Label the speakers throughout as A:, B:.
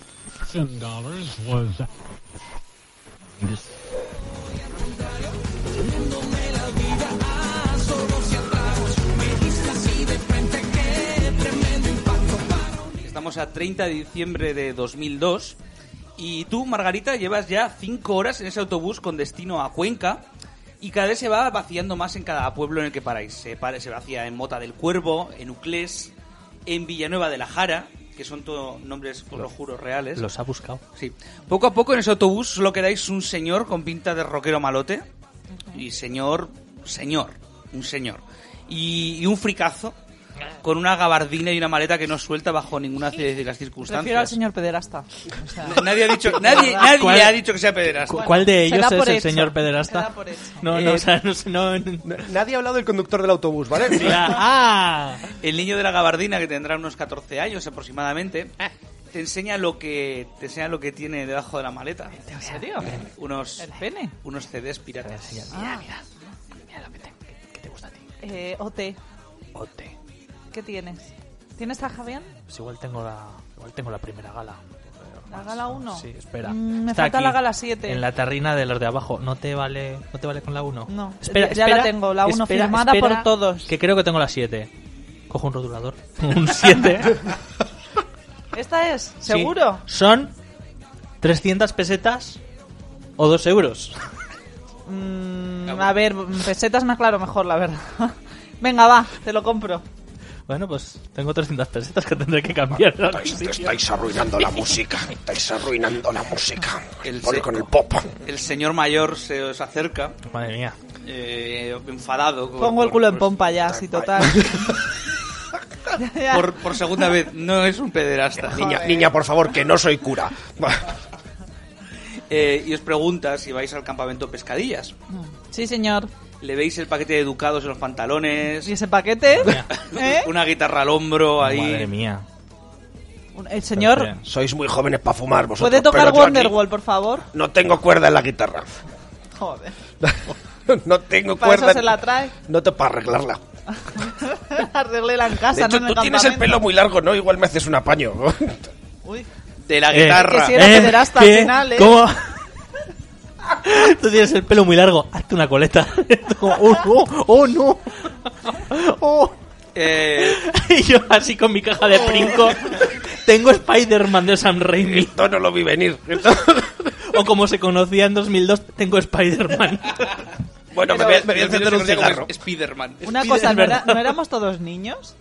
A: thousand dollars was
B: Estamos a 30 de diciembre de 2002 y tú, Margarita, llevas ya 5 horas en ese autobús con destino a Cuenca y cada vez se va vaciando más en cada pueblo en el que paráis. Se, para- se vacía en Mota del Cuervo, en Uclés, en Villanueva de la Jara, que son todos nombres, os lo juro, reales.
C: Los ha buscado.
B: Sí. Poco a poco en ese autobús solo quedáis un señor con pinta de rockero malote. Y señor, señor, un señor. Y, y un fricazo con una gabardina y una maleta que no suelta bajo ninguna de de las
D: Prefiero al
B: circunstancias.
D: señor pederasta. O sea,
B: Nadie ha dicho, nadie, nadie
C: ¿Cuál?
B: ha dicho que sea pederasta.
C: ¿Cu-
D: Bueno,
C: ¿Cuál de
D: se da
C: ellos es
D: por
C: el
D: hecho,
C: señor
D: se
C: pederasta?
D: da por hecho.
C: No, no, o sea, no sé, no... no-
E: Nadie ha hablado del conductor del autobús, ¿vale?
C: ¡Ah!
B: El niño de la gabardina, que tendrá unos 14 años aproximadamente, te enseña lo que, te enseña lo que tiene debajo de la maleta.
D: ¿En serio?
B: Unos,
D: ¿El pene?
B: unos CDs piratas.
D: Mira, mira. Mira lo que te, gusta a ti. Eh,
C: Ote.
D: OT, ¿qué tienes? ¿Tienes a Javier?
C: Pues igual tengo la, igual tengo la primera gala.
D: ¿La gala uno?
C: Sí, espera.
D: Mm, me
C: Está
D: falta
C: aquí,
D: la gala siete.
C: En la tarrina de los de abajo. ¿No te vale, no te vale con la 1?
D: No,
C: Espera,
D: ya- ya
C: espera,
D: la tengo, la uno
C: espera,
D: firmada
C: espera,
D: por todos.
C: Que creo que tengo la 7. Cojo un rotulador. Un 7.
D: ¿Esta es? ¿Seguro?
C: Son 300 pesetas o 2 euros.
D: Mm, a ver, pesetas me aclaro mejor, la verdad. Venga, va, te lo compro.
C: Bueno, pues tengo 300 pesetas que tendré que cambiar.
F: Estáis arruinando la música. Estáis arruinando la música.
B: El
F: Pon-
B: seco.
F: con el pop.
B: El señor mayor se os acerca,
C: Madre mía.
B: eh, enfadado. con-
D: Pongo el
B: con-
D: culo en
C: pues,
B: por-
D: pompa ya, así total. Ya, ya.
B: Por, por segunda vez, no es un pederasta.
F: Niña, niña, por favor, que no soy cura.
B: Eh, y os pregunta si vais al campamento Pescadillas.
D: Sí, señor.
B: Le veis el paquete de educados en los pantalones,
D: ¿Y ese paquete? ¿Eh?
B: una guitarra al hombro
C: Madre
B: ahí.
C: mía.
D: Un- El señor.
C: Espera.
F: Sois muy jóvenes para fumar vosotros.
D: ¿Puede tocar
F: pero yo aquí
D: Wonderwall, por favor?
F: No tengo cuerda en la guitarra.
D: Joder.
F: No tengo
D: Para
F: cuerda.
D: eso se la trae.
F: No te para arreglarla.
D: Arreglela en casa,
F: De hecho,
D: no en
F: tú
D: el
F: tienes el
D: campamento.
F: pelo muy largo, ¿no? Igual me haces un apaño.
D: Uy,
B: De la
C: Eh,
B: guitarra.
D: que si era pederasta al final, ¿eh?
C: ¿Cómo? Tú tienes el pelo muy largo, hazte una coleta. Como, oh, oh, oh, no. Oh.
B: Eh,
C: Y yo así con mi caja de princo. Tengo Spider-Man de Sam Raimi.
F: Esto no lo vi venir.
C: O como se conocía en 2002, tengo Spider-Man.
F: Bueno, me
B: pero-
F: voy, a- me voy
B: pero
F: a encender
B: se
F: un
B: conocía como
F: cigarro.
B: Spiderman.
D: una
C: Pide
D: cosa,
C: el
D: ¿no, era-
C: verdadero.
D: no éramos todos niños?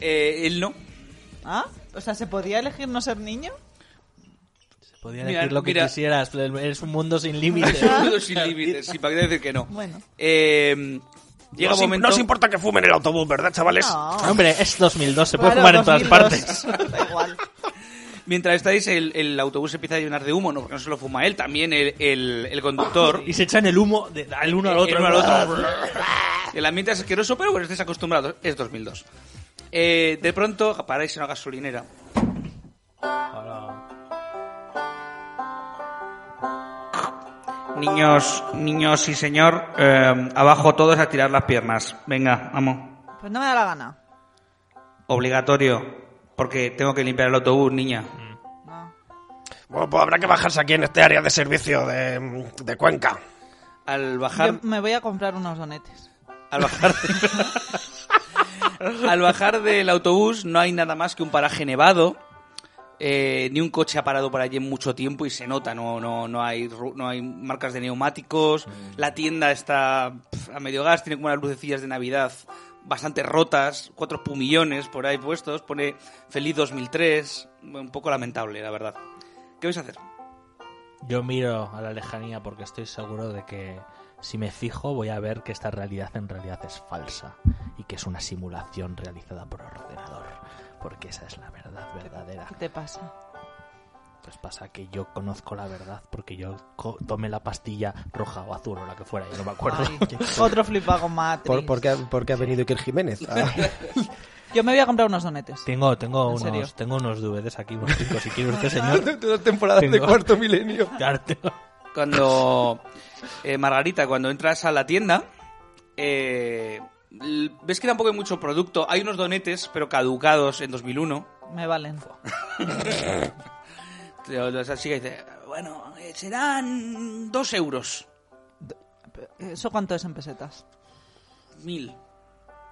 B: Eh, él no.
D: ¿Ah? O sea, ¿se podía elegir no ser niño?
C: Podía
B: Mira,
C: decir lo que
B: mira.
C: quisieras, eres un mundo sin
B: Es
C: límites.
B: un mundo sin límites. Sí, para qué decir que no.
D: Bueno.
B: Eh, llega
F: no,
B: un
F: os im-
B: momento.
F: no os importa que fumen en el autobús, ¿verdad, chavales?
D: No.
C: Hombre, es 2002, se puede fumar en todas partes.
D: Da igual.
B: Mientras estáis, el, el autobús se empieza a llenar de humo, no porque no se lo fuma él, también el, el- el conductor.
C: Y se echan el humo de- al uno al otro.
B: El uno al otro. El ambiente es asqueroso, pero bueno, estáis acostumbrados. Es 2002. Eh, de pronto paráis en una gasolinera. Niños, niños y señor, eh, abajo todos a tirar las piernas. Venga, vamos.
D: Pues no me da la gana.
B: Obligatorio, porque tengo que limpiar el autobús, niña.
D: No.
F: Bueno, pues habrá que bajarse aquí en este área de servicio de, de Cuenca.
B: Al bajar,
D: Yo me voy a comprar unos donetes.
B: al bajar, de- al bajar del autobús no hay nada más que un paraje nevado. eh, ni un coche ha parado por allí en mucho tiempo y se nota, no, no, no, hay, ru- no hay marcas de neumáticos, la tienda está pf, a medio gas, tiene como unas lucecillas de Navidad bastante rotas, cuatro pumillones por ahí puestos, pone feliz 2003, un poco lamentable, la verdad. ¿Qué vais a hacer?
C: Yo miro a la lejanía porque estoy seguro de que si me fijo voy a ver que esta realidad en realidad es falsa y que es una simulación realizada por ordenador, porque esa es la verdad verdadera.
D: ¿Qué te pasa?
C: Pues pasa que yo conozco la verdad porque yo co- tomé la pastilla roja o azul o la que fuera, yo no me acuerdo.
D: Ay, otro flipago Matrix.
E: ¿Por, por qué, por qué ha venido Iker Jiménez? Ah,
D: Yo me voy a comprar unos donetes.
C: Tengo, tengo,
D: ¿En serio?
C: unos, tengo unos DVDs aquí, unos chicos, si quiere usted, señor.
E: dos temporadas de
C: Tengo-
E: cuarto milenio.
B: Cuando. eh, Margarita, cuando entras a la tienda. eh, l- ves que tampoco hay mucho producto. Hay unos donetes, pero caducados en 2001.
D: Me valen.
B: Lo- lo- La chica dice, bueno, eh, serán dos euros.
D: ¿Eso cuánto es en pesetas?
B: Mil.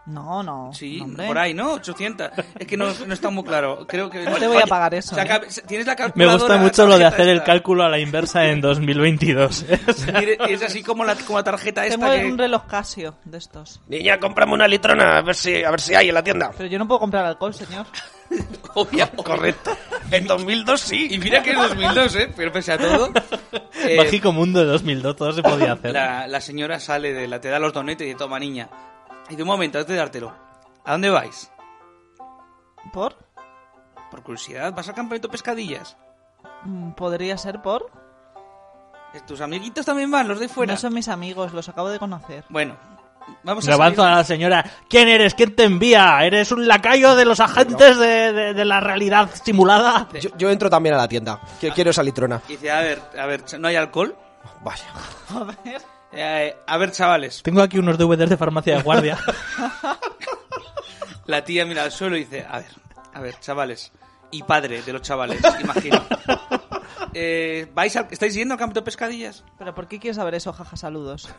D: No, no.
B: Sí,
D: no, hombre.
B: por ahí, ¿no? 800. Es que no, no está muy claro. Creo que...
D: No te voy a pagar eso,
B: o sea,
D: ¿eh?
B: cab- Tienes la
C: Me
B: calculadora,
C: gusta
B: la
C: mucho lo de
B: tarjeta
C: hacer el
B: esta.
C: cálculo a la inversa en 2022. ¿eh? O sea,
B: Mire, Es así como la, como la tarjeta
D: Tengo
B: esta que...
D: un reloj Casio de estos.
F: Niña, cómprame una litrona, a ver si, a ver si hay en la tienda.
D: Pero yo no puedo comprar alcohol, señor.
B: Obvia-
F: Correcto. En 2002
B: Y
F: sí.
B: mira que es 2002, ¿eh? Pero pese a todo... eh,
C: Mágico mundo de 2002, todo se podía hacer.
B: la, la señora sale de la... Te da los donetes y dice, toma, niña. Y de un momento, antes de dártelo. ¿A dónde vais?
D: ¿Por?
B: Por curiosidad, ¿vas al campamento pescadillas?
D: Mm, Podría ser por.
B: ¿Tus amiguitos también van, los de fuera?
D: No son mis amigos, los acabo de conocer.
B: Bueno, vamos
C: Le
B: a
C: avanzo
B: salir-
C: a la señora. ¿Quién eres? ¿Quién te envía? ¿Eres un lacayo de los agentes de, de- de la realidad simulada?
E: Yo, yo entro también a la tienda.
F: Ah.
E: que Quiero esa litrona.
B: Y dice, a ver, a ver, ¿no hay alcohol?
E: Vaya.
D: A ver.
B: Eh, a ver, chavales.
C: Tengo aquí unos DVDs de farmacia de guardia.
B: La tía mira al suelo y dice, a ver, a ver, chavales. Y padre de los chavales, imagino. Eh, ¿vais al- ¿Estáis yendo al campo de pescadillas?
D: ¿Pero por qué quieres saber eso, jaja, saludos?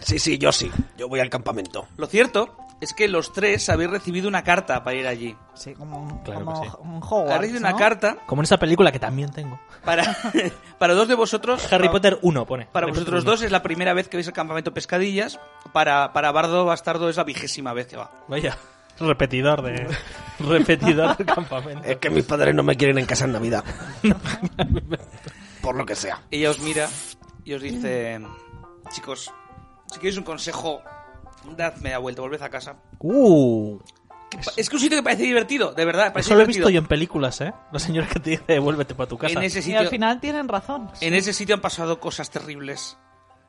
F: Sí, sí, yo sí. Yo voy al campamento.
B: Lo cierto es que los tres habéis recibido una carta para ir allí.
D: Sí, como un,
C: Claro
D: como
C: que sí.
D: un Hogwarts,
B: Habéis recibido una
D: ¿no?
B: carta
C: Como en esa película que también tengo.
B: para, para dos de vosotros.
C: Harry
B: pa-
C: Potter 1, pone.
B: Ah. Para
C: Harry
B: vosotros
C: Potter
B: dos es la primera vez que veis el campamento pescadillas. Para, para Bardo Bastardo es la vigésima vez que va.
C: 1. Vaya. Repetidor de. Repetidor del campamento.
B: Eh.
F: Es que mis padres no me quieren en casa en Navidad. Por lo que sea.
B: Ella os mira y os dice, chicos, si queréis un consejo, dadme media vuelta, volved a casa.
C: Uh.
B: Que pa- Es que un sitio que parece divertido, de verdad, parece
C: Eso lo he
B: Pues divertido.
C: visto yo en películas, ¿eh? La señora que te dice, vuélvete para tu casa.
B: En ese
D: Y
B: sitio,
D: al final tienen razón.
B: en ese sitio han pasado cosas terribles.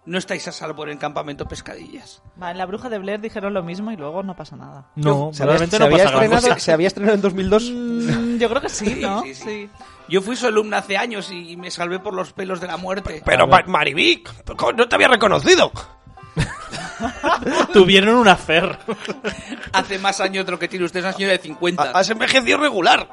B: No estáis a salvo en el campamento pescadillas.
D: Va, en la bruja de Blair dijeron lo mismo y luego no pasa nada.
C: No,
E: Se había,
C: realmente
E: se
C: no
E: había
C: pasa gran
E: estrenado,
C: cosa.
E: se había estrenado en 2002.
D: Mm, yo creo que sí,
B: Sí,
D: ¿no?
B: sí, sí. Yo fui su alumna hace años y me salvé por los pelos de la muerte.
F: Pero Ma- Marivic, co- no te había reconocido.
C: Tuvieron una fer.
B: Hace más años de lo que tiene usted, es una señora de 50.
C: Ah,
F: Ha- Has envejecido regular.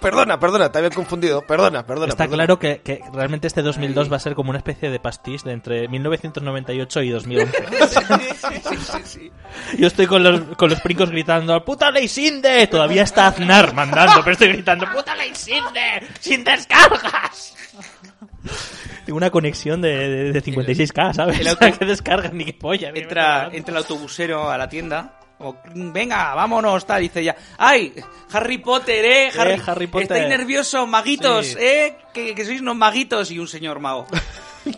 E: perdona, perdona, te había confundido. Perdona, perdona.
C: Está
E: perdona.
C: claro que, que realmente este 2002 va a ser como una especie de pastiz de entre 1998 y 2011.
B: Sí, sí, sí, sí.
C: Yo estoy con los, con los princos gritando ¡Puta ley Sinde! Todavía está Aznar mandando, pero estoy gritando ¡Puta ley Sinde! ¡Sin descargas! Tengo una conexión de, de- de 56k, ¿sabes?
B: El
C: El
B: auto-
C: que descarga ni que polla. ni
B: Entra,
C: que-
B: entra el autobusero a la tienda. como, venga, vámonos, tal, dice ya. ¡Ay! Harry Potter, eh, Harry,
C: Harry Potter.
B: Estáis nerviosos, maguitos,
C: Sí.
B: eh, que, que sois unos maguitos y un señor mago.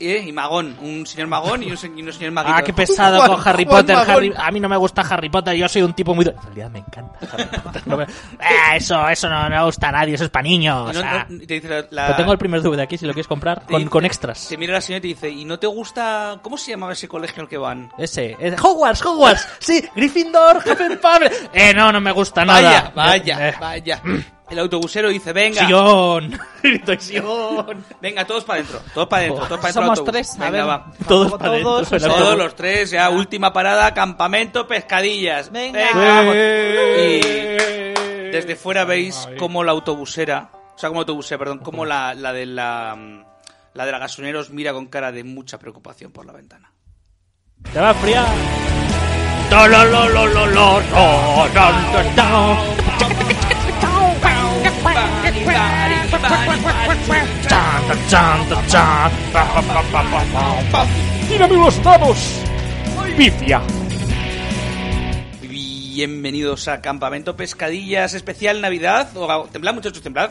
B: Eh, y magón, un señor magón y un, se- y unos señor maguito.
C: Ah, qué pesado
E: Juan-
C: con Harry
E: Juan
C: Potter.
E: Magón.
C: Harry- a mí no me gusta Harry Potter, yo soy un tipo muy... du- En realidad me encanta Harry Potter. no me- Ah, eso, eso no, no me gusta a nadie, eso es para
B: Y
C: niños.
B: no-
C: ah.
B: no- y te dice la- la-
C: Pero tengo el primer DVD aquí, si lo quieres comprar,
B: te
C: con,
B: dice-
C: con extras.
B: Te mira la señora y te dice, ¿y no te gusta? ¿Cómo se llamaba ese colegio al que van?
C: Ese, es Hogwarts, Hogwarts, sí, Gryffindor, Hufflepuff. Eh, no, no me gusta
B: Vaya,
C: nada.
B: vaya,
C: Eh,
B: vaya. El autobusero dice, venga.
C: Sion, grito Sion.
B: Venga, todos para adentro, todos para adentro, todos para adentro.
D: Somos tres,
B: Venga,
D: a ver.
B: va.
C: Todos
D: Tampoco
C: para dentro,
D: todos,
C: suena
D: o sea,
B: Todos los tres, ya, última parada, campamento, pescadillas.
D: Venga.
B: vamos. Y desde fuera veis cómo la autobusera, o sea, como autobusera, perdón, como la, la de la, mm, la de la gasolinera os mira con cara de mucha preocupación por la ventana.
C: Te va a enfriar. No, no, no, no, no, no, no, no, no, no. Chan, ta, chan, ta, chan, pa, pa, pa, pa, pa, pa, pa. Tírame los dados. Pifia.
B: Bienvenidos a Campamento Pescadillas Especial Navidad. O, temblad, muchachos, temblad.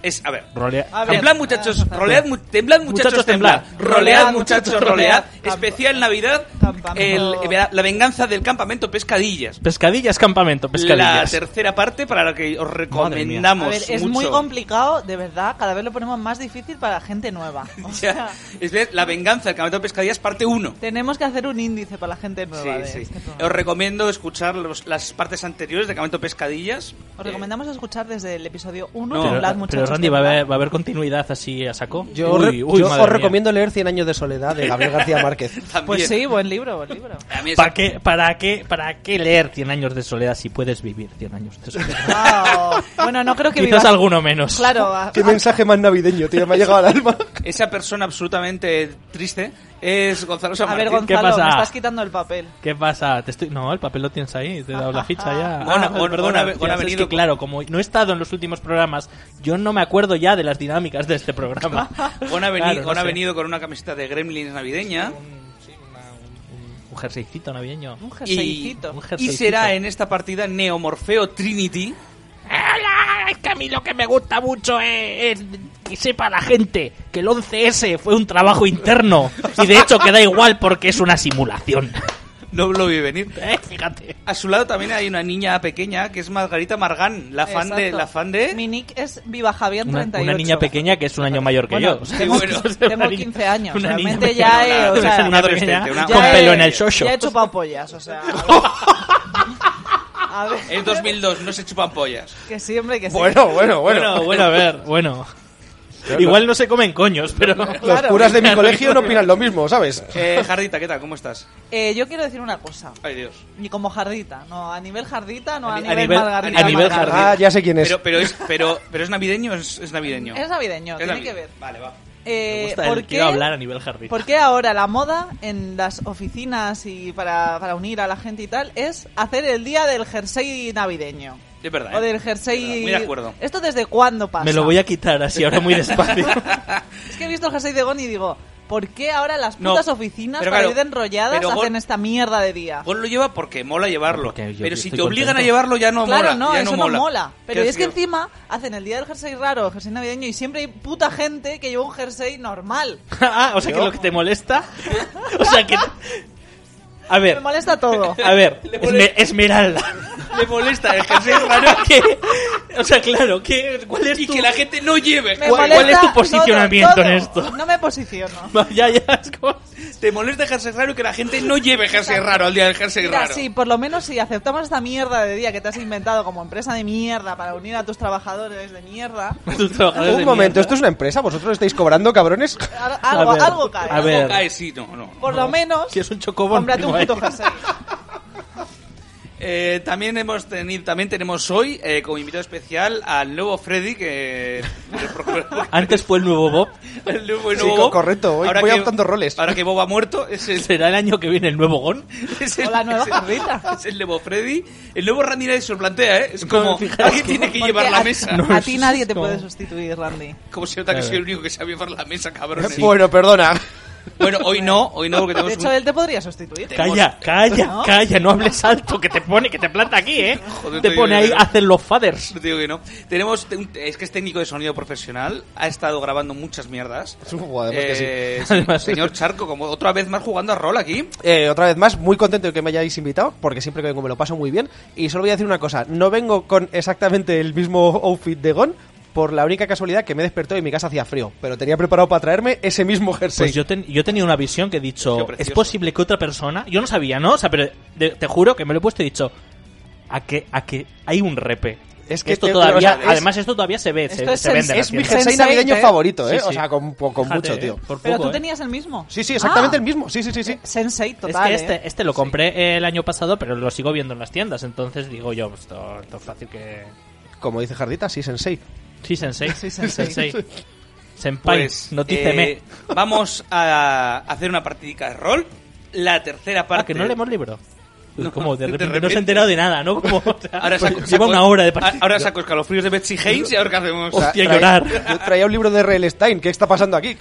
B: Es, a ver.
D: A ver. Ah,
B: Temblad muchachos, rolead, mu- temblad muchachos,
C: Muchachos,
B: temblad,
C: temblad.
B: rolead muchachos, rolead,
D: Campa-
B: especial Navidad,
D: Campamento.
B: el- eh, la venganza del campamento pescadillas.
C: Pescadillas, campamento, pescadillas.
B: La tercera parte para la que os recomendamos.
D: A ver, es
B: mucho.
D: muy complicado, de verdad. Cada vez lo ponemos más difícil para la gente nueva. O sea,
B: Ya, es ver, la venganza del campamento pescadillas parte 1.
D: tenemos que hacer un índice para la gente
B: Sí,
D: nueva. de
B: sí.
D: este programa.
B: Os recomiendo escuchar los- las partes anteriores de Campamento Pescadillas. Eh,
D: Os recomendamos escuchar desde el episodio 1,
B: No,
D: temblad
C: pero-
D: muchachos,
C: Randy, ¿va a, haber, va a haber continuidad así a saco?
E: Yo,
C: Uy,
E: re-
C: uy,
E: yo
C: madre
E: os
C: mía.
E: recomiendo leer Cien años de soledad de Gabriel García Márquez.
B: También.
D: Pues sí, buen libro, buen libro.
B: A mí esa-
C: ¿Para qué, para, qué, ¿Para qué leer 100 años de soledad si puedes vivir 100 años de soledad?
D: Wow. Bueno, no creo que
C: Quizás
D: vivas...
C: alguno menos.
D: Claro, a-
E: Qué mensaje más navideño, tío, me ha llegado al alma.
B: Esa persona absolutamente triste es Gonzalo
D: a, a ver,
B: Samartín.
C: Gon- ¿Qué
D: Gonzalo,
C: pasa?
D: me estás quitando el papel.
C: ¿Qué pasa? Te estoy... No, el papel lo tienes ahí, te he dado la ficha ya.
B: Gon-
C: Ah,
B: Gon-
C: perdona,
B: Gon ha- Gon ha
C: tías, es
B: venido
C: que, claro, como no he estado en los últimos programas, yo no me acuerdo ya de las dinámicas de este programa.
B: Gon ha, veni-
C: Claro, no
B: Gon ha
C: sé.
B: venido con una camiseta de Gremlins navideña
C: Un jerseycito navideño.
D: Un
B: y,
D: jerseycito.
C: Un
B: y
C: jerseycito.
B: será en esta partida Neomorfeo Trinity.
C: ¡Hala! Es que a mí lo que me gusta mucho es, es que sepa la gente que el 11S fue un trabajo interno. Y de hecho que da igual porque es una simulación.
B: No lo vi venir.
C: Eh, Fíjate.
B: A su lado también hay una niña pequeña que es Margarita Margán, la fan de
D: Exacto.
B: la fan de
D: Mi nick es Viva Javier
C: Una,
D: 38.
C: una niña pequeña que es un año mayor que
D: Bueno,
C: yo. O sea,
B: tengo-
C: o sea,
D: tengo
C: una
D: 15 años,
C: una niña
D: realmente
C: pequeña,
D: ya he- o
C: una-
D: sea,
C: una
B: adolescente,
C: pequeña
B: una-
D: Ya
C: con
D: he-
C: pelo en el shosho.
D: Ya he chupado pollas, o sea... A ver,
B: en 2002 no se chupan pollas.
D: que siempre que sí.
E: Bueno, bueno, bueno.
C: Bueno, bueno, a ver, bueno. Igual no se comen coños, pero...
E: Los curas de mi colegio no opinan lo mismo, ¿sabes?
B: Eh, Jardita, ¿qué tal? ¿Cómo estás?
D: Eh, yo quiero decir una cosa.
B: Ay, Dios.
D: Ni como jardita, no, a nivel jardita, no
B: A
D: a,
B: ni- a
D: nivel,
C: nivel-
D: margarita.
C: a nivel
D: Margarita.
E: Ah, ya sé quién es.
B: Pero, pero, es, pero, pero es navideño o es, es navideño.
D: Es navideño,
B: Es
D: tiene
B: navideño.
D: que ver.
B: Vale, va.
D: Eh,
C: Me gusta el
D: ¿por, qué,
C: quiero hablar a nivel jardín.
D: por qué ahora la moda en las oficinas y para, para unir a la gente y tal es hacer el día del jersey navideño?
B: Es verdad.
D: O
B: ¿eh?
D: del jersey...
B: Muy de acuerdo.
D: ¿Esto desde cuándo pasa?
C: Me lo voy a quitar así ahora muy despacio.
D: Es que he visto el jersey de Gon y digo, ¿por qué ahora las
B: No,
D: putas oficinas
B: pero
D: para
B: claro,
D: ir de enrolladas
B: pero Gon-
D: hacen esta mierda de día?
B: Gon lo lleva porque mola llevarlo.
C: Porque yo
B: Pero si
C: estoy
B: te obligan
C: contento.
B: a llevarlo ya no
D: claro,
B: mola.
D: no,
B: ya
D: eso no
B: mola.
D: mola. Pero
B: Quiero
D: es que
B: decir,
D: encima hacen el día del jersey raro, el jersey navideño, y siempre hay puta gente que lleva un jersey normal.
C: ah, o sea que lo que te molesta... O sea que... A ver,
D: Me molesta todo.
C: A ver,
B: Le pones-
C: esme- Esmeralda.
B: Le molesta el jersey
C: Claro que. O sea, claro, que. ¿Cuál es
B: y
C: tu.?
B: que la gente no lleve.
D: Me
C: ¿Cuál-
D: molesta
C: cuál es tu
D: todo,
C: posicionamiento
D: todo.
C: en esto?
D: No me posiciono.
C: Ya, ya, es como-
B: Te molesta el jersey raro y que la gente no lleve jersey raro al día del jersey
D: Mira,
B: raro.
D: sí, por lo menos si aceptamos esta mierda de día que te has inventado como empresa de mierda para unir a tus trabajadores de mierda,
C: Tus trabajadores de
E: Un momento,
C: mierda.
E: ¿esto es una empresa? ¿Vosotros estáis cobrando, cabrones?
D: al- algo,
C: A ver,
D: algo cae.
C: a ver.
B: No cae, sí, no, no.
D: Por lo menos,
C: Si es un chocobón.
D: cómprate
C: no
D: un
C: hay.
D: puto jersey.
B: Eh, también hemos tenido, también tenemos hoy eh, como invitado especial al nuevo Freddy que
C: Antes fue el nuevo Bob.
B: el nuevo, el
E: Sí,
B: nuevo
E: co-
B: Bob.
E: correcto, hoy voy adoptando roles.
B: Ahora que Bob ha muerto, es el,
C: Será el año que viene el nuevo Gon.
B: es
D: O la nueva
B: es
D: Carlita.
B: es el nuevo Freddy, el nuevo Randy nadie se lo plantea, ¿eh? Es como
C: fijaros
B: alguien
C: que-
B: tiene que
D: Porque
B: llevar
D: a-
B: la mesa.
C: No,
D: A
C: es-
D: ti nadie te
C: es como-
D: puede sustituir, Randy.
B: Como se nota que
C: Claro.
B: soy el único que sabe llevar la mesa, cabrones.
E: Bueno, perdona.
B: Bueno, hoy no, hoy no porque
D: De
B: tenemos
D: hecho,
B: un-
D: él te podría sustituir.
B: Tenemos-
C: Calla, calla,
D: ¿No?
C: calla. No hables alto que te pone, que te planta aquí, ¿eh?
B: Joder,
C: te
B: estoy-
C: pone ahí, hacen los fathers.
B: No te digo que no. Tenemos un- es que es técnico de sonido profesional, ha estado grabando muchas mierdas.
E: Supongo, además que sí.
B: Eh,
C: Además-
B: señor Charco, como otra vez más jugando a rol aquí.
E: Eh, otra vez más, muy contento de que me hayáis invitado, porque siempre que vengo me lo paso muy bien. Y solo voy a decir una cosa, no vengo con exactamente el mismo outfit de Gon, por la única casualidad que me despertó y en mi casa hacía frío, pero tenía preparado para traerme ese mismo jersey.
C: Pues yo, ten- yo tenía una visión que he
B: Qué
C: dicho,
B: precioso.
C: es posible que otra persona, yo no sabía, ¿no? O sea, pero de- te juro que me lo he puesto y he dicho, a que, a que hay un repe.
E: Es que
C: esto
E: te-
C: todavía,
E: o sea, es-
C: además esto todavía se ve, se,
D: Esto es
C: se vende. en
D: sens-
C: las
E: es mi
C: tiendas.
E: jersey
D: Sensei,
E: navideño
D: ¿eh?
E: favorito, ¿eh?
C: Sí, sí.
E: O sea, con, po- con
C: Fíjate,
E: mucho, tío.
C: eh, por
D: Pero
C: poco,
D: tú
C: eh.
D: tenías el mismo.
E: Sí, sí, exactamente
D: Ah,
E: el mismo. Sí, sí, sí, sí.
D: Sensei,
C: Es
D: total.
C: que
D: ¿eh?
C: este, este lo compré el año pasado, pero lo sigo viendo en las tiendas. Entonces digo yo, esto, esto es fácil que...
E: Como dice Jardita, sí, sensei.
C: Sí, sensei.
D: Sí, sensei.
C: Senpai,
B: Pues,
C: notíceme.
B: eh, vamos a hacer una partidica de rol. La tercera parte.
C: Ah, que no leemos libro. Uy,
B: No,
C: como de
B: de
C: repente, no se
B: repente.
C: ha enterado de nada, ¿no? Como, o sea, pues,
B: Ahora saco,
C: lleva
B: saco-
C: una hora de
B: a-
C: partida.
B: Ahora saco escalofríos de Betsy Haynes y ahora qué hacemos.
E: O sea,
C: Hostia,
E: trae-
C: llorar.
E: Yo traía un libro de R.L. Stein, ¿qué está pasando aquí?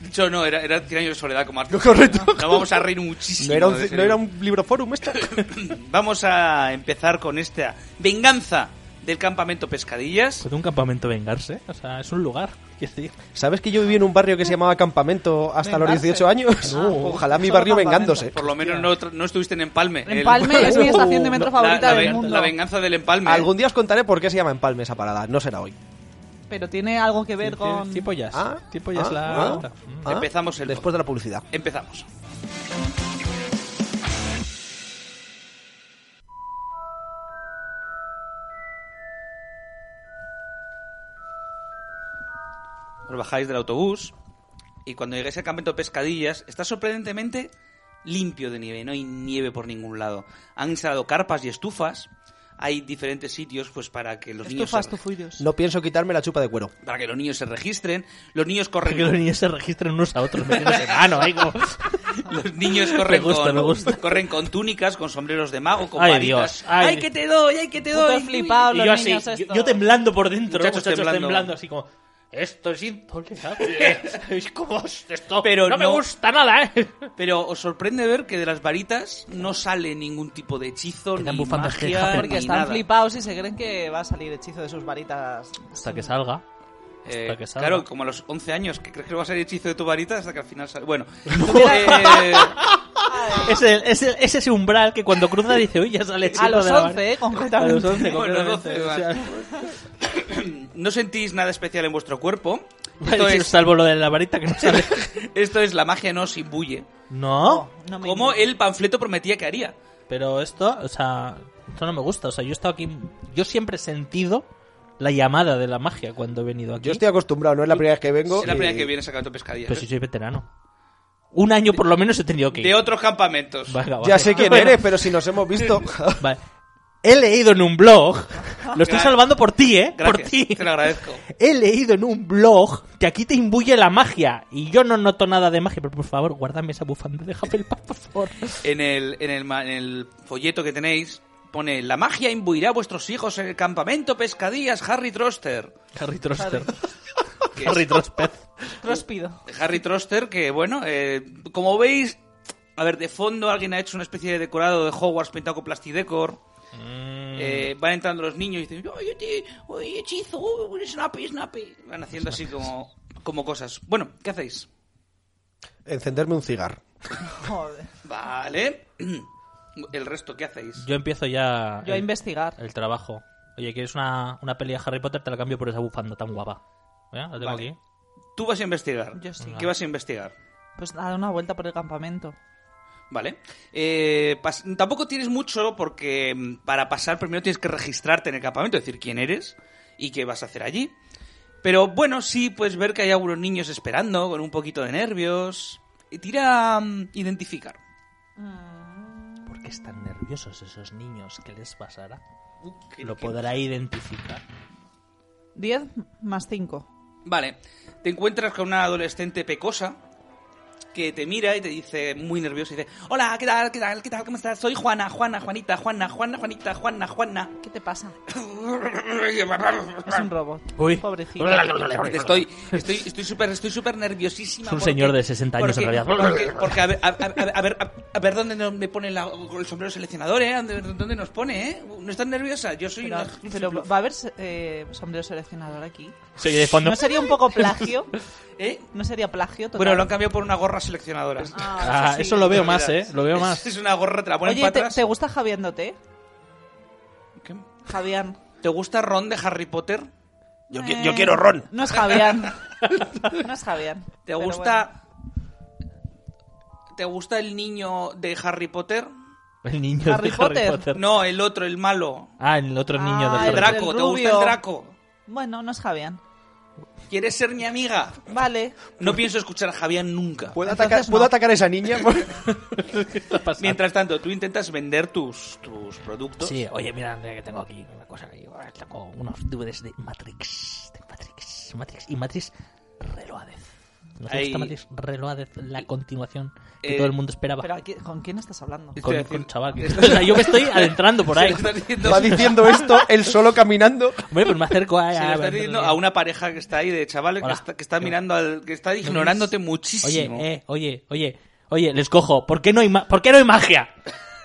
B: Dicho no, era, era 100 años de soledad como arte.
E: Correcto.
B: Nos vamos a reír muchísimo.
E: ¿No era
B: de
E: un,
B: ese
E: no era un libro forum esto?
B: libro. Vamos a empezar con esta venganza del campamento Pescadillas.
C: ¿Puede Pues un campamento vengarse? O sea, es un lugar. quiero decir.
E: ¿Sabes que yo viví en un barrio que se llamaba Campamento hasta los
D: Vengarse.
E: 18 años?
D: Ah,
E: Ojalá mi
D: solo
E: barrio
D: campamento.
E: vengándose.
B: Por lo menos no, tra- no estuviste en Empalme. El- Uh,
D: Empalme es mi estación de metro
B: La-
D: favorita
B: la
D: del
B: ven-
D: mundo.
B: la venganza del Empalme.
E: Algún día os contaré por qué se llama Empalme esa parada, no será hoy.
D: Pero tiene algo que
C: Tiene-
D: ver
C: pues,
D: con...
C: tiene Tipo jazz.
E: Ah,
C: Tipo jazz
E: ah,
C: la...
E: ah,
C: otra. Mm.
E: ah.
B: Empezamos el
E: Después de la publicidad.
B: Empezamos. Os bajáis del autobús y cuando llegáis al campamento de pescadillas está sorprendentemente limpio de nieve, no hay nieve por ningún lado. Han instalado carpas y estufas, hay diferentes sitios pues para que los niños
D: Estufas
B: se,
D: tufuyos.
E: No pienso quitarme la chupa de cuero.
B: para que los niños se registren, los niños corren
C: Que los niños se registren unos a otros metiéndose mano, ahí como...
B: Los niños corren,
C: Me gusta,
B: con,
C: me gusta.
B: corren con túnicas, con sombreros de mago, con
C: Ay,
B: varitas.
C: Dios, ay.
B: que te doy! ¡Ay, que te doy!
D: Putos flipados
C: Y
D: los
C: yo así,
D: niños
C: yo,
D: estos.
C: yo temblando por dentro, ¿no?
B: Muchachos
C: muchachos, temblando.
B: temblando,
C: así como... Esto es intolerable. es como esto.
B: Pero
C: no me
B: no-
C: gusta nada, ¿eh?
B: Pero os sorprende ver que de las varitas no sale ningún tipo de hechizo,
C: Quedan
B: ni
C: bufando cejas,
B: magia,
C: pero
B: ni
D: Porque están
B: nada.
D: flipados y se creen que va a salir hechizo de sus varitas.
C: Hasta que salga.
B: Eh,
C: Hasta que salga.
B: claro, como a los 11 años, que crees que va a ser hechizo de tu varita hasta que al final sale... Bueno, eh,
C: Es, el- es el- es ese umbral que cuando cruza dice, uy, ya sale
D: A
C: chido
D: los
C: de la
D: 11, eh,
C: A
D: concretamente.
C: los 11,
B: Bueno,
C: concretamente,
B: 12
C: o sea,
B: no sentís nada especial en vuestro cuerpo. Esto
C: Entonces,
B: es,
C: Salvo lo de la varita que no sale.
B: esto es la magia no os imbuye.
C: No,
D: No me
B: Como
D: engañes.
B: el panfleto prometía que haría.
C: pero esto, o sea, esto no me gusta. O sea, yo he estado aquí. Yo siempre he sentido la llamada de la magia cuando he venido aquí.
E: Yo estoy acostumbrado, no es la primera vez que vengo.
B: Es la
E: y-
B: primera que viene sacando pescadilla.
C: Pero si soy veterano. Un año por lo menos he tenido que ir.
B: De otros campamentos.
C: Venga, vale.
E: Eh, Ya sé quién
C: Bueno,
E: eres, pero si nos hemos visto.
C: vale. He leído en un blog. Lo estoy
B: Gracias.
C: salvando por ti, ¿eh?
B: Gracias,
C: Por ti.
B: te lo agradezco.
C: He leído en un blog que aquí te imbuye la magia. Y yo no noto nada de magia, pero por favor, guárdame esa bufanda de Hufflepuff, por favor.
B: En el, en el, ma- en el folleto que tenéis pone La magia imbuirá a vuestros hijos en el campamento pescadillas Harry Troster.
C: Harry Troster.
B: Que es-
C: Harry Troster.
D: Tróspido.
B: Harry Troster, que bueno, eh, como veis, a ver, de fondo alguien ha hecho una especie de decorado de Hogwarts pintado con plastidecor.
C: Mm,
B: Eh, van entrando los niños y dicen, oye, te- oye, hechizo, uy, snappy, snappy. Van haciendo así como, como cosas. Bueno, ¿qué hacéis?
E: Encenderme un cigarro.
D: Joder.
B: Vale. El resto, ¿qué hacéis?
C: Yo empiezo ya
D: Yo a
C: el,
D: investigar.
C: el trabajo. Oye, ¿quieres una, una peli de Harry Potter? Te la cambio por esa bufanda tan guapa. ¿Ya? La tengo
B: Vale.
C: aquí.
B: Tú vas a investigar.
D: Yo sí.
B: ¿Qué vas a investigar?
D: Pues a dar una vuelta por el campamento.
B: Vale. Eh, pas- tampoco tienes mucho porque mm, para pasar primero tienes que registrarte en el campamento, decir quién eres y qué vas a hacer allí. Pero bueno, sí puedes ver que hay algunos niños esperando con un poquito de nervios. Y tira mm, identificar.
C: ¿Por qué están nerviosos esos niños? ¿Qué les pasará?
B: ¿Qué-
C: Lo
B: qué-
C: podrá identificar.
D: 10 más 5.
B: Vale. Te encuentras con una adolescente pecosa que te mira y te dice muy nerviosa y dice, "Hola, ¿qué tal? ¿Qué tal? ¿Qué tal? ¿Cómo estás? Soy Juana, Juana, Juanita, Juana, Juana, Juanita, Juana, Juana."
D: ¿Qué te pasa? Es un robot.
C: Uy.
D: Pobrecito.
B: Te Estoy estoy estoy súper estoy súper nerviosísima.
C: Es un señor de 60 años,
B: porque-
C: en realidad.
B: Porque, porque a, ver, a, a- a ver a, a ver dónde nos- me pone la- el sombrero seleccionador, ¿eh? ¿Dónde, dónde nos pone, eh? ¿No estás nerviosa? Yo soy
D: Pero,
B: una...
D: pero va a haber eh, sombrero seleccionador aquí.
C: Soy de fondo.
D: ¿No sería un poco plagio?
B: ¿Eh?
D: ¿No sería plagio? total?
B: Bueno, lo han cambiado por una gorra seleccionadora.
D: Ah,
C: Ah,
D: sí.
C: eso lo veo más, ¿eh? Lo veo
B: Es,
C: más.
B: es una gorra, te la ponen
D: Oye,
B: para
D: ¿te,
B: atrás.
D: te gusta Javiándote?
B: ¿Qué?
D: Javián.
B: ¿Te gusta Ron de Harry Potter?
F: Yo, qui- yo quiero ron.
D: Eh, No es Javián. No es Javián.
B: ¿Te
D: Pero
B: gusta... ¿Te gusta el niño de Harry Potter?
C: El niño de
D: Harry
C: Harry
D: Potter.
C: Potter.
B: No, el otro, el malo.
C: Ah, el otro niño de
D: Ah,
C: Harry
B: El
D: el
C: Potter.
B: Draco, ¿te gusta
D: rubio.
B: el Draco?
D: bueno. Bueno, no es Javián.
B: ¿Quieres ser mi amiga?
D: Vale.
C: Pues-
B: No pienso escuchar a Javier nunca.
E: ¿Puedo,
D: Entonces
E: atacar,
D: no.
E: ¿puedo atacar a esa niña?
B: Mientras tanto, tú intentas vender tus, tus productos.
C: Sí, oye, mira, mira que tengo aquí una cosa. que yo Tengo unos DVDs de Matrix. De Matrix. Matrix y Matrix Reloaded. ¿No te
B: Ahí-
C: gusta Matrix Reloaded? La continuación que
B: Eh,
C: todo el mundo esperaba.
D: Pero aquí- ¿con quién estás hablando?
B: Estoy
C: con,
B: haciendo-
C: con chaval. que- o sea, yo me estoy adentrando por
B: Se
C: ahí.
B: lo estás diciendo,
E: Va diciendo esto, él solo caminando.
C: Hombre, pues me acerco a...
B: se lo
C: a-
B: estás diciendo a una pareja que está ahí de chavales que
C: Hola.
B: está, que está mirando al. que está ignorándote muchísimo.
C: Oye, eh, oye, oye, oye, les cojo. ¿Por qué no hay, ma- ¿por qué no hay magia?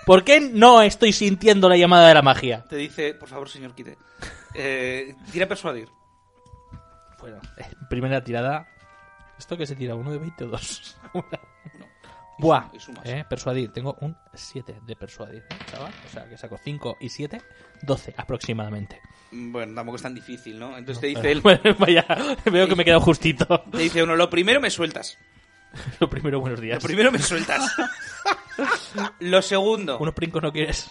C: ¿Por qué no estoy sintiendo la llamada de la magia?
B: Te dice, por favor, señor Quite. Eh, tira a persuadir.
C: Bueno, eh, primera tirada. ¿Esto que se tira? ¿Uno de 22? Buah,
B: Y sumas.
C: eh, persuadir. Tengo un 7 de persuadir, ¿eh, chaval. O sea, que saco 5 y 7, 12 aproximadamente.
B: Bueno, tampoco es tan difícil, ¿no? Entonces te dice él.
C: Bueno, Vaya, veo que me he quedado justito.
B: Te dice uno, lo primero me sueltas.
C: Lo primero, buenos
B: Lo
C: días.
B: primero me sueltas. Lo segundo,
C: Unos princos no quieres.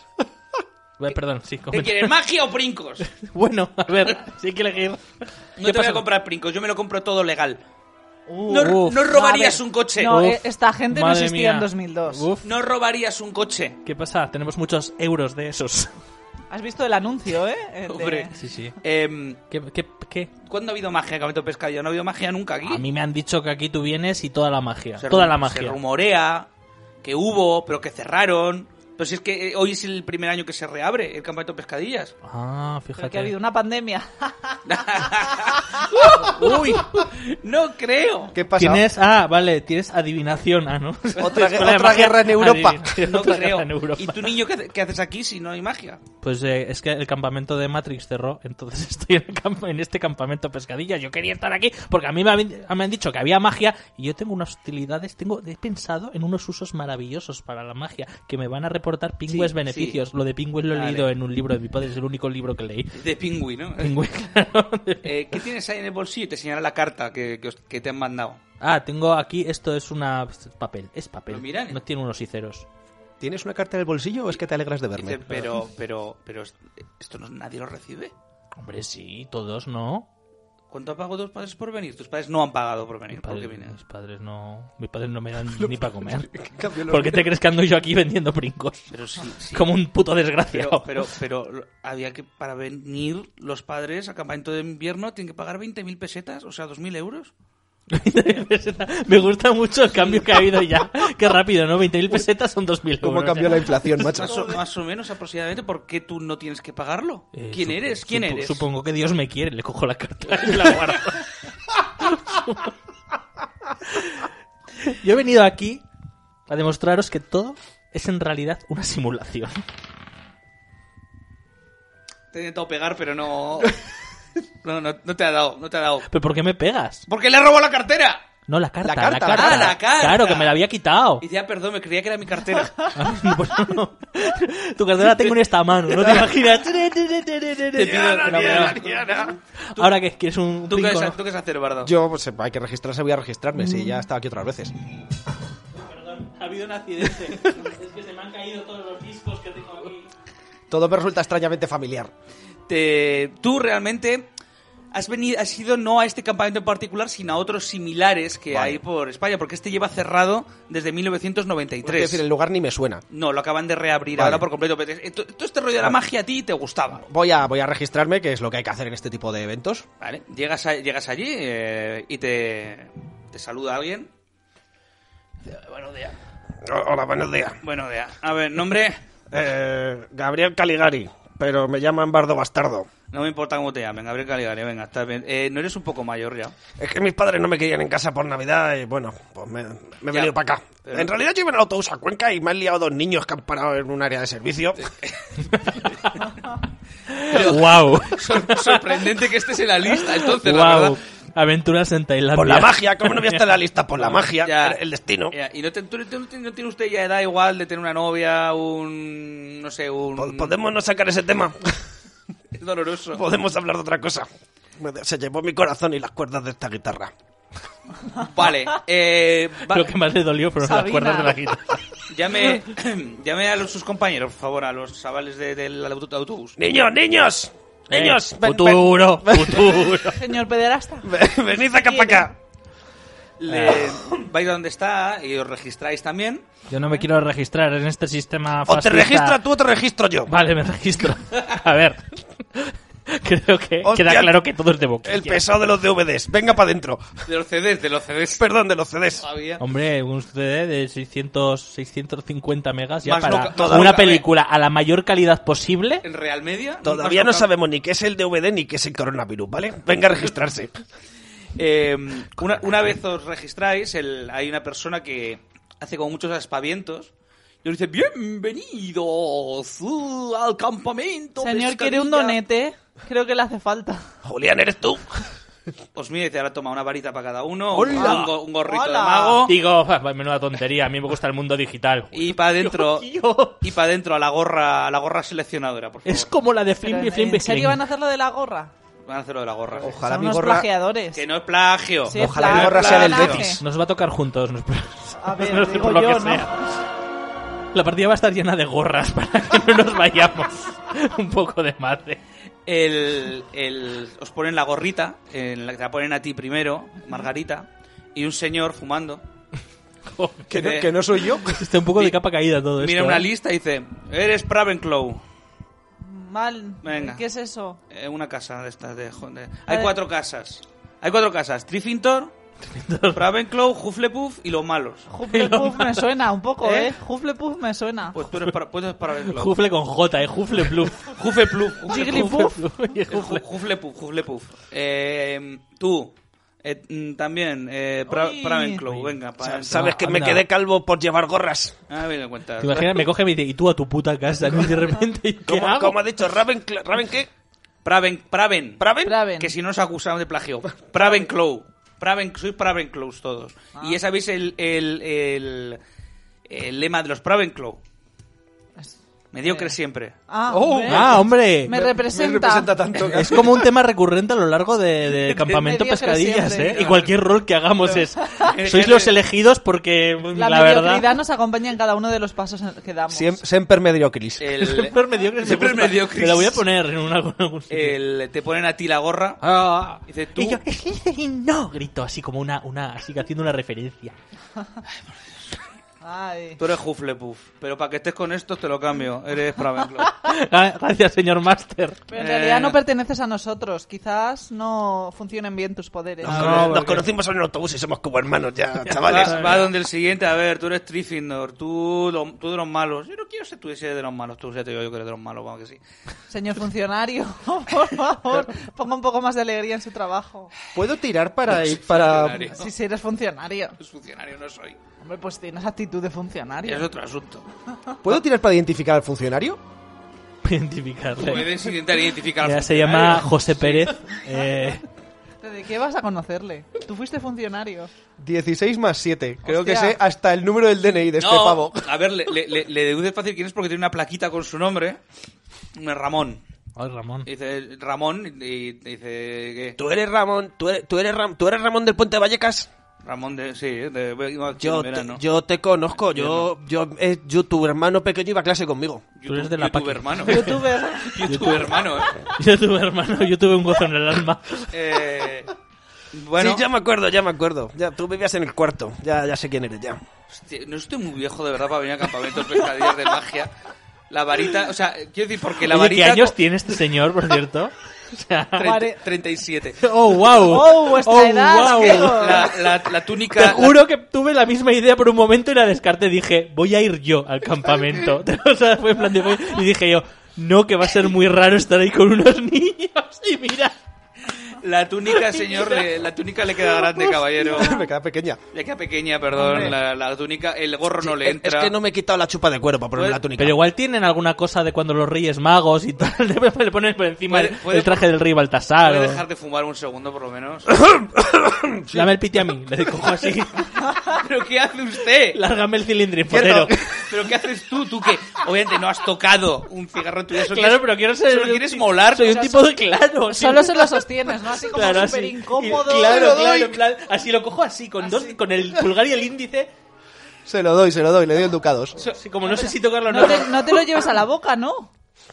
C: Bueno, Perdón, sí,
B: ¿Qué
C: comenta.
B: quieres, magia o princos?
C: Bueno, a ver, sí hay que elegir.
B: No te
C: ¿Qué
B: voy
C: pasa?
B: a comprar princos, yo me lo compro todo legal.
C: Uh,
B: no,
C: uf,
B: no robarías
D: No, a ver,
B: un coche.
D: No,
C: Uf,
D: eh, esta gente no
C: madre
D: existía
C: mía.
D: en 2002.
C: Uf.
B: No robarías un coche.
C: ¿Qué pasa? Tenemos muchos euros de esos.
D: Has visto el anuncio, ¿eh? El de-
B: Hombre.
C: Sí, sí.
B: Em,
C: ¿Qué, qué, qué?
B: ¿Cuándo ha habido magia, Cameto Pescadilla? No ha habido magia nunca aquí.
C: A mí me han dicho que aquí tú vienes y toda la magia.
B: Se
C: toda
B: ru-
C: la
B: Se
C: magia.
B: rumorea que hubo, pero que cerraron. Pero si es que eh, hoy es el primer año que se reabre el campeonato de pescadillas.
C: Ah,
D: Pero
C: fíjate.
D: que ha habido una pandemia.
B: ¡Uy! ¡No creo!
E: ¿Qué pasa?
C: Tienes, ah, vale, tienes adivinación, ah, ¿no? Escuela
E: Otra-
C: de
E: otra
C: magia.
E: guerra en Europa.
C: Adivinación,
B: No
C: otra
B: creo.
C: guerra en Europa.
B: ¿Y tú, niño, qué, hace- qué haces aquí si no hay magia?
C: Pues eh, es que el campamento de Matrix cerró, entonces estoy en, el campo- en este campamento pescadilla. Yo quería estar aquí porque a mí me, habían- me han dicho que había magia y yo tengo unas utilidades, tengo he pensado en unos usos maravillosos para la magia que me van a reportar pingües
B: Sí,
C: beneficios. Lo de pingües lo he
B: Vale.
C: leído en un libro de mi padre, es el único libro que leí.
B: De pingüí, ¿no?
C: Pingüe, claro.
B: Eh, ¿Qué tienes ahí en el bolsillo? Te señala la carta que, que os- que te han mandado.
C: Ah, tengo aquí, esto es una es papel, es papel.
B: Lo miran. ¿eh?
C: No tiene unos y ceros.
E: ¿Tienes una carta en el bolsillo o es que te alegras de verme?
B: Dice, pero, pero, pero, es- esto no, nadie lo recibe.
C: Hombre, sí, todos no.
B: ¿Cuánto han pagado tus padres por venir? Tus padres no han pagado por venir.
C: Mis
B: ¿Por qué
C: padres,
B: vienes?
C: mis padres no, mis padres no me dan ni para comer.
E: Cambio los-
C: ¿Por qué te crees que ando yo aquí vendiendo brincos?
B: Pero sí, sí.
C: Como un puto
B: Pero,
C: desgraciado.
B: pero, pero lo- había que, para venir los padres al campamento de invierno, tienen que pagar 20.000 pesetas, o sea, 2.000 euros.
C: Me gusta mucho el cambio que ha habido ya. Qué rápido, ¿no? 20.000 pesetas son 2.000 euros. ¿eh?
E: ¿Cómo cambió
C: o sea.
E: la inflación, macho?
B: Más o, más o menos aproximadamente, ¿por qué tú no tienes que pagarlo?
C: Eh,
B: ¿Quién
C: sup-
B: eres? ¿Quién
C: supo-
B: eres?
C: Supongo que Dios me quiere. Le cojo la carta y la guardo. Yo he venido aquí a demostraros que todo es en realidad una simulación.
B: Te he intentado pegar, pero no... No, no, no te ha dado, no te ha dado.
C: ¿Pero por qué me pegas?
B: ¡Porque le robó la cartera!
C: No, la carta.
E: La carta, la
B: carta. Ah, la carta.
C: Claro, que me la había quitado.
B: Y dice, ah, perdón, me creía que era mi cartera.
C: Ah, pues no. Tu cartera la tengo en esta mano, ¿no te imaginas?
B: Diana, Diana.
C: Ahora que quieres un
B: ¿Tú qué,
C: brinco,
B: vas a-
C: ¿no?
B: tú qué vas a hacer, Bardo?
E: Yo, pues hay que registrarse, voy a registrarme, sí, ya he estado aquí otras veces.
C: Ha habido un accidente. Es que se me han caído todos los discos que tengo aquí.
E: Todo me resulta extrañamente familiar.
B: Te- tú realmente has venido, has ido no a este campamento en particular, sino a otros similares que
E: Vale.
B: hay por España, porque este lleva cerrado desde
E: Es decir,
B: 1993.
E: el lugar ni me suena.
B: No, lo acaban de reabrir
E: Vale.
B: ahora por completo. pero es- Todo todo este rollo de la magia a ti te gustaba.
E: Voy a, voy a registrarme, que es lo que hay que hacer en este tipo de eventos.
B: Vale, llegas, a- llegas allí eh, y te, te saluda alguien. Bueno, días.
F: O- Hola, buenos días.
B: Bueno, días. A ver, nombre,
F: Eh, Gabriel Caligari, pero me llaman Bardo Bastardo.
B: no me importa cómo te llamen, Gabriel Caligari, venga, está bien. Eh, no eres un poco mayor ya.
F: Es que mis padres no me querían en casa por Navidad y bueno, pues me,
B: Ya.
F: me he venido para acá.
E: Eh.
B: Pero-
F: En realidad yo iba en autobús a Cuenca y me han liado dos niños que han parado en un área de servicio.
E: Eh,
C: ¡Wow!
B: Sor- sorprendente que estés en la lista, entonces, la
C: ¡Wow!
B: verdad.
C: Aventuras en Tailandia.
F: Por la magia, ¿cómo no voy a estar en la lista? Por la magia,
B: Ya.
F: el destino.
B: Ya, Eh, y no, te- tú- tú- no tiene usted ya edad igual de tener una novia, un... no sé, un...
F: Po- ¿Podemos no sacar ese tema?
B: Es doloroso.
F: Podemos hablar de otra cosa. Me de- Se llevó mi corazón y las cuerdas de esta guitarra.
B: Vale, eh, va-
C: Lo que más le dolió fueron las
D: Sabina.
C: cuerdas de la guitarra.
B: llame, llame a los- sus compañeros, por favor, a los chavales de- del auto- autobús.
F: Niños, niños, niños,
C: Eh,
F: ven-
C: futuro, futuro.
D: Señor pederasta.
F: ven- venid acá para acá. Ah.
B: Le, vais a donde está y os registráis también.
C: Yo no me quiero registrar en este sistema
F: O
C: fascista.
F: te registras tú o te registro yo.
C: Vale, me registro. A ver. Creo que
F: Hostia,
C: queda claro que todo es de boquilla.
F: El pesado de los DVDs, venga para adentro.
B: De los CDs, de los CDs.
F: Perdón, de los CDs.
B: Todavía.
C: Hombre, un CD de 600, 650 megas ya
B: Más
C: para
B: no- toda
C: una
B: nunca,
C: película a la mayor calidad posible.
B: En Real Media. nunca
F: Todavía no
B: has tocado.
F: sabemos ni qué es el DVD ni qué es el coronavirus, ¿vale? Venga a registrarse.
B: Eh, una, una vez os registráis, el- hay una persona que hace como muchos aspavientos. Y os dice, bienvenidos uh, al campamento.
D: Señor,
B: pescadilla".
D: quiere un donete. Creo que le hace falta.
F: Julián, ¿eres tú?
B: Os mira y Pues dice, ahora toma una varita para cada uno,
D: ¡Hola!
B: un, go- un gorrito
D: ¡Hola!
B: de mago.
C: Digo, "Ah, menuda tontería, a mí me gusta el mundo digital.
B: Y para adentro,
C: Tío,
B: y para adentro a la gorra, a la gorra seleccionadora, por favor.
C: es como la de
D: Pero,
C: Flimby
D: ¿en-
C: Flimby
D: ¿En serio
C: Flim.
D: van a hacer lo de la gorra?
B: Van a hacerlo de la gorra.
E: Ojalá
D: Son
E: mi
D: unos
E: gorra.
D: plagiadores.
B: Que no es plagio.
D: Sí, es
E: Ojalá mi
D: plagio.
E: gorra sea del
D: Plagio.
E: Betis.
C: Nos va a tocar juntos. nos-
D: A ver,
C: no sé
D: digo
C: por lo
D: yo,
C: que
D: ¿no?
C: sea. La partida va a estar llena de gorras para que no nos vayamos un poco de madre.
B: El, el- os ponen la gorrita, en la que te la ponen a ti primero, Margarita, y un señor fumando.
C: Joder,
E: Que no,
B: Eh,
E: que no soy yo.
C: Está un poco de capa caída todo esto.
B: Mira una
C: ¿eh?
B: lista y dice, eres Pravenclaw.
D: Mal.
B: Venga.
D: ¿Qué es eso?
B: Eh, una casa de estas de... jo- de-
D: A
B: Hay
D: ver.
B: cuatro casas. Hay cuatro casas. Trifintor, Ravenclaw, Hufflepuff y los malos.
D: Hufflepuff me suena un poco,
B: ¿Eh?
D: ¿eh? Hufflepuff me suena.
B: Pues tú eres para, pues tú eres Ravenclaw.
C: Jufle con J, eh, Jufle Bluff.
B: Hufflepuff.
D: Jigglypuff.
C: Jufle Bluff.
B: Hufflepuff. Hufflepuff. Hufflepuff. Eh, tú. eh, mm, también, eh, Pra-
D: Uy.
B: Ravenclaw, venga, para
F: ¿Sabes que me
C: Anda.
F: quedé calvo por llevar gorras?
B: Ah, bien, lo cuentas.
C: ¿Te imaginas? Me coge y me dice, y tú a tu puta casa, ¿no? Y de repente, ¿y ¿qué
F: ¿Cómo,
C: hago?
F: cómo ha dicho? ¿Raven, Raven qué?
B: Praven, Praven,
F: ¿Praven?
D: Braven.
B: que si no os acusaron de plagio. Pravenclaw. Praven, sois Pravenclaws todos. Y ya sabéis el, el, el, el lema de los Pravenclaw. Mediocre siempre.
D: Ah,
E: Oh,
D: ¿ves?
C: Ah, hombre.
D: me representa.
E: Me representa tanto.
C: Es como un tema recurrente a lo largo de, de Campamento
D: Mediocre
C: Pescadillas,
D: siempre.
C: ¿eh? Y cualquier rol que hagamos es... Sois
B: Eres-
C: los elegidos porque, la,
D: La, mediocridad
C: verdad...
D: nos acompaña en cada uno de los pasos en- que damos.
E: Siem- Semper mediocris.
F: Eh.
B: El,
C: mediocre. me
B: Siempre
C: gusta.
B: mediocre.
C: Me la voy a poner en un algún- algún sitio.
B: el- te ponen a ti la gorra.
C: Ah.
B: Dice, tú-
C: Y yo, Slytherin no, grito así como una, una, así que haciendo una referencia.
D: Ay.
C: Pues,
B: Tú eres Hufflepuff. Pero para que estés con estos te lo cambio. Eres Ravenclaw.
C: Ah, Gracias, señor Master.
D: Pero en
B: Eh.
D: realidad no perteneces a nosotros. Quizás no funcionen bien tus poderes.
C: No,
F: Nos
C: porque-
F: conocimos en el autobús y somos como hermanos ya, chavales.
B: Va, va donde el siguiente. A ver, tú eres Trifindor. Tú, lo- tú de los malos. Yo no quiero ser tú ese de los malos. Tú ya te digo yo que eres de los malos. Vamos que sí.
D: Señor funcionario, por favor, ponga un poco más de alegría en su trabajo.
E: ¿Puedo tirar para ir para...?
B: Funcionario.
D: Si si eres funcionario.
B: Es funcionario, no soy.
D: Hombre, pues tienes actitud de funcionario.
B: Es otro asunto.
E: ¿Puedo tirar para identificar al funcionario?
C: Identificarle.
B: Puedes intentar identificar al
C: Mira, se
B: funcionario.
C: llama José Pérez. Eh,
D: ¿De qué vas a conocerle? Tú fuiste funcionario.
E: 16 más 7. Creo que
D: Hostia.
E: sé hasta el número del DNI de este
B: No,
E: pavo.
B: A ver, le, le, le- le deduces fácil quién es porque tiene una plaquita con su nombre. Ramón.
C: ay, Ramón.
B: Y Dice Ramón y te dice que
F: ¿Tú eres Ramón? ¿Tú eres, tú eres Ram- ¿Tú eres Ramón del Puente Vallecas?
B: Ramón de sí, de, iba a
F: Yo,
B: en verano.
F: te, yo te conozco, yo, yo, eh, yo, tu hermano pequeño iba a clase conmigo.
B: YouTube,
C: Tú eres de la
B: YouTube
C: Paqui.
B: hermano.
D: Youtuber.
B: YouTube hermano. eh.
C: Yo tuve, hermano, yo tuve un gozo en el alma.
B: Eh, bueno,
F: Sí, ya me acuerdo, ya me acuerdo. Ya, tú vivías en el cuarto, ya, ya sé quién eres, ya.
B: hostia, no estoy muy viejo de verdad para venir a campamentos pescadillas de magia. La varita, o sea, quiero decir porque la
C: Oye, ¿Qué
B: varita
C: años
B: co-
C: tiene este señor, por cierto? O sea,
B: treinta- 37.
C: ¡Oh, wow!
D: ¡Oh, vuestra edad!
C: guau.
B: La, la, la túnica
C: Te juro que tuve la misma idea por un momento y la descarté. Dije, voy a ir yo al campamento. o sea, fue en plan de... voy- Y dije yo, no, que va a ser muy raro estar ahí con unos niños. Y mira...
B: la túnica, señor, le- la túnica le queda grande,
C: Pues
B: caballero.
E: Me queda pequeña.
B: Le queda pequeña, perdón, la, la túnica, el gorro no le
F: Es-
B: entra.
F: Es que no me he quitado la chupa de cuero para ponerme
B: Pues-
F: la túnica.
C: Pero igual tienen alguna cosa de cuando los reyes magos y tal, le ponen por encima
B: Puede-
C: el-
B: puede-
C: el traje del rey Baltasar.
B: Voy a
C: o-
B: dejar de fumar un segundo por lo menos.
C: Dame el piti a mí, le cojo así,
B: ¿Pero qué hace usted?
C: lárgame el cilindrín, potero.
B: ¿Pero qué haces tú? Tú que obviamente no has tocado un cigarro tuyo. Eso
C: Claro,
B: quieres-
C: pero quiero ser...
B: solo quieres molar.
C: Soy un
B: O sea,
C: tipo de... Claro. sí.
D: Solo se lo sostienes, ¿no? Así como
C: Claro, así.
D: súper incómodo.
C: Y- Claro,
E: Lo doy.
C: claro, en plan, así lo cojo así, con dos, con el pulgar y el índice,
E: Se lo doy, se lo doy. Le doy el ducados.
C: así como no sé si tocarlo o no,
D: No te, no te lo lleves a la boca, ¿no?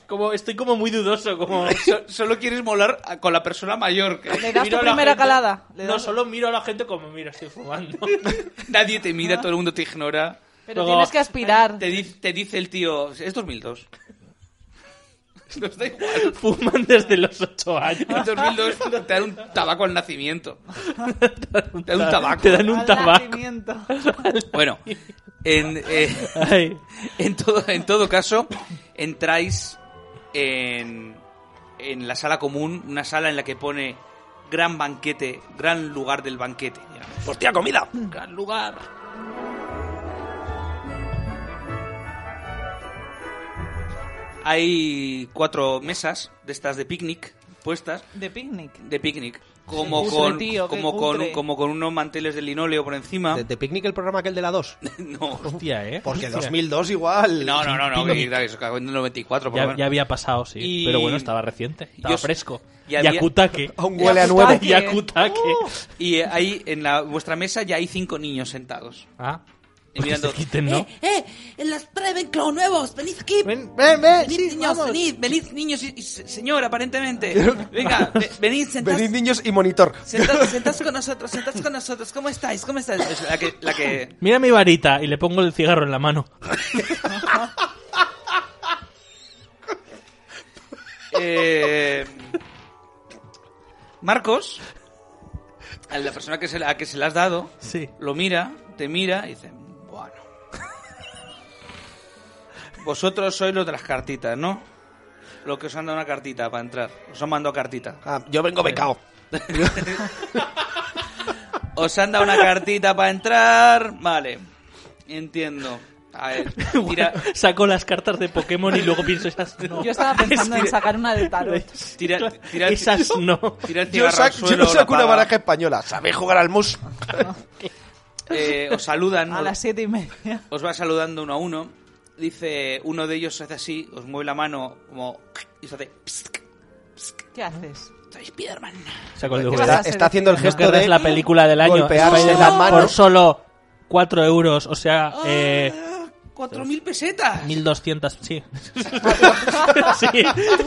C: como estoy como muy dudoso, como...
B: so- solo quieres molar a- con la persona mayor. que
D: Le das
C: Miro
D: tu
C: a la
D: primera
C: gente-
D: calada. Le
C: No,
D: das-
C: solo miro a la gente como, mira, estoy fumando.
B: Nadie te mira, todo el mundo te ignora.
D: Pero
C: Luego-
D: tienes que aspirar.
B: Te, di- te dice el tío, es 2002. Nos da igual.
C: Fuman desde los ocho años.
B: En 2002 te dan un tabaco al nacimiento. Te dan un tabaco.
C: Te dan un
D: Al
C: tabaco.
D: nacimiento.
B: Bueno, en, eh,
C: Ay.
B: en, todo, en todo caso, entráis en, en la sala común, una sala en la que pone gran banquete, gran lugar del banquete. digamos.
F: ¡Hostia, comida!
B: Gran lugar. Hay cuatro mesas de estas de picnic puestas
D: De picnic.
B: de picnic como
D: Sí,
B: con
D: tío, qué
B: como con
D: cutre.
B: como con unos manteles de linoleo por encima
E: ¿De, de picnic el programa aquel de la 2?
B: no
C: Hostia, eh.
E: Porque
C: Hostia.
E: 2002 igual.
B: no no no no que- que se cagó en el 94 por lo
C: Ya,
B: menos.
C: ya había pasado, sí.
B: Y-
C: Pero bueno, estaba reciente. Estaba
B: Yo-
C: fresco.
B: y había-
C: Yakutake.
E: Aún huele a nuevo.
D: Yakutake.
C: Yakutake.
B: y eh, ahí en la vuestra mesa ya hay cinco niños sentados
C: Ah.
B: y mirando
C: Quiten, ¿no?
A: ¡Eh! ¡Los
B: Ravenclaw nuevos! ¡Venid aquí!
A: Ven, ven, ven,
B: Venid,
A: sí,
B: niños,
A: vamos.
B: venid, venid, niños y, y se- señor, aparentemente. Venga, ve- venid, sentad,
E: Venid niños y monitor.
B: sentad, sentad con nosotros, sentad con nosotros. ¿Cómo estáis? ¿Cómo estáis? Es la que, la que...
C: Mira mi varita y le pongo el cigarro en la mano.
B: eh, Marcos, a la persona que se, la- a que se la has dado,
C: Sí.
B: lo mira, te mira y dice, bueno. Vosotros sois los de las cartitas, ¿no? Los que os han dado una cartita para entrar. Os han mandado cartita.
E: Ah, yo vengo becado.
B: Os han dado una cartita para entrar. Vale. Entiendo. A ver, tira,
C: Saco las cartas de Pokémon y luego pienso esas no.
D: Yo estaba pensando en sacar una de tarot.
B: tira, tira,
C: Esas no.
B: tira el
E: Yo,
B: cigarro al
E: sac- yo
B: suelo,
E: no saco
B: la
E: una
B: apaga.
E: baraja española.
F: ¿Sabéis jugar al mus?
B: Eh, os saludan.
D: A las siete y media.
B: Os va saludando uno a uno. Dice, uno de ellos hace así, os mueve la mano como... Y se hace... "Psst,
D: ¿Qué haces?
B: Soy Spiderman.
C: Saco el
D: ¿Qué
C: dedo.
D: vas a
E: Está,
D: hacer?
E: está haciendo el
D: No
E: gesto
C: No querrás
E: de
C: la película del año
E: golpearse
C: Spider-Man
E: las manos.
C: por solo 4 euros, o sea, eh,
B: Ah, ¡Cuatro mil pesetas!
C: 1200, sí. sí.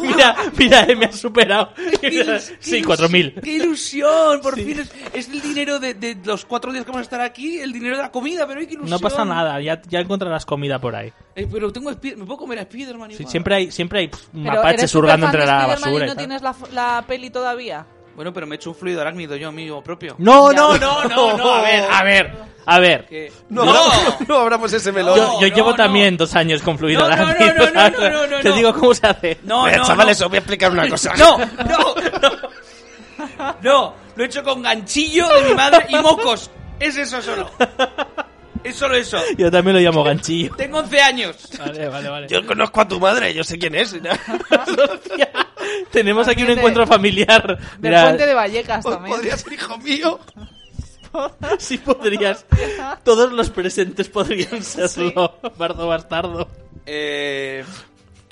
C: Mira, mira, eh, me ha superado.
B: ¡Qué ilus- qué
C: sí,
B: ilus-
C: 4000.
B: ¡Qué ilusión! Por fin es, es el dinero de, de los cuatro días que vamos a estar aquí, el dinero de la comida, pero hay que ilusión.
C: No pasa nada, ya, ya encontrarás comida por ahí.
B: Eh, pero tengo Spi- me puedo comer a Spiderman
C: Sí,
B: igual.
C: siempre hay siempre hay pff,
D: Pero
C: mapaches
D: eres
C: hurgando entre
D: superfan de
C: la
D: Spiderman
C: basura.
D: y
C: y
D: no
C: tal.
D: tienes la, la peli todavía.
B: Bueno, pero me he hecho un fluido arácnido yo mío propio.
C: No,
D: Ya.
C: no, no, no, no, a ver, a ver, a ver.
B: Que-
E: No,
B: ¡No!
E: abra- no abramos ese melón.
C: Yo, yo
B: no,
C: llevo
B: no.
C: también dos años con fluido
B: No, no, no,
C: arácnido,
B: no, no,
C: o sea,
B: no, no, no,
C: Te
B: no.
C: digo cómo se hace.
B: No,
F: Mira,
B: no,
F: chavales,
B: no.
F: os voy a explicar una cosa.
B: No, no, no. No, lo he hecho con ganchillo de mi madre y mocos. Es eso solo. Es solo eso.
C: Yo también lo llamo ganchillo.
B: Tengo 11 años.
C: Vale, vale, vale.
F: Yo conozco a tu madre, yo sé quién es.
C: Hostia, Tenemos aquí un
D: También de-
C: encuentro familiar.
D: De
C: Mira,
D: Puente de Vallecas también.
F: Podría ser hijo mío.
C: si podrías. Todos los presentes podrían serlo. Bardo bastardo.
B: Eh,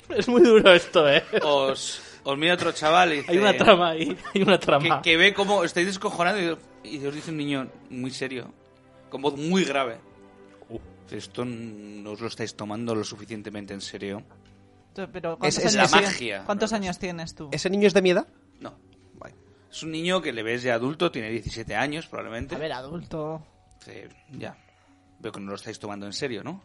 C: Es muy duro esto, eh.
B: os, os mira otro chaval y dice,
C: Hay una trama ahí. Hay una
B: que,
C: trama.
B: que ve como estáis descojonando y, y os dice un niño muy serio, con voz muy grave. Esto no os lo estáis tomando lo suficientemente en serio.
D: Tú- Pero ¿cuántos
E: es
B: la
D: años tienes-
B: magia.
D: ¿Cuántos años tienes tú?
E: ¿Ese niño es de mi edad?
B: No. Es un niño que le ves de adulto, tiene 17 años probablemente.
D: adulto.
B: Dice, ya. Veo que no lo estáis tomando en serio, ¿no?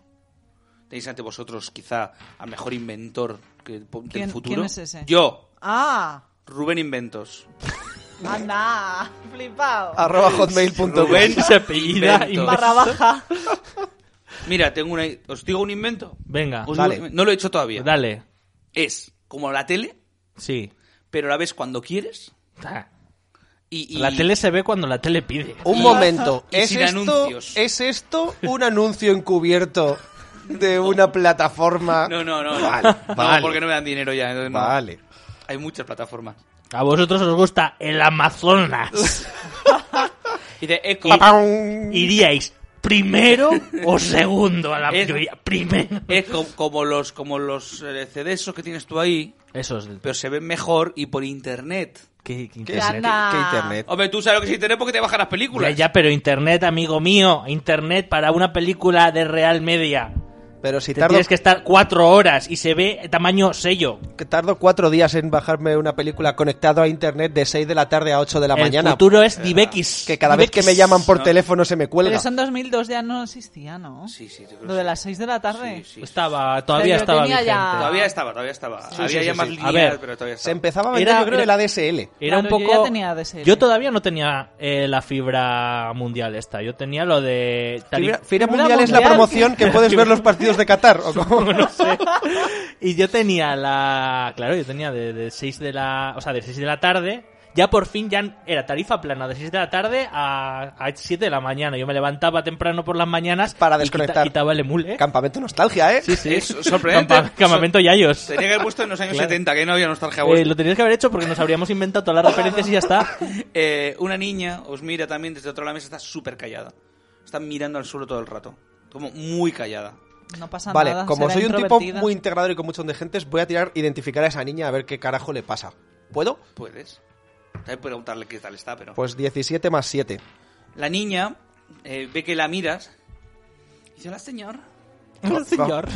B: Tenéis ante vosotros quizá al mejor inventor que, po-
D: ¿Quién-
B: del futuro.
D: quién es ese?
B: Yo,
D: Ah,
B: Rubén Inventos.
D: anda, flipado.
E: Arroba hotmail.com.
B: Rubén
C: Se apellida
B: Invento.
C: Inves-
D: Barra baja.
B: Mira, tengo una, os digo un invento.
C: Venga,
B: Os
E: Dale.
B: digo- no lo he hecho todavía.
C: dale.
B: Es como la tele,
C: Sí.
B: pero la ves cuando quieres.
C: Ah,
B: Y, y-
C: La tele se ve cuando la tele pide.
E: Un momento.
B: Y
E: ¿Es
B: sin
E: esto,
B: anuncios.
E: ¿Es esto un anuncio encubierto de una plataforma?
B: No, no, no. no.
E: Vale,
B: No,
E: vale.
B: porque no me dan dinero ya. entonces no.
E: Vale.
B: Hay muchas plataformas.
C: A vosotros os gusta el Amazonas.
B: Dice, Eco.
E: Papam.
C: ¿Iríais primero o segundo a la
B: Es-
C: yo iría Primero.
B: Es co- como los, como los eh, CDs esos que tienes tú ahí,
C: Eso es del...
B: pero se ven mejor y por internet.
C: ¿Qué, qué
E: ¿Qué,
C: internet?
E: qué-
D: Anda.
E: qué internet?
B: Hombre, tú sabes lo que es internet porque te bajan las películas.
C: Ya, ya, pero internet, amigo mío, internet para una película de Real Media.
E: Pero si
C: Te
E: tardo,
C: tienes que estar cuatro horas y se ve tamaño sello.
E: que tardo cuatro días en bajarme una película conectado a internet de 6 de la tarde a 8 de la
C: El
E: mañana. Ah,
C: futuro es DivX.
E: Que cada vez que me llaman por
B: No.
E: teléfono se me
D: Pero
E: cuelga.
D: eso en 2002 ya no existía, ¿no?
B: Sí, sí, yo creo
D: Lo
B: que
D: de
B: sí.
D: las 6 de la tarde.
B: Sí, sí, sí.
C: Estaba, todavía
D: O sea, yo
C: estaba
D: tenía
C: vigente.
D: ya-
B: Todavía estaba, todavía estaba. Había
E: sí,
B: ya
E: sí,
B: más
E: sí.
C: A
B: líneas,
C: ver,
B: pero todavía
E: Se
B: estaba.
E: empezaba a vender,
C: Era-
E: yo creo,
C: era-
E: el ADSL.
C: Era
D: Claro,
C: un
D: yo
C: poco...
D: ya tenía DSL.
C: Yo todavía no tenía eh, la fibra mundial esta. Yo tenía lo de... tari-
E: Fibra, Fibra
D: Fibra
E: Mundial es la
D: Mundial.
E: promoción que puedes ver los partidos de Qatar. ¿o cómo?
C: no sé. Este. Y yo tenía la... Claro, yo tenía de, de 6 de la... O sea, de 6 de la tarde... Ya por fin ya era tarifa plana de 6 de la tarde a, a 7 de la mañana. Yo me levantaba temprano por las mañanas
E: Para
C: y quita-
E: desconectar.
C: quitaba el ¿eh? emule.
E: Campamento Nostalgia, ¿eh?
C: Sí, sí.
B: Es sorprendente.
C: Campa- campamento Yayos.
B: Tenía que haber puesto en los años
C: Claro.
B: 70, que no había nostalgia
C: Eh,
B: vuestra.
C: lo tenías que haber hecho porque nos habríamos inventado todas las referencias y ya está.
B: Eh, una niña os mira también desde otro lado de la mesa, está súper callada. Está mirando al suelo todo el rato. Como muy callada.
D: Pues No pasa
E: Vale,
D: nada.
E: como
D: será
E: soy un tipo
D: introvertida.
E: muy integrador y con muchos de gentes, voy a tirar identificar a esa niña a ver qué carajo le pasa. ¿Puedo?
B: Puedes. También preguntarle qué tal está, pero.
E: Pues 17 más 7.
B: La niña eh, ve que la miras. Y dice: Hola, señor.
C: Señor.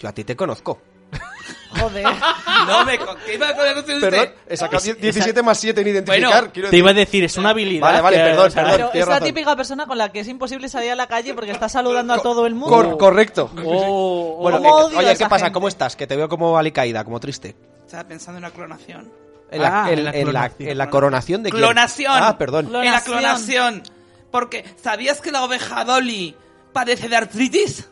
E: Yo a ti te conozco.
D: Joder.
C: Ah.
B: No me con- ¿Qué iba a conocer usted?
E: Perdón, he sacado
C: Es-
E: 17 más 7 en identificar.
B: Bueno,
E: quiero
C: Te
E: decir.
C: iba a decir, es una habilidad.
E: Vale, vale,
C: que-
E: perdón,
C: o sea,
E: perdón.
D: Pero
E: tienes
D: es la
E: razón.
D: típica persona con la que es imposible salir a la calle porque está saludando a todo el mundo.
E: Cor- correcto.
C: Oh, oh,
E: Bueno,
D: ¿Cómo
E: que-
D: odio a
E: oye,
D: esa
E: ¿qué pasa?
D: gente?
E: ¿Cómo estás? Que te veo como alicaída, como triste.
B: Estaba pensando en la clonación.
E: En la,
C: Ah,
E: en-
C: en la
E: en la-
C: clonación.
E: en la coronación de quién?
B: ¡Clonación!
E: Ah, perdón.
D: Clo-
B: En la
D: Clonación.
B: clonación. Porque, ¿sabías que la oveja Dolly padece de artritis?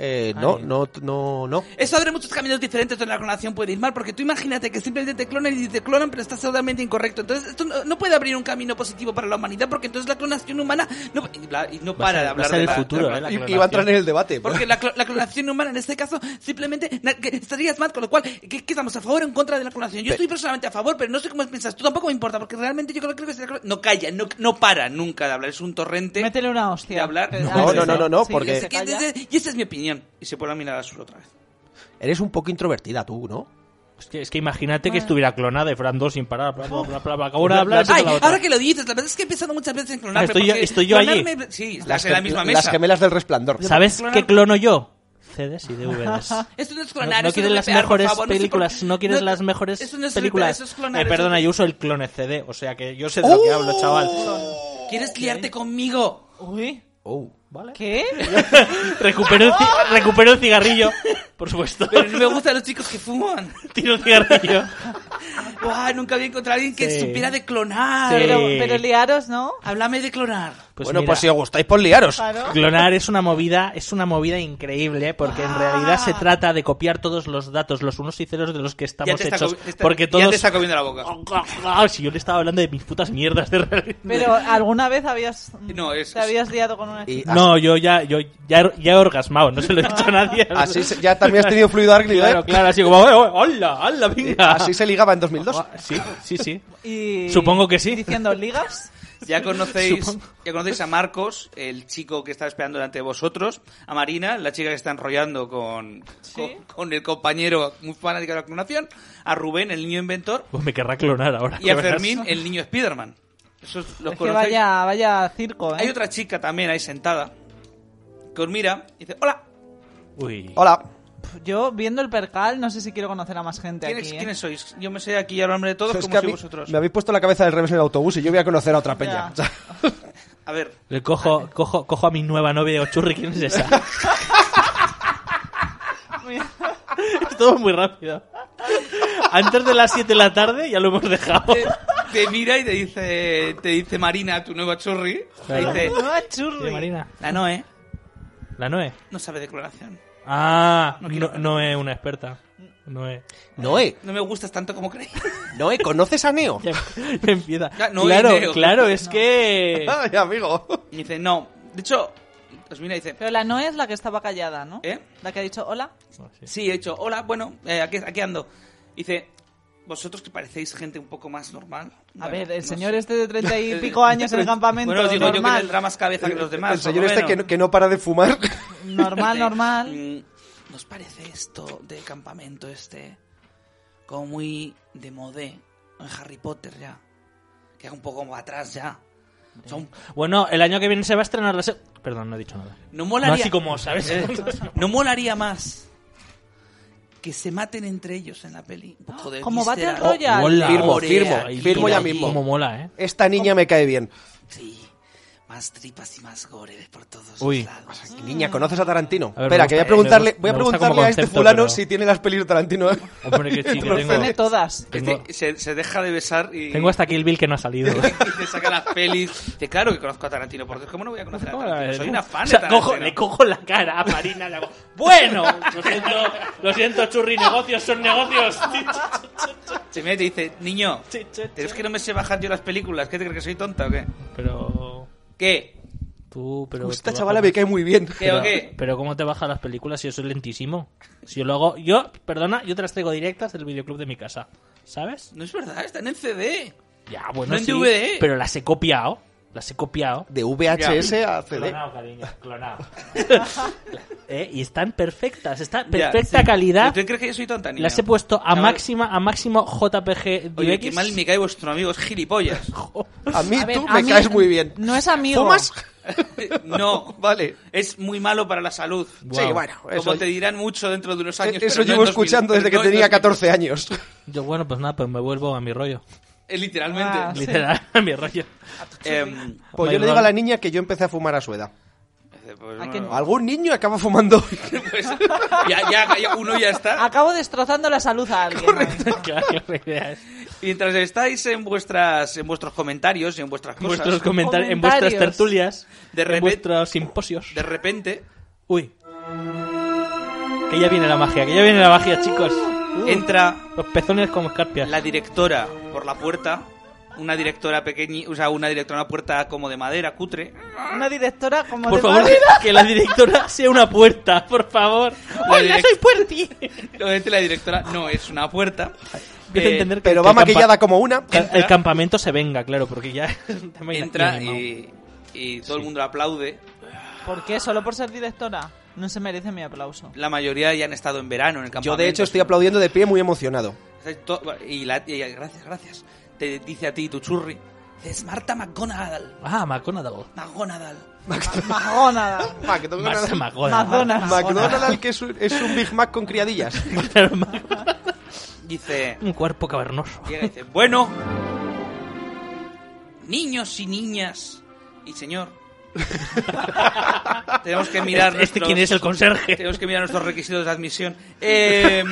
E: Eh, no,
C: Ay.
E: no, no, no.
B: Eso abre muchos caminos diferentes donde la clonación puede ir mal, porque tú imagínate que simplemente te clonan y te clonan, pero estás totalmente incorrecto. Entonces, esto no, no puede abrir un camino positivo para la humanidad, porque entonces la clonación humana no, y bla- y no
C: Va a
B: para
C: ser-
B: de
C: va a
B: hablar
C: ser
B: de
C: el
B: la-
C: futuro,
B: de la-
C: ¿eh? La
E: Y-
C: clonación.
E: Iba a entrar en el debate.
B: Porque la, clo- la clonación humana en este caso simplemente na- que estarías mal, con lo cual, ¿qué, qué estamos a favor o en contra de la clonación? Yo estoy personalmente a favor, pero no sé cómo piensas tú, tampoco me importa, porque realmente yo creo, creo que es la clo- no calla, no, no para nunca de hablar, es un torrente.
D: Métele una hostia.
B: De hablar.
D: Que-
B: No,
D: ah,
E: no,
D: sí,
E: no, no, no,
D: sí,
E: porque-
D: que
B: Y,
D: se
B: es-
D: calla.
B: y esa es mi opinión. Y se pone a mirar a sur otra vez.
E: Eres un poco introvertida tú, ¿no?
C: Es que, es que imagínate que estuviera clonada y fueran dos sin parar. Bla, bla, bla, bla, bla. Ahora
E: Bla, bla,
C: hablas
E: bla.
C: y
B: Ay,
C: la otra.
B: ahora que lo dices, la verdad es que he pensado muchas veces en clonarme.
C: Estoy yo-
B: porque
C: estoy yo allí.
B: clonarme- Sí, estás en
E: gem-
B: la misma
E: las
B: mesa.
E: gemelas del resplandor.
C: ¿Sabes
B: clonar-
C: qué clono yo? CDs y DVDs.
B: Esto no es
C: No,
B: clonar.
C: no
B: eso
C: quieres
B: es
C: las
B: repear, por
C: mejores
B: favor, no sé por-
C: películas, no quieres
B: no,
C: las mejores
B: eso no es repear,
C: películas.
B: eso es clonar,
C: Eh,
B: eso-
C: perdona, yo uso el clone CD, o sea que yo sé de lo que
E: Oh.
C: hablo, chaval. eh,
B: ¿Quieres liarte conmigo?
D: Uy,
E: Oh.
C: Vale.
D: ¿qué?
C: Recupero, el ci- recupero el cigarrillo, por supuesto.
B: Pero no me gustan los chicos que fuman.
C: Tiro el cigarrillo.
B: Buah, nunca había encontrado a alguien que
C: Sí.
B: supiera de clonar.
C: Sí.
D: Pero, pero liaros, ¿no?
B: Háblame de clonar.
C: Pues
E: bueno,
C: mira,
E: pues si os gustáis, por liaros.
D: Claro.
C: Clonar es una movida, es una movida increíble, ¿eh? porque en realidad
B: Ah.
C: se trata de copiar todos los datos, los unos y ceros de los que estamos
B: está
C: hechos,
B: co- te está-
C: porque
B: ya
C: todos. Ah,
B: te está comiendo la boca.
C: Si yo le estaba hablando de mis putas mierdas de realidad.
D: Pero ¿alguna vez habías,
B: No, es-
D: te habías liado con una
E: Y
D: chica?
E: así-
C: No, yo ya, yo ya, ya he orgasmado, no se lo he dicho a nadie.
E: Así se- ya también has tenido fluido áclido, ¿eh?
C: Claro, claro, así como, "Eh, eh, hola, hola, venga.
E: Así se ligaba en 2002.
C: Sí, sí, sí.
D: Y-
C: Supongo que sí.
D: Diciendo ligas.
B: Ya conocéis,
C: Supongo.
B: ya conocéis a Marcos, el chico que estaba esperando delante de vosotros, a Marina, la chica que está enrollando con,
D: Sí.
B: con, con el compañero muy fanático de la clonación, a Rubén, el niño inventor,
C: Pues me querrá clonar ahora.
B: y a
C: que verás.
B: Fermín, el niño Spiderman. Esos los
D: Es que
B: conocéis.
D: vaya, vaya circo, ¿eh?
B: Hay otra chica también ahí sentada, que os mira y dice, hola,
C: Uy.
E: Hola.
D: Pf, Yo, viendo el percal, no sé si quiero conocer a más gente
B: ¿quiénes,
D: aquí. ¿eh?
B: quiénes sois? Yo me sé aquí ya el nombre de todos,
E: Es
B: como
E: que a
B: sois
E: mí-
B: vosotros.
E: me habéis puesto la cabeza del revés en el autobús y yo voy a conocer a otra peña.
D: Ya.
B: A ver,
C: Le cojo, cojo, cojo a mi nueva novia de Ochurri, ¿quién es esa? Es todo muy rápido. Antes de las 7 de la tarde ya lo hemos dejado.
B: te, te mira y te dice, te dice Marina, tu nueva churri, te
C: Claro.
B: dice,
D: Ah, churri.
C: Sí, Marina.
B: la Noe
C: La Noé.
B: no sabe de clonación.
C: Ah,
B: No
C: no,
B: quiero- Mm.
C: Noé, una experta. Noé.
E: Noé,
B: No me gustas tanto como creí.
E: Noé, ¿conoces a Neo?
C: Ya, ya empieza.
B: Ya, Noé,
C: claro,
B: Neo.
C: claro, es que...
E: Ay, amigo.
B: Y dice, no. De hecho, os mira y dice,
D: Pero la no es la que estaba callada, ¿no?
B: ¿eh?
D: La que ha dicho hola.
B: Sí, he dicho, hola, bueno, eh, aquí, aquí ando. Y dice, vosotros que parecéis gente un poco más normal.
D: A
B: Bueno,
D: ver, el
B: no
D: señor
B: sé.
D: este de treinta y
B: Eh,
D: pico años en el campamento.
B: Bueno, os digo yo que
D: normal,
B: tendrá más cabeza que los demás.
E: el
B: por
E: señor
B: lo
E: este
B: menos.
E: que no, que no para de fumar.
D: normal,
B: Dice,
D: normal.
B: "Mm, ¿Nos parece esto de campamento este como muy de modé en Harry Potter ya? Que es un poco más atrás ya. Son-
C: Bueno, el año que viene se va a estrenar la... se- Perdón, no he dicho nada.
B: no
C: No
B: molaría...
C: así como, ¿sabes?
E: Eh.
B: ¿No molaría más que se maten entre ellos en la peli? Un poco de
D: Como
B: vísceras.
D: Battle Royale.
C: Oh, Hola.
E: Firmo,
B: Corea.
E: firmo,
C: Ay,
E: firmo ya
C: mira,
E: mismo.
C: Cómo mola, ¿eh?
E: Esta niña me cae bien.
B: Sí, más tripas y más gore por todos
C: Uy.
B: los lados.
E: Niña, ¿conoces a Tarantino?
C: A ver,
E: Espera,
C: me
E: que voy a
C: gusta, eh,
E: preguntarle,
C: me gusta-
E: voy a,
C: me gusta
E: preguntarle
C: como
E: a este
C: concepto,
E: fulano
C: pero-
E: si tiene las pelis de Tarantino.
C: Hombre, que sí, que tengo...
D: Tiene todas.
C: Tengo,
B: Este se, se deja de besar y,
C: tengo hasta Kill Bill que no ha salido.
B: y le saca las pelis. De claro que conozco a Tarantino, por Dios, ¿cómo no voy a conocer a Tarantino? Soy una fan
C: O
B: de
C: sea,
B: Tarantino.
C: cojo- le cojo la cara a Marina. Le hago, bueno, lo siento, lo siento, churri, negocios son negocios.
B: Se mete y dice, niño, ¿es que no me sé bajar yo las películas? ¿Qué te crees que soy tonta o qué?
C: Pero
B: ¿Qué?
C: tú, pero
E: Esta
C: te
E: chavala me
C: bajas-
E: cae muy bien.
B: ¿Qué o
C: pero,
B: qué?
C: pero cómo te bajan las películas si eso es lentísimo. Si yo lo hago, yo, perdona, yo te las traigo directas del videoclub de mi casa, ¿sabes?
B: No es verdad, están en CD.
C: Ya, bueno,
B: No en
C: sí,
B: DVD.
C: pero las he copiado. las he copiado.
E: De VHS a CD.
C: Clonado, cariño, clonado. Eh, Y están perfectas, está
B: Ya,
C: perfecta
B: sí.
C: calidad.
B: ¿Tú crees que yo soy tonta, niño?
C: Las he puesto a
B: Chaval,
C: máxima a máximo JPG
B: Oye,
C: DX.
B: qué mal me cae vuestro amigo, es gilipollas.
E: A mí
D: A ver,
E: tú
D: a
E: me
D: mí
E: caes muy bien.
D: No es amigo.
E: ¿Fumas?
B: no,
E: Vale.
B: es muy malo para la salud.
E: Sí, bueno. Eso, E-
B: Como te dirán mucho dentro de unos años. pero
E: eso
B: no
E: llevo
B: en 2000,
E: escuchando desde que
B: no en
E: tenía
B: 2000.
E: 14 años.
C: Yo, bueno, pues nada, pues me vuelvo a mi rollo.
B: Eh, Literalmente.
D: Ah, sí.
C: Literal, a mi rollo.
B: Em,
E: Pues yo le digo a la niña que yo empecé a fumar a su edad.
B: eh, pues,
D: ¿A qué no?
E: Algún niño acaba fumando.
B: pues, ya, ya- ya uno ya está.
D: Acabo destrozando la salud a alguien.
C: Claro, la idea es-
B: Mientras estáis en vuestras en vuestros comentarios y en vuestras cosas,
C: vuestros comentarios, en vuestras
D: Comentarios.
C: tertulias,
B: De
C: en
B: repente-
C: vuestros simposios.
B: de repente
C: Uy. Que ya viene la magia, que ya viene la magia, chicos.
B: entra
C: Los pezones como escarpias.
B: Uh. la directora por la puerta, una directora pequeña, o sea, una directora una puerta como de madera cutre.
D: Una directora como
C: Por
D: de
C: favor,
D: Madrid.
C: que la directora sea una puerta, por favor.
B: La
C: Hola,
B: direc-
C: soy puerti.
B: Obviamente la directora no es una puerta.
C: Empiezo a
B: Eh,
C: entender que-
E: Pero
C: que
E: va
C: el campa-
E: maquillada como una.
C: que El
B: Entra.
C: campamento se venga, claro, porque ya es un tema
B: entra
C: inanimado.
B: y, y todo el mundo la aplaude.
D: ¿Por qué? ¿Solo por ser directora? No se merece mi aplauso.
B: La mayoría ya han estado en verano en el
E: Yo
B: campamento.
E: de hecho estoy aplaudiendo de pie muy emocionado.
B: Estáis to- Y, la, y ella, gracias, gracias. Te dice a ti tu churri. Es Marta McGonagall.
C: Ah, McGonagall.
B: McGonagall.
D: Magónada.
C: Marta
E: McDonald's,
C: McGonagall.
E: McDonald's, que es un, es un Big Mac con criadillas.
B: Dice,
C: Un cuerpo cavernoso.
B: llega y dice, bueno, niños y niñas y señor, tenemos que mirar
C: Este, este
B: nuestros-
C: quién es el conserje.
B: Tenemos que mirar nuestros requisitos de admisión. Eh,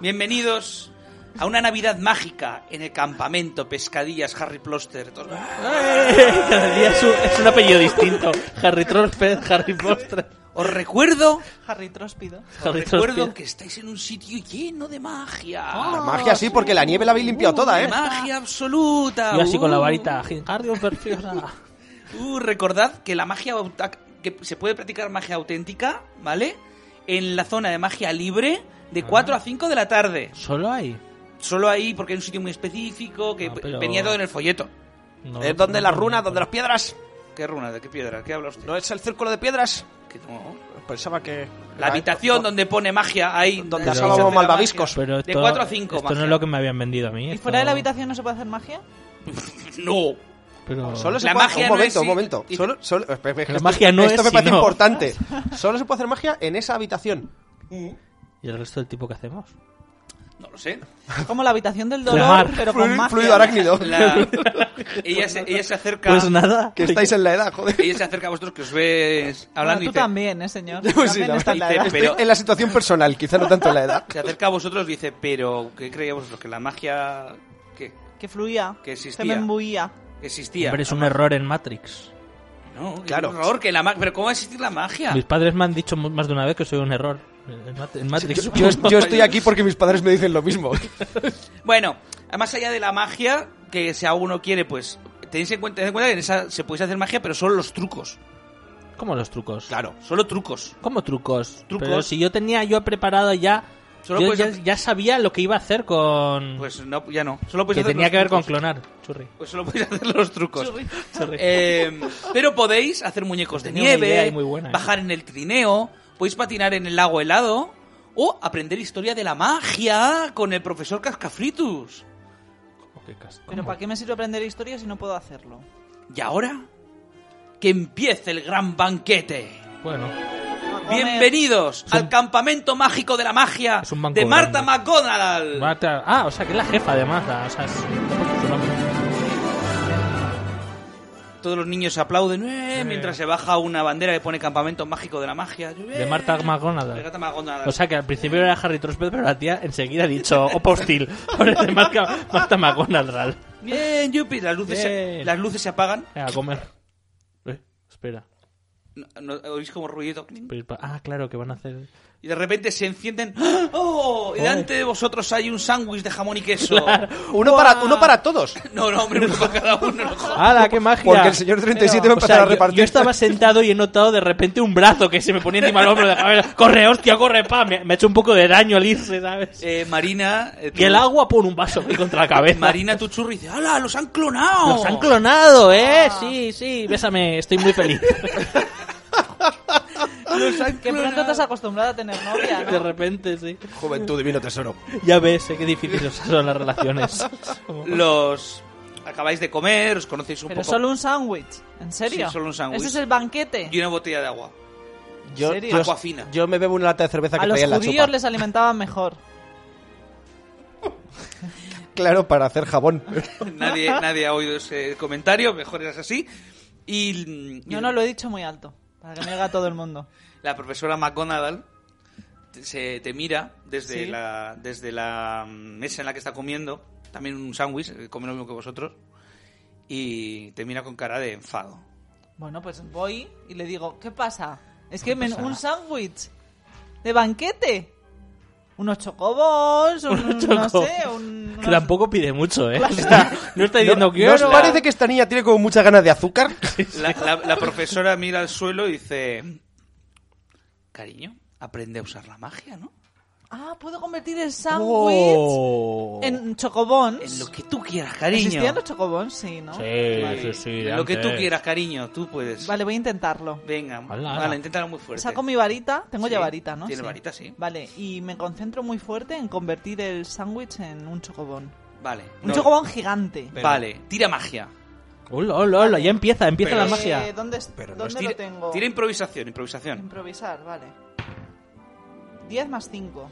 B: bienvenidos a una Navidad mágica en el campamento Pescadillas Harry Ploster. Todos-
C: Cada día es un, es un apellido distinto. Harry Trollfed, Harry Postre.
B: Os recuerdo,
D: Harry Tróspido.
B: os
C: Harry
B: recuerdo
C: Trollfed.
B: que estáis en un sitio lleno de magia.
C: Ah,
E: La magia sí, porque la nieve la habéis limpiado toda,
B: de
E: ¿eh?
B: magia absoluta.
C: Y así con la
B: Uh,
C: varita. Gingardium Perfiosa.
B: uh, recordad que la magia aut- que se puede practicar magia auténtica, ¿vale? En la zona de magia libre de 4 a 5 de la tarde.
C: Solo hay.
B: Solo ahí porque es un sitio muy específico que
C: Ah, pero-
B: venía todo en el folleto.
C: No,
E: Es donde
C: no,
E: las
C: no,
E: runas,
C: no.
E: donde las piedras.
B: ¿Qué runa? ¿De qué piedra? ¿Qué habla usted?
E: ¿No es el círculo de piedras?
B: Que no.
E: Pensaba que.
B: La habitación donde pone magia ahí.
E: Donde
B: la
C: Pero-
E: asábamos
B: magia.
E: malvaviscos.
C: Pero
B: De
C: esto,
B: 4 a 5
C: Esto no es lo que me habían vendido a mí.
D: ¿Y
C: esto-
D: fuera de la habitación no se puede hacer magia?
B: No.
C: Pero...
E: Solo se
B: La
E: puede-
B: magia
E: un
B: no
E: momento,
B: existe.
E: un momento. Solo, solo, espera, espera,
C: La
E: esto-
C: magia no
E: esto
C: es
E: me parece
C: sino-
E: importante. Solo se puede hacer magia en esa habitación.
C: ¿Y el resto del tipo que hacemos?
B: No lo sé.
D: Como la habitación del dolor,
C: Claro.
D: pero con
E: Fluido,
D: magia.
E: fluido arácnido.
B: La- ella, se, ella se acerca.
C: Pues nada.
E: Que estáis en la edad, joder.
B: Ella se acerca a vosotros que os ves
D: Bueno,
B: hablando y
D: tú
B: dice-
D: también, ¿eh, señor? Tú
E: Pues sí,
D: también
E: la
D: estás
B: verdad.
D: la edad.
E: Estoy
B: Pero-
E: en la situación personal, quizá no tanto en la edad.
B: se acerca a vosotros y dice, pero ¿qué creíais vosotros? Que la magia ¿qué?
D: Que fluía.
B: Que
D: se
B: existía.
D: me embuía.
B: existía.
C: Hombre, es un error en Matrix.
B: No,
E: Claro.
B: claro. Horror, que la ma- pero ¿cómo va a existir la magia?
C: Mis padres me han dicho mu- más de una vez que soy un error. En Mat- en Matrix.
E: Yo, yo- yo estoy aquí porque mis padres me dicen lo mismo.
B: Bueno, más allá de la magia, que si alguno quiere, pues tenéis en cuenta, tened en cuenta que en esa se puede hacer magia, pero solo los trucos.
C: ¿Cómo los trucos?
E: Claro.
B: Solo trucos.
C: ¿Cómo trucos?
B: Trucos.
C: Pero si yo tenía yo preparado ya.
B: Solo
C: yo ya,
B: puedes-
C: ya sabía lo que iba a hacer con.
B: Pues no, ya no. Solo
C: que
B: podéis hacer
C: tenía
B: los
C: que ver con
B: trucos.
C: clonar. Churri.
B: Pues solo podéis hacer los trucos.
C: Churri.
B: Eh, pero podéis hacer muñecos de
C: Tenía una idea
B: nieve,
C: ahí muy buena, ¿eh?
B: bajar en el trineo, podéis patinar en el lago helado o aprender historia de la magia con el profesor Cascafritus.
C: Qué casco.
D: Pero ¿para qué me sirve aprender historia si no puedo hacerlo?
B: Y ahora, que empiece el gran banquete.
C: Bueno,
D: A comer.
B: Bienvenidos
C: un-
B: al campamento mágico de la magia
C: Es un banco
B: de Marta
C: grande.
B: McGonagall.
C: va a tra- Ah, o sea que es la jefa además. la- o sea, es- no puedo su nombre.
B: Todos los niños aplauden eh, mientras se baja una bandera que pone campamento mágico de la magia.
C: De Marta
B: De
C: McGonagall.
B: Marta McGonagall.
C: O sea que al principio era Harry Trosbeth, pero la tía enseguida ha dicho Opa hostil. Por el de Marta, Marta McGonagall.
B: Bien, yupi. Las luces, Se,
C: Bien.
B: las luces se apagan.
C: Venga, a comer. Eh, espera.
B: No- no- ¿Oís como ruido?
C: Pero- Ah, Pues, claro, que van a hacer.
B: y de repente se encienden. ¡Ah! ¡Oh! Y delante de vosotros hay un sándwich de jamón y queso.
E: Uno
D: Guau.
E: para, uno para todos.
B: No, no, hombre, uno para cada uno. no jodas.
C: ¡Hala, qué magia!
E: Porque el señor 37 va a
C: O sea,
E: empezar a
C: yo-
E: repartir.
C: Yo, estaba sentado y he notado de repente un brazo que se me ponía encima del hombro. De, "Joder, corre, hostia, corre, pa. Me, me ha hecho un poco de daño al irse, ¿sabes?
B: Eh, Marina. eh,
C: y el
B: tú-
C: agua pone un vaso aquí contra la cabeza.
B: Marina Tuchurri dice: ¡Hala! ¡Los han clonado!
C: Los han clonado, ¿eh?
D: Ah.
C: Sí, sí, bésame, estoy muy feliz.
B: Los han
D: Que pronto te has
B: clonado.
D: acostumbrado a tener novia,
C: De
D: ¿no?
C: repente, sí.
E: Juventud, divino tesoro.
C: Ya ves, eh, qué difíciles son las relaciones.
B: Los. Acabáis de comer, os conocéis un
D: Pero
B: poco.
D: solo un sándwich. ¿En serio?
B: Sí, solo un sándwich.
D: Ese es el banquete.
B: Y una botella de agua.
E: Yo,
D: serio?
E: yo-
B: Aquafina.
E: yo me bebo una lata de cerveza
D: A
E: que
D: los
E: traía en la chupa.
D: judíos les alimentaban mejor.
E: Claro, para hacer jabón.
B: Nadie, nadie ha oído ese comentario, mejor es así. Y, y
D: Yo no lo he dicho muy alto, para que me oiga todo el mundo.
B: la profesora McGonagall te- se te mira desde
D: Sí.
B: la desde la mm, mesa en la que está comiendo, también un sándwich, eh, come lo mismo que vosotros, y te mira con cara de enfado.
D: Bueno, pues voy y le digo, ¿qué pasa? Es que me, un sándwich de banquete. Unos chocobos, un-
C: Unos
D: no
C: chocobos.
D: sé, un...
C: Que
D: unos-
C: tampoco pide mucho, ¿eh? O sea, no está
E: ¿No,
C: diciendo que...
E: ¿no os parece que esta niña tiene como muchas ganas de azúcar?
B: La, la- la profesora mira al suelo y dice, cariño, aprende a usar la magia, ¿no?
D: Ah, puedo convertir el sándwich
C: Oh.
D: en chocobons.
B: En lo que tú quieras,
D: ¿Existían
B: cariño.
D: los chocobons? Sí, ¿no?
C: Sí, sí,
B: Vale.
C: sí.
B: En lo que tú
C: antes.
B: quieras, cariño, tú puedes.
D: Vale, voy a intentarlo.
B: Venga,
C: Hala, hala.
B: vale, inténtalo muy fuerte.
D: Saco mi varita, tengo
B: Sí,
D: ya varita, ¿no?
B: tiene varita, sí.
D: Vale, y me concentro muy fuerte en convertir el sándwich en un chocobón.
B: Vale.
D: Un
B: no-
D: chocobón gigante.
B: Vale, tira magia.
C: Hola, hola, hola, ya empieza, empieza
B: Pero
C: la
B: es-
C: magia.
D: Eh, ¿Dónde, es-
E: Pero no
D: dónde
B: Tira,
D: lo tengo?
B: tira improvisación, improvisación.
D: Improvisar, vale. 10 más 5.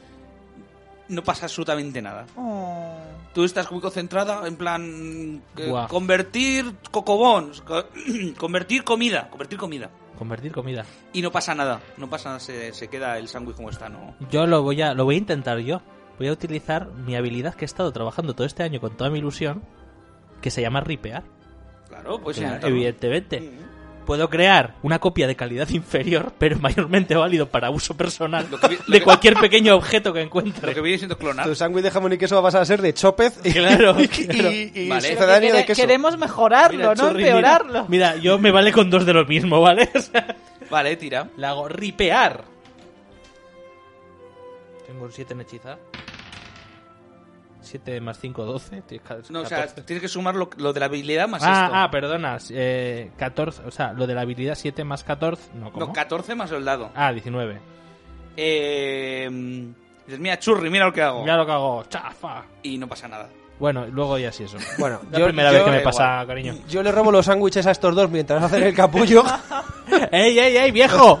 B: No pasa absolutamente nada. Tú estás muy concentrada en plan... eh,
C: Buah.
B: convertir cocobons, co- convertir comida, convertir comida.
C: Convertir comida.
B: Y no pasa nada, no pasa nada, se, se queda el sándwich como está, no...
C: Yo lo voy a, lo voy a intentar yo. Voy a utilizar mi habilidad que he estado trabajando todo este año con toda mi ilusión, que se llama ripear.
B: Claro, pues...
C: Claro,
B: inténtalo.
C: evidentemente.
B: ¿eh?
C: Puedo crear una copia de calidad inferior, pero mayormente válido para uso personal
B: Lo que vi- lo
C: de
B: que-
C: cualquier pequeño objeto que
B: Lo que
C: encuentre.
B: viene siendo clonar.
E: Tu sándwich de jamón y queso va a pasar a ser de chópez y,
C: Claro,
E: y,
C: claro.
E: y- y
B: Vale.
E: sucedáneo de queso.
D: Queremos mejorarlo,
C: Mira,
D: no
C: Churri, mira-
D: empeorarlo.
C: Mira, yo me vale con dos de lo mismo, ¿vale? O sea,
B: Vale, tira.
C: la hago ripear. Tengo un 7 en hechizar. 7 más 5, 12.
B: No, o sea, tienes que sumar lo, lo de la habilidad más
C: ah,
B: esto.
C: ah, perdona. eh, 14, o sea, lo de la habilidad 7 más 14. No, ¿cómo?
B: No, 14 más el dado.
C: ah, 19.
B: Eh, dices, mira, churri, mira lo que hago.
C: Ya lo que hago. Chafa.
B: Y no pasa nada.
C: Bueno, luego ya sí eso.
E: Bueno,
C: La
E: yo,
C: primera
E: yo-
C: vez que me
B: da
C: pasa, cariño.
E: yo le robo los sándwiches a estos dos mientras hacen el capullo.
C: ¡Ey, ey, ey, viejo!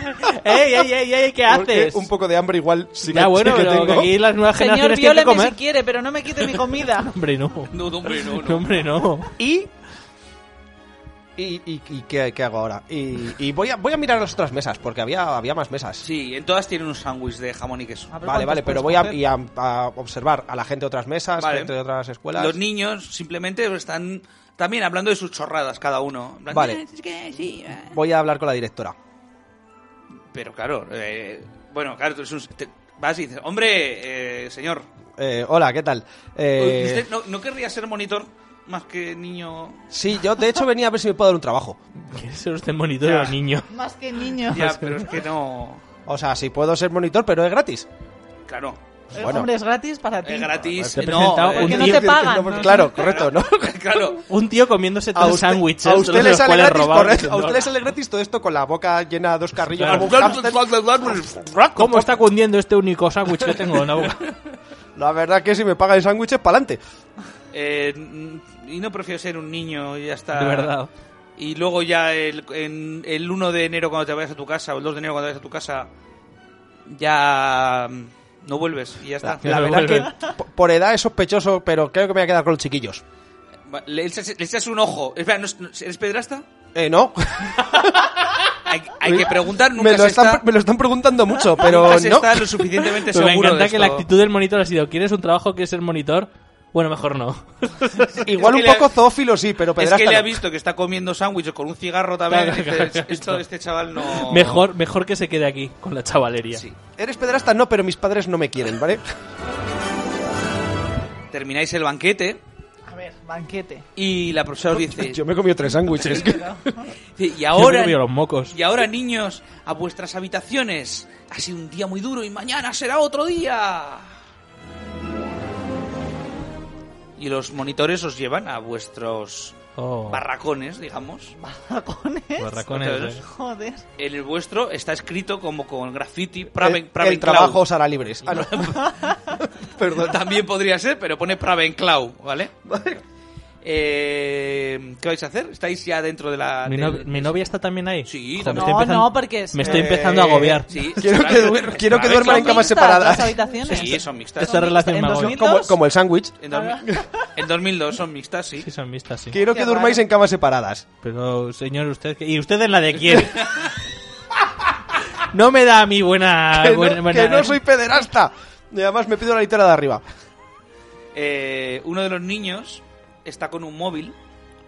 C: ¡Ey, ey, ey, ey! ¿Qué
E: porque
C: haces?
E: Un poco de hambre igual sí que,
C: ya bueno,
E: sí que
C: pero que
E: tengo.
C: aquí las nuevas
D: Señor,
C: generaciones tienen que
D: vióleme si
C: comer.
D: quiere, pero no me quite mi comida.
C: Hombre, no.
B: No, no, hombre, no,
C: No,
B: no.
C: hombre, no.
E: Y... ¿Y, y, y qué, qué hago ahora? Y, y voy, a, voy a mirar las otras mesas, porque había, había más mesas.
B: Sí, en todas tienen un sándwich de jamón y queso.
D: A ver
E: Vale,
D: cuántos
E: vale, pero
D: puedes
E: voy a,
D: coger.
E: y a- a observar a la gente de otras mesas,
B: Vale.
E: gente de otras escuelas.
B: Los niños simplemente están también hablando de sus chorradas cada uno. En plan,
E: Vale.
B: "Ah, es que sí, ah".
E: Voy a hablar con la directora.
B: Pero claro, eh, bueno, claro, tú eres un- te- vas y dices, hombre, eh, señor,
E: Eh, hola, ¿qué tal? Eh,
B: ¿usted no, no querría ser monitor más que niño?
E: Sí, yo de hecho venía a ver si me puedo dar un trabajo.
C: ¿Quieres ser usted monitor
B: Ya.
C: o niño?
D: Más que niño.
B: Ya, pero es que no...
E: O sea, si puedo ser monitor, pero es gratis.
B: Claro,
D: Eh,
E: Bueno.
D: Hombre, es gratis para ti.
B: es gratis.
C: Te he
B: no,
C: presentado
B: eh,
D: Porque
C: un
D: no
C: tío
D: te
C: que-
D: pagan.
E: No,
D: ¿no?
E: claro, correcto, ¿no?
B: claro.
C: Un tío comiéndose
E: A
C: tres
E: usted,
C: sándwiches.
E: a
C: de
E: usted
C: los
E: le sale
C: cuales
E: gratis,
C: robaban.
E: correcto, a usted le sale gratis todo esto con la boca llena de dos carrillos.
C: Claro.
E: como un hámster.
C: ¿Cómo está cundiendo este único sándwich que tengo en la boca?
E: La verdad que si me pagan sándwiches, pa'lante.
B: Eh, n- y no prefiero ser un niño y ya está.
C: De verdad.
B: Y luego ya el, en- el 1 de enero cuando te vayas a tu casa o el 2 de enero cuando te vayas a tu casa ya mm, no vuelves y ya está.
E: La
C: me
E: verdad es
C: vuelven.
E: que po- por edad es sospechoso, pero creo que me voy a quedar con los chiquillos.
B: Va, Le echas, le echas un ojo. Espera, ¿no es- no- ¿eres pedrasta?
E: Eh, no.
B: Hay, hay que preguntar, nunca
E: me, lo
B: se
E: están,
B: está,
E: me lo están preguntando mucho, pero
B: nunca se
E: no.
B: está lo suficientemente
C: Pero me
B: seguro
C: encanta
B: de
C: que la
B: esto.
C: actitud del monitor ha sido: ¿quieres un trabajo? ¿Quieres ser monitor? Bueno, mejor no.
E: Igual
B: Es
E: un
B: que le
E: poco
B: ha-
E: zoófilo sí, pero
B: Es
E: pedrasta
B: que le
E: no.
B: ha visto que está comiendo sándwiches con un cigarro también.
C: Claro,
B: y
C: claro,
B: dice,
C: claro.
B: Esto, este chaval no.
C: Mejor, mejor que se quede aquí con la chavalería.
B: Sí.
E: Eres pedrasta, no, pero mis padres no me quieren, ¿vale?
B: Termináis el banquete
D: A ver, banquete.
B: y la profesora os dice.
E: Yo me he comido tres sándwiches.
B: Dice, Y
C: Yo me he
B: ahora,
C: comido los mocos.
B: y ahora, niños, a vuestras habitaciones. Ha sido un día muy duro y mañana será otro día. Y los monitores os llevan a vuestros
C: Oh,
B: barracones, digamos.
D: ¿Bajones?
C: barracones,
B: Entonces,
C: eh.
D: Joder.
B: En el vuestro está escrito como con graffiti
E: El,
B: Praven,
E: el
B: Pravenclaw.
E: trabajo os hará libres. Ah, no. Perdón.
B: También podría ser, pero pone Pravenclaw, ¿vale? Eh, ¿Qué vais a hacer? ¿Estáis ya dentro de la...?
C: ¿Mi,
B: del-
C: no- mi novia está también ahí?
B: Sí,
C: Joder,
B: también.
C: me estoy
D: No,
C: empezando-
D: no, porque es-
C: Me estoy
D: Eh,
C: empezando a agobiar.
B: Sí,
E: Quiero
B: será
E: que
B: que-
E: du- quiero que
B: Pravenclaw.
E: duerman en camas
D: mixtas
E: separadas.
D: las habitaciones.
B: Sí, son mixtas.
C: Esta relación
D: en
C: me agobia.
D: 2000
E: Como, como el sándwich.
B: En, 2000 en 2002 son mixtas, sí.
C: Ah. Sí, son vistas, sí.
E: Quiero que
D: Qué
E: durmáis
D: raro.
E: en camas separadas.
C: Pero, señor, usted... ¿Y usted en la de quién? no me da a mí
B: Ah,
C: buena...
E: que,
C: buena-
E: no,
C: buena-
E: que no soy pederasta. Y además me pido la litera de arriba.
B: Eh, uno de los niños está con un móvil,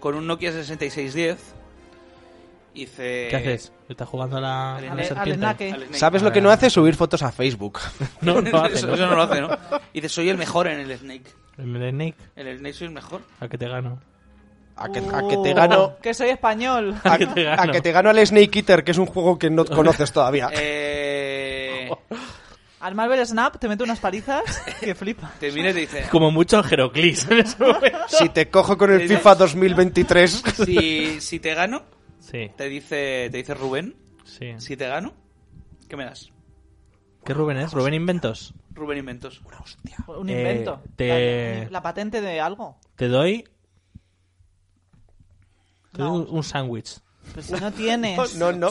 B: con un Nokia 6610. Y dice...
C: ¿Qué haces? ¿Estás jugando a la, a la
B: A ver,
C: serpiente?
D: al enaque.
B: al Snake.
E: ¿Sabes lo que no hace? Subir fotos a Facebook.
C: No, no hace,
B: eso,
C: ¿no?
B: eso no lo hace, ¿no? Y dice, soy el mejor en el Snake.
C: El enaque,
B: En el Snake soy el mejor.
C: a que te gano.
E: A que, a que te
D: Uh,
E: gano...
D: Que soy español.
B: Oh.
E: A,
C: que te gano.
E: a que te gano al Snake Eater, que es un juego que no conoces todavía.
B: Eh,
D: Al Marvel Snap te meto unas palizas que flipa.
B: te mira y te dice...
C: Como mucho Heroclis en ese momento.
E: Si te cojo con el
B: Eres-
E: FIFA 2023...
B: Si, si te gano,
C: Sí,
B: te dice, te dice Rubén,
C: sí.
B: si te gano, ¿qué me das?
C: ¿Qué Rubén es? ¿Rubén Inventos?
B: Rubén Inventos.
D: Un
C: Eh,
D: invento.
C: te-
D: La, la patente de algo.
C: Te doy... Te
D: No.
C: doy un- un sándwich.
D: Pero si no tienes.
E: No, no.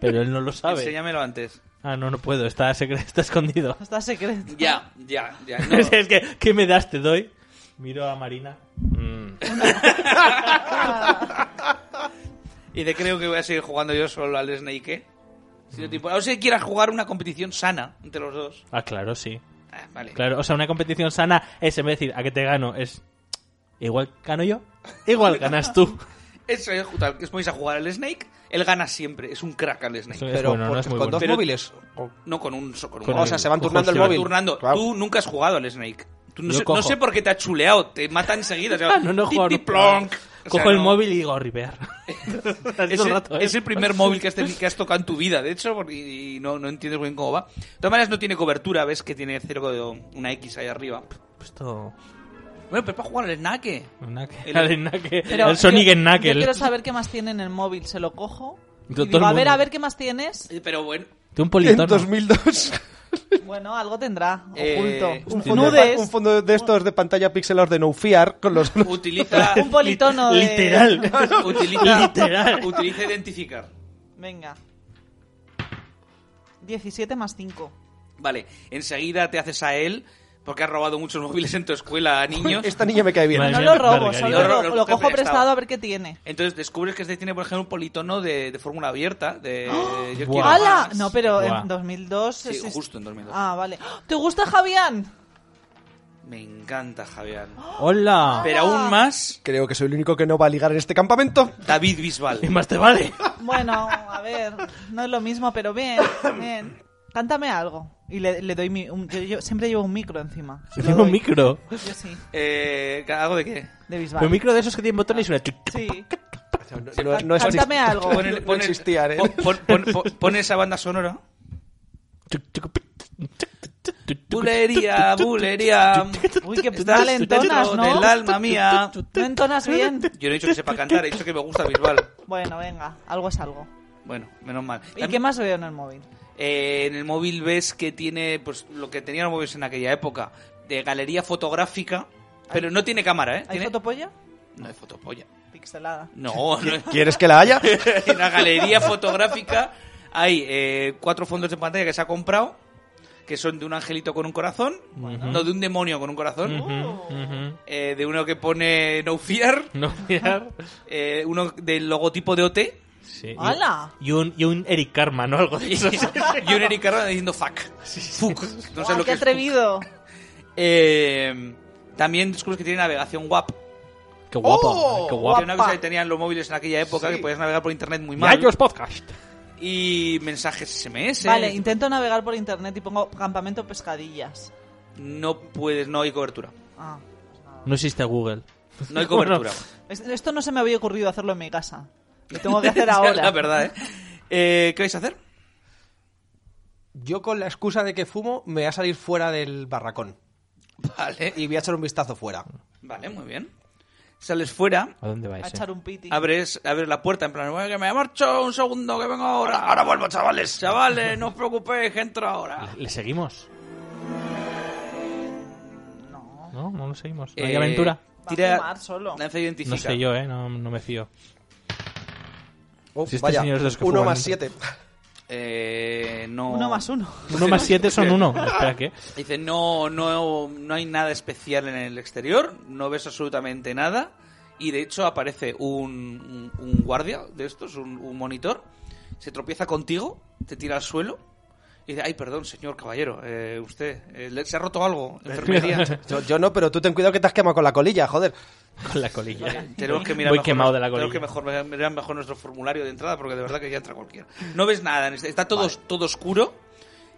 C: Pero él no lo sabe.
B: Enséñamelo antes.
C: Ah, no, no puedo. Está, secre- está escondido.
D: Está secreto.
B: Ya, ya, ya. no.
C: es que, ¿qué me das? Te doy. Miro a Marina.
B: Y de creo que voy a seguir jugando yo solo al Snake. ¿eh? Si no te importa. O si quieras jugar una competición sana entre los dos.
C: Ah, claro, sí.
B: Ah, vale.
C: Claro, o sea, una competición sana es, en vez de decir, ¿a que te gano? Es, igual gano yo, igual ganas tú.
B: Eso es justo. Que os ponéis a jugar al Snake. Él gana siempre. Es un crack al Snake.
C: Es
E: Pero
C: bueno, no
E: porque
C: es muy
E: con
C: bueno.
E: dos
B: Pero-
E: móviles. O-
B: No con un. so- Con un
C: Con
E: o
B: móvil.
E: sea, se van turnando el
C: Ojo, se van
E: móvil.
B: turnando.
E: Claro.
B: Tú nunca has jugado al Snake. Tú no,
C: Yo
B: sé,
C: cojo.
B: no sé por qué te ha chuleado. Te mata enseguida. o sea,
C: no, no
B: ti,
C: juego,
B: ti,
C: no.
B: plonk. O
C: Cojo
B: sea,
C: el
B: no.
C: móvil y digo, a ripear. Así
B: Es
C: todo
B: el,
C: el rato, ¿eh?
B: es el primer móvil que has, teni- que has tocado en tu vida, de hecho, porque- y, y no, no entiendes muy bien cómo va. De todas maneras, no tiene cobertura, ves que tiene cero, una X ahí arriba.
C: Esto...
B: Bueno, pero para jugar al Snake.
C: un naque-
B: El-
C: el naque-
D: Pero
C: el Sonic
D: yo-
C: en naque.
D: Yo quiero saber qué más tiene en el móvil. Se lo cojo. y
C: Todo
D: digo,
C: el
D: a ver,
C: mundo.
D: a ver qué más tienes.
B: Eh, Pero bueno,
C: De un
E: En
C: politono.
E: 2002...
D: Bueno, algo tendrá.
B: Eh,
D: oculto.
E: Un
C: Hostia.
E: fondo, de,
D: Nudes.
E: un fondo de estos de pantalla pixelados de No Fear con los...
B: utiliza.
D: Un politono de-
C: Literal.
B: Utiliza,
C: Literal.
B: utiliza identificar.
D: Venga. 17 más 5.
B: Vale, enseguida te haces a él porque has robado muchos móviles en tu escuela a niños.
E: Esta niña me cae bien.
C: Madre
D: No
C: mía,
D: lo robo,
C: Margarita.
D: solo
B: Lo- lo
D: lo, lo
B: coge
D: cojo
B: prestado.
D: prestado a ver qué tiene.
B: Entonces descubres que este tiene, por ejemplo, un politono de, de fórmula abierta. De, yo
C: Guau.
B: quiero
D: ¡Ah! ¡Hala!
B: más.
D: No, pero
C: Buah.
D: en 2002...
B: Sí,
D: es- es-
B: justo en 2002.
D: Ah, vale. ¿Te gusta Javián?
B: Me encanta, Javier.
D: ¡Ah!
C: Hola.
B: Pero aún más,
E: Creo que soy el único que no va a ligar en este campamento.
B: David Bisbal.
C: ¿Qué más te vale?
D: Bueno, a ver, no es lo mismo, pero bien, bien. Cántame algo. Y le, le doy mi... un- yo, yo siempre llevo un micro encima. Se lo
C: Tengo un
D: doy.
C: micro.
D: Yo sí,
B: Eh, ¿Algo de qué?
D: de Bisbal.
C: Pero un micro de esos que tienen botones y una... chuc, chuc.
D: Sí.
E: No, no exist-
D: Cántame algo.
E: Bueno, No existían, ¿eh?
B: pon- pon- pon- pon- pon esa banda sonora.
C: Chuc, chuc, chuc, chuc, chuc, chuc,
B: Bulería, bulería.
D: Uy, qué
B: Estás
D: talentonas,
B: dentro
D: ¿no?
B: del alma mía.
D: No entonas bien.
B: Yo no he dicho que sepa cantar, he dicho que me gusta Bisbal.
D: Bueno, venga, algo es algo.
B: Bueno, menos mal.
D: ¿Y qué más veo en el móvil?
B: Eh, en el móvil ves que tiene pues lo que tenían los móviles en aquella época, de galería fotográfica, pero no tiene cámara, ¿eh?
D: ¿Hay
B: Tiene-
D: fotopolla?
B: No es fotopolla.
D: Pixelada.
B: No, no es-
E: ¿Quieres que la haya?
B: en la galería fotográfica hay eh, cuatro fondos de pantalla que se ha comprado, que son de un angelito con un corazón, no de un demonio con un corazón,
C: Ujú, ujú.
B: eh, de uno que pone No Fear,
C: No mirar.
B: eh, uno del logotipo de OT
C: Sí. y-
D: ¡Hala!
C: Y un, y un Eric Karma, ¿no? Algo de
B: y,
C: eso.
B: y un Eric Carrera diciendo fuck. Fuck. No sé
D: Guau,
B: lo
D: ¡Qué
B: que es fuck.
D: atrevido!
B: Eh, También descubres que tiene navegación WAP.
C: Qué guapo,
E: ¡Oh!
C: qué
B: Que
C: guapo.
B: era una cosa que tenían los móviles en aquella época, que podías navegar por internet muy
C: Ya
B: mal.
C: ellos podcast.
B: Y mensajes SMS.
D: Vale, intento navegar por internet y pongo campamento pescadillas.
B: no puedes, no hay cobertura.
D: Ah.
C: No existe Google.
B: No hay cobertura.
D: Es- Esto no se me había ocurrido hacerlo en mi casa. Lo tengo que
B: Esa
D: hacer
B: es
D: ahora.
B: La verdad, ¿eh? Eh, ¿Qué vais a hacer?
E: Yo con la excusa de que fumo me voy a salir fuera del barracón
B: Vale.
E: y voy a echar un vistazo fuera.
B: Vale, muy bien. Sales fuera,
C: ¿A dónde vais?
D: A
C: eh?
D: echar un piti.
B: abres, abres la puerta en plan, "Bueno, que me marcho un segundo, que vengo ahora. Ahora vuelvo, chavales. Chavales, no os preocupéis, que entro ahora.
C: ¿Le, le seguimos?
D: No.
C: No, no lo seguimos. ¿No hay
B: Eh,
C: aventura?
D: a
B: Tira,
D: fumar solo.
B: lanza identifica.
C: No sé yo, ¿eh? No, no me fío.
E: Oh,
C: Si este
E: vaya,
C: señor es de los que
E: uno
C: fuman.
E: más siete.
B: Eh, no.
D: Uno más uno.
C: Uno más siete son uno. Espera, ¿qué?
B: Dice, no, no, no hay nada especial en el exterior, no ves absolutamente nada. Y de hecho aparece un, un- un guardia de estos, un, un monitor, se tropieza contigo, te tira al suelo y dice, ay, perdón, señor caballero, eh, usted, eh, le- se ha roto algo, enfermería.
E: Yo, yo no, pero tú ten cuidado que te has quemado con la colilla, joder.
C: Con la colilla.
B: Tenemos que mirar
C: Voy
B: mejor,
C: quemado de la
B: tenemos que
C: colilla.
B: mejor, mirar mejor nuestro formulario de entrada porque de verdad que ya entra cualquiera. No ves nada, este, está todo, todo oscuro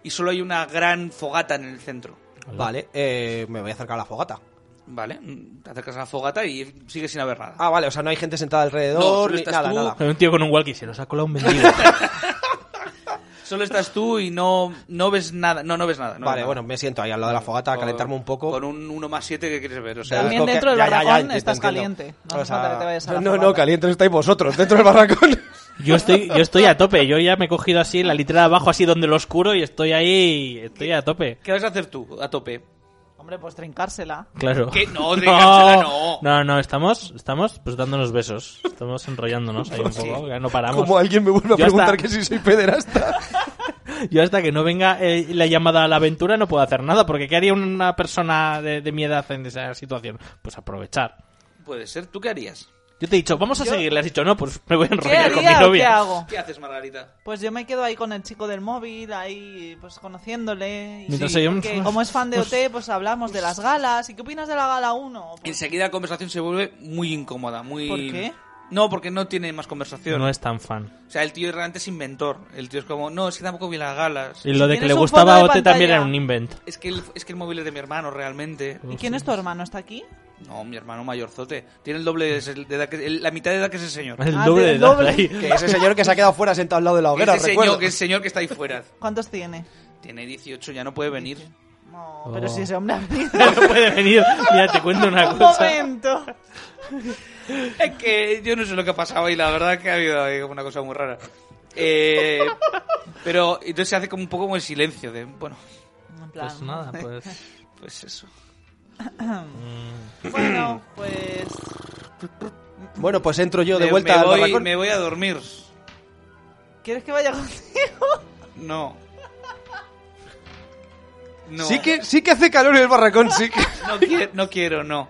B: y solo hay una gran fogata en el centro.
E: Vale, eh, me voy a acercar a la fogata.
B: Vale, mm, te acercas a la fogata y sigue sin haber nada.
E: Ah, vale, o sea, no hay gente sentada
B: No,
E: alrededor,
B: solo
E: ni-
B: estás
E: nada,
B: tú.
E: nada.
C: Hay un tío con un walkie, se los ha colado un mendigo.
B: Solo estás tú y no, no ves nada. No, no ves nada. no
E: vale,
B: ves
E: bueno,
B: nada.
E: me siento ahí al lado de la fogata a calentarme un poco.
B: Con un 1 más 7 que quieres ver. O sea,
D: También
E: Algo que-
D: dentro del
E: ya, ya, ya,
D: barracón
E: entiendo,
D: estás
E: entiendo.
D: caliente. No hace falta que te vayas a la
E: no, no,
D: fogata.
E: calientes estáis vosotros, dentro del barracón.
C: Yo estoy, yo estoy a tope. Yo ya me he cogido así la litera de abajo, así donde lo oscuro, y estoy ahí. Estoy a tope.
B: ¿Qué vas a hacer tú a tope?
D: Hombre, pues trincársela.
C: Claro.
B: ¿Qué? No, dígasela, no.
C: No, no, estamos, estamos pues dándonos besos. Estamos enrollándonos ahí un poco, ya no paramos.
E: Como alguien me vuelve a
C: Ya
E: preguntar
C: está.
E: que si soy pederasta.
C: Yo hasta que no venga eh, la llamada a la aventura no puedo hacer nada, porque ¿qué haría una persona de, de mi edad en esa situación? Pues aprovechar.
B: Puede ser. ¿Tú qué harías?
C: Yo te he dicho, vamos a seguir, le has dicho, no, pues me voy a
D: ¿Qué
C: enrollar con mi
D: haría o qué
C: novia.
D: hago?
B: ¿Qué haces, Margarita?
D: Pues yo me quedo ahí con el chico del móvil, ahí pues conociéndole. Y
C: Mientras
D: sí,
C: hay un-
D: porque como es fan de OT, pues hablamos de las galas. ¿Y qué opinas de la gala 1?
B: Enseguida la conversación se vuelve muy incómoda. Muy...
D: ¿Por qué?
B: No, porque no tiene más conversación.
C: No es tan fan.
B: O sea, el tío realmente es inventor. El tío es como, no, es que tampoco vi las galas.
C: Y lo de que le
D: tienes un
C: gustaba
D: fondo
C: a
D: de
C: Ote también
D: pantalla.
C: era un invent.
B: Es que, el, es que el móvil es de mi hermano, realmente.
D: ¿Y quién es tu hermano? ¿Está aquí?
B: No, mi hermano mayorzote. Tiene el doble de, ese- de edad que- la mitad de edad que ese señor.
C: El
D: Ah,
C: doble
D: del
C: de edad
D: doble.
C: ahí.
E: Que ese señor que se ha quedado fuera sentado al lado de la hoguera,
B: Ese
E: recuerdo.
B: señor, que es el señor que está ahí fuera.
D: ¿Cuántos tiene?
B: Tiene 18, ya no puede venir.
D: No,
C: Oh.
D: pero si ese hombre ha venido.
C: No puede venir. Mira, te cuento una
D: Un
C: cosa.
D: momento.
B: Es que yo no sé lo que ha pasado ahí, la verdad que ha habido ahí una cosa muy rara. Eh, pero entonces se hace como un poco como el silencio de, bueno,
D: En plan,
C: Pues nada, pues.
B: pues eso.
D: Bueno, pues.
E: Bueno, pues entro yo de
B: Me-
E: vuelta
B: me
E: al
B: voy,
E: barracón.
B: me voy a dormir.
D: ¿Quieres que vaya contigo?
B: No. No.
E: Sí, que, sí que hace calor en el barracón, sí que...
B: No, quie- no quiero, no.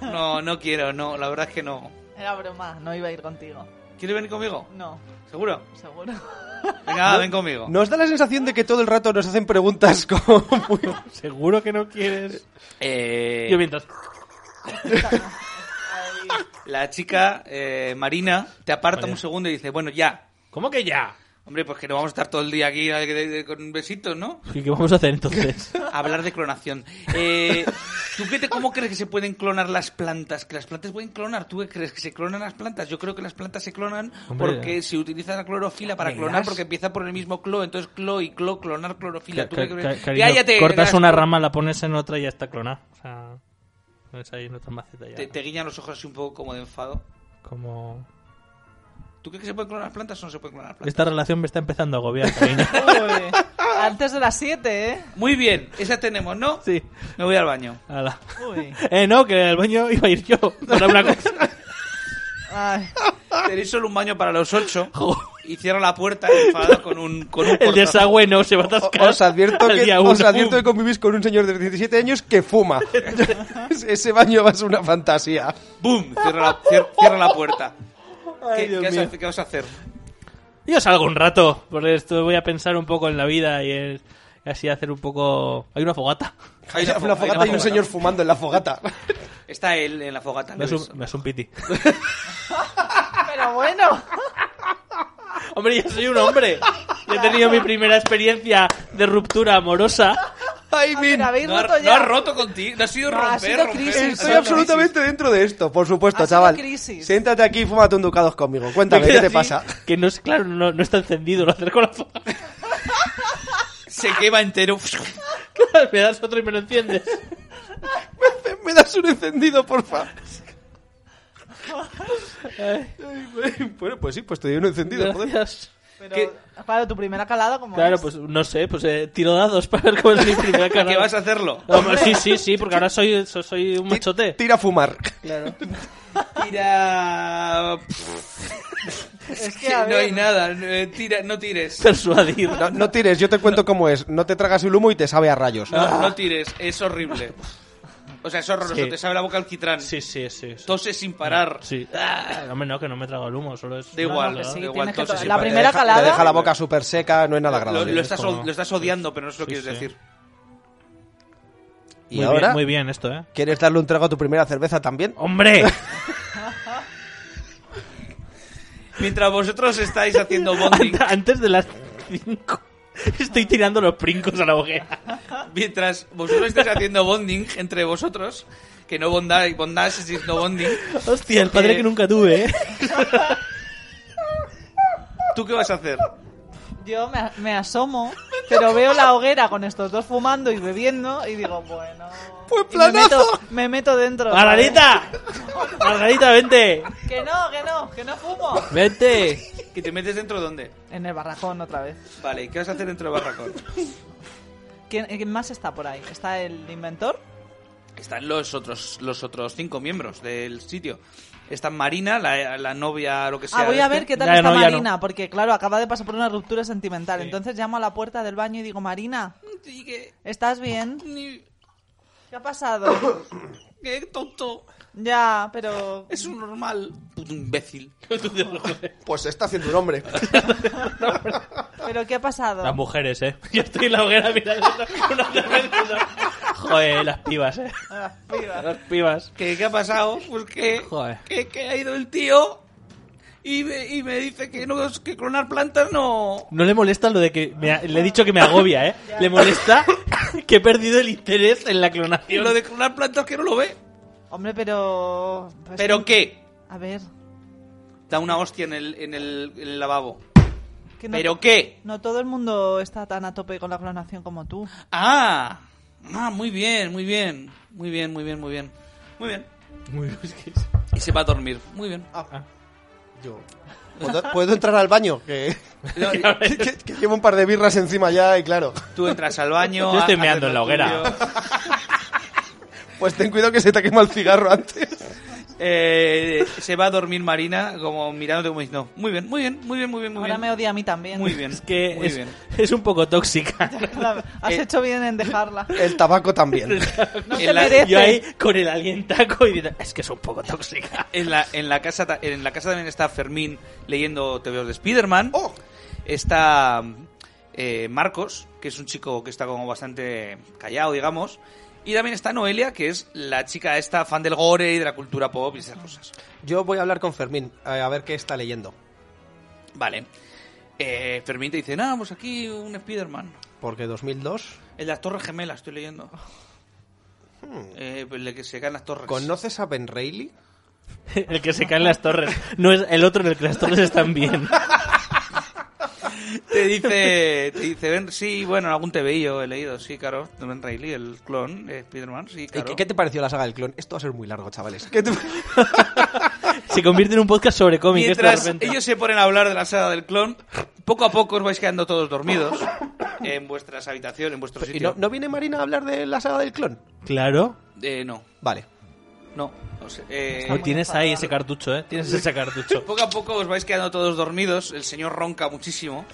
B: No, no, no quiero, no, la verdad es que no.
D: Era broma, no iba a ir contigo.
B: ¿Quieres venir conmigo?
D: No,
B: ¿Seguro?
D: seguro.
B: Venga, ven conmigo.
E: Nos da la sensación de que todo el rato nos hacen preguntas como muy...
C: Seguro que no quieres.
B: Eh,
C: Yo mientras.
B: La chica, eh, Marina, te aparta
C: Marina.
B: un segundo y dice, bueno, ya.
C: ¿Cómo que ya?
B: Hombre, pues que no vamos a estar todo el día aquí eh, de- de- con besitos, ¿no?
C: ¿Y qué vamos a hacer entonces?
B: A hablar de clonación. Eh, ¿Tú qué te, cómo crees que se pueden clonar las plantas? Que las plantas pueden clonar. ¿Tú qué crees que se clonan las plantas? Yo creo que las plantas se clonan
C: Hombre.
B: porque se utiliza la clorofila para
C: ¿Me
B: clonar
C: das?
B: porque empieza por el mismo clo, entonces clo y clo, clonar clorofila.
C: Ca-
B: ¿Tú qué
C: ca-
B: crees?
C: ca- cariño,
B: Cállate,
C: cortas
B: das-
C: una rama, la pones en otra y ya está clonada. O sea, pones ahí en otra maceta ya.
B: Te, te guiñan los ojos así un poco como de enfado.
C: Como...
B: ¿Tú crees que se pueden clonar las plantas o no se pueden clonar las plantas?
C: Esta relación me está empezando a agobiar, cariño.
D: Uy, antes de las 7, ¿eh?
B: Muy bien, esa tenemos, ¿no?
C: Sí.
B: Me voy al baño.
C: Ala.
D: Uy.
C: Eh, no, que al baño iba a ir yo. Para una cosa.
D: Ay.
C: Ah.
B: Tenéis solo un baño para los ocho y cierra la puerta enfadado con un, con un
C: El
B: portazo.
C: desagüe no se va a atascar.
E: Os advierto,
C: al
E: que,
C: día
E: os
C: uno.
E: advierto que convivís con un señor de 17 años que fuma. Ese baño va a ser una fantasía.
B: ¡Bum! Cierra la, cier- cierra la puerta. ¿Qué,
C: Dios
B: qué vas a,
C: mío.
B: hacer- qué vas a hacer?
C: Yo salgo un rato, porque esto voy a pensar un poco en la vida y, en- así hacer un poco... Hay una fogata.
E: Hay una, fogata y un señor fumando en la fogata.
B: Está él en la fogata.
C: Me es
B: Luis.
C: un, me es un piti.
D: Pero bueno,
C: Hombre, yo soy un hombre. Yo he tenido mi primera experiencia de ruptura amorosa.
E: I
D: a ver,
E: mean,
D: habéis
B: No, ha-
D: roto
B: no
D: ya.
B: has roto contigo, no ha sido
D: No, ha
B: romper.
D: sido
B: romper.
D: crisis.
E: estoy absolutamente dentro de esto, por supuesto,
D: Ha sido
E: chaval.
D: crisis.
E: Siéntate aquí y fúmate un ducados conmigo. Cuéntame,
C: Me
E: ¿qué
C: quedé
E: te
C: así,
E: pasa?
C: Que no es, claro, no, no está encendido, lo acerco a la fogata.
B: Se quema entero.
C: Me das otro y me lo enciendes.
E: ¿Me das un encendido, porfa? bueno, pues sí, pues te doy un encendido. joder.
C: Gracias.
D: Pero, claro, tu primera calada como
C: Claro,
D: es.
C: pues no sé, pues eh, tiro dados para ver cómo es mi primera cara.
B: ¿Qué vas a hacerlo?
C: Ah. No, hombre, sí, sí, sí, porque ahora soy, so- soy un machote.
E: Tira a fumar.
B: Tira.
D: es que, a
B: no hay
D: ver,
B: nada. eh, Tira, no tires.
C: Persuadir.
E: No, no tires, yo te cuento cómo es. No te tragas el humo y te sabe a rayos.
B: No, no tires. Es horrible. O sea, es horroroso.
C: Ah. Sí.
B: Te sabe la boca alquitrán.
C: Sí, sí, sí. sí.
B: Toses sin parar.
C: Sí. Ah, hombre, no, que no me trago el humo, solo es.
B: Da igual.
D: no, que
B: da
D: sí,
B: igual
D: tienes que
B: toses
D: to-
B: sin
D: la
B: parar.
D: primera
E: Te deja-
D: calada.
E: Te deja la boca súper seca, no es
B: Lo,
E: nada agradable.
B: lo estás,
C: es como-
B: lo estás odiando, pero no es lo
C: Sí,
B: que quieres
C: sí.
B: decir.
E: y
C: Muy bien,
E: ahora,
C: muy bien esto, ¿eh?
E: ¿quieres darle un trago a tu primera cerveza también?
C: ¡Hombre!
B: Mientras vosotros estáis haciendo bonding,
C: Ant- Antes de las 5 estoy tirando los princos a la hoguera.
B: mientras vosotros estáis haciendo bonding entre vosotros, que no bondáis, bondáis, no bonding,
C: Hostia, el padre
B: Eh.
C: que nunca tuve, ¿eh?
B: ¿tú qué vas a hacer?
D: yo me, me asomo, pero veo la hoguera con estos dos fumando y bebiendo y digo, bueno...
E: Pues
D: Y me, meto,
E: planazo.
D: me meto dentro.
C: ¡Margarita! ¡Margarita, vente!
D: ¿sabes? Que no, que no, que no fumo.
C: ¡Vente!
B: ¿Que te metes dentro dónde?
D: En el barracón otra vez.
B: Vale, ¿y qué vas a hacer dentro del barracón?
D: ¿Quién, eh, quién más está por ahí? ¿Está el inventor?
B: Están los otros, los otros cinco miembros del sitio. Están Marina, la, la novia, lo que sea.
D: Ah, voy a
B: este.
D: ver qué tal
C: Ya,
D: está
C: no, ya
D: Marina, porque claro, acaba de pasar por una ruptura sentimental. Entonces llamo a la puerta del baño y digo, Marina,
B: Y que-
D: ¿estás bien?
B: ni-
D: ¿Qué ha pasado?
B: Qué tonto.
D: ya, pero...
B: Es un normal. Puto imbécil.
E: Pues se está haciendo un hombre.
D: ¿Pero qué ha pasado?
C: Las mujeres, ¿eh? Yo estoy en la hoguera mirando una cerveza. Joder, las pibas, ¿eh?
D: Ah, viva.
C: Las pibas.
B: ¿Qué, qué ha pasado? Pues que,
C: Joder.
B: que, que ha ido el tío y me, y me dice que, no, que clonar plantas no...
C: No le molesta lo de que... me ha- Le he dicho que me agobia, ¿eh? Le molesta que he perdido el interés en la
B: Y
C: clonación.
B: lo de clonar plantas que no lo ve.
D: Hombre, pero... pues-
B: ¿Pero qué?
D: A ver...
B: Da una hostia en el, en el, en el lavabo.
D: que no-
B: ¿Pero qué?
D: No todo el mundo está tan a tope con la clonación como tú.
B: Ah, ah, muy bien, muy bien, muy bien, muy bien, muy bien. Muy bien.
C: Muy- es que es-
B: Y se va a dormir. Muy bien.
E: Ah. Yo. ¿Puedo, puedo entrar al baño? Que,
B: No,
E: que- que- que llevo un par de birras encima ya y claro.
B: Tú entras al baño.
C: Yo estoy
B: ha-
C: meando
B: haces
C: en la
B: lo
C: hoguera.
B: tuyo.
E: Pues ten cuidado que se te quema el cigarro antes.
B: Eh, se va a dormir Marina, como mirándote como diciendo: Muy bien, muy bien, muy bien, muy bien. Muy
D: Ahora
B: bien.
D: me odia a mí también.
B: Muy bien.
C: Es que
B: muy
C: es-
B: bien.
C: es un poco tóxica.
D: Has hecho bien en dejarla.
E: El tabaco también.
D: No
B: en
D: se
B: la-
D: merece.
C: Yo ahí con el alientaco y diciendo, es que es un poco tóxica.
B: En la, en, la casa, ta- en la casa también está Fermín leyendo TVOs de Spider-Man. Está eh, Marcos, que es un chico que está como bastante callado, digamos. Y también está Noelia, que es la chica esta fan del gore y de la cultura pop y esas cosas.
E: Yo voy a hablar con Fermín eh, a ver qué está leyendo.
B: Vale. Eh, Fermín te dice, ah, pues aquí un Spider-Man.
E: Porque 2002...
B: El de las Torres Gemelas, estoy leyendo. Eh, el de que se caen las
E: Pues
B: torres.
E: ¿Conoces a Ben Reilly?
C: El que se cae en las torres. No es el otro en el que las torres están bien.
B: Te dice, te dice, ven, sí, bueno, en algún TVI yo he leído, sí, claro, de Ben Reilly, el clon de Spider-Man, sí,
E: ¿Y
B: claro.
E: ¿Qué, qué te pareció la saga del clon? Esto va a ser muy largo, chavales. ¿Qué te-
C: Se convierte en un podcast sobre cómics. esto de
B: Mientras
C: repente.
B: ellos se ponen a hablar de la saga del clon, poco a poco os vais quedando todos dormidos en vuestras habitaciones, en vuestro
E: ¿Y
B: sitio.
E: no, no viene Marina a hablar de la saga del clon?
C: Claro.
B: Eh, no,
E: Vale.
B: no. o sea, eh,
C: Lo tienes ahí ese cartucho, ¿eh? Tienes ese cartucho.
B: poco a poco os vais quedando todos dormidos, el señor ronca muchísimo.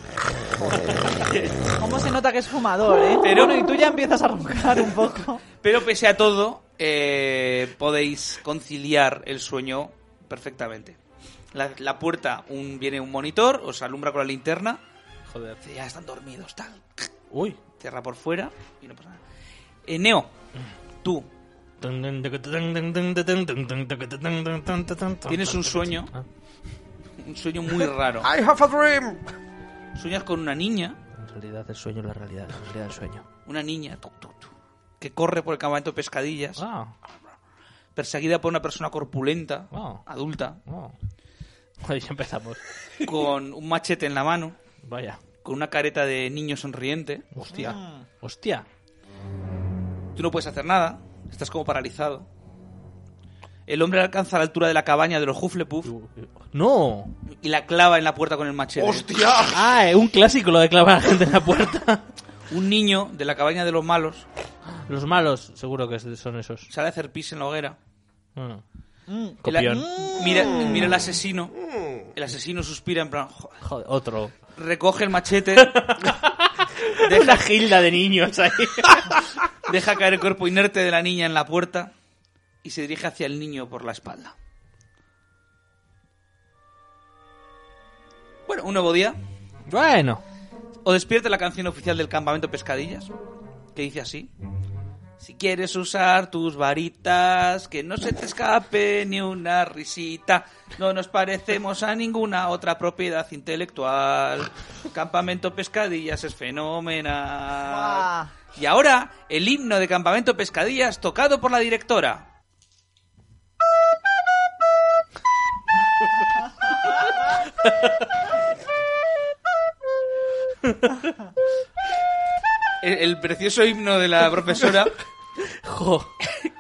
D: ¿Cómo se nota que es fumador, eh?
B: Pero-
D: Bueno, y tú ya empiezas a roncar un poco.
B: Pero pese a todo, eh, podéis conciliar el sueño perfectamente. La, la puerta, un, viene un monitor, os alumbra con la linterna.
C: Joder.
B: Dice, Ya están dormidos, tal.
C: Uy.
B: Cierra por fuera y no pasa nada. Eh, Neo, tú
C: Tienes
B: tienes un sueño,
C: Ah.
B: un sueño muy raro.
F: I have a dream.
B: Sueñas con una niña
C: En realidad el sueño es la realidad, la realidad el sueño.
B: una niña tuc, tuc, tuc, que corre por el campamento de pescadillas,
C: Ah,
B: perseguida por una persona corpulenta,
C: Wow.
B: adulta,
C: oh. Ahí empezamos.
B: con un machete en la mano,
C: Vaya.
B: con una careta de niño sonriente.
C: Hostia. Hostia.
B: Tú no puedes hacer nada, estás como paralizado. El hombre alcanza la altura de la cabaña de los Hufflepuff
C: uh, No.
B: y la clava en la puerta con el machete.
F: ¡Hostia!
C: Ah, eh, un clásico lo de clavar a la gente en la puerta.
B: Un niño de la cabaña de los malos
C: Los malos, seguro que son esos.
B: sale a hacer pis en la hoguera.
C: Mm.
D: Mm.
B: El a-
C: Copión.
B: mira, mira el asesino. El asesino suspira en plan... "Joder".
C: Joder, otro.
B: Recoge el machete,
C: Una gilda de niños ahí.
B: deja caer el cuerpo inerte de la niña en la puerta y se dirige hacia el niño por la espalda. Bueno, un nuevo día.
C: bueno.
B: O despierta la canción oficial del campamento Pescadillas, que dice así. Si quieres usar tus varitas, que no se te escape ni una risita. No nos parecemos a ninguna otra propiedad intelectual. Campamento Pescadillas es fenomenal.
D: Guau.
B: Y ahora, el himno de Campamento Pescadillas tocado por la directora. El, el precioso himno de la profesora
C: Jo,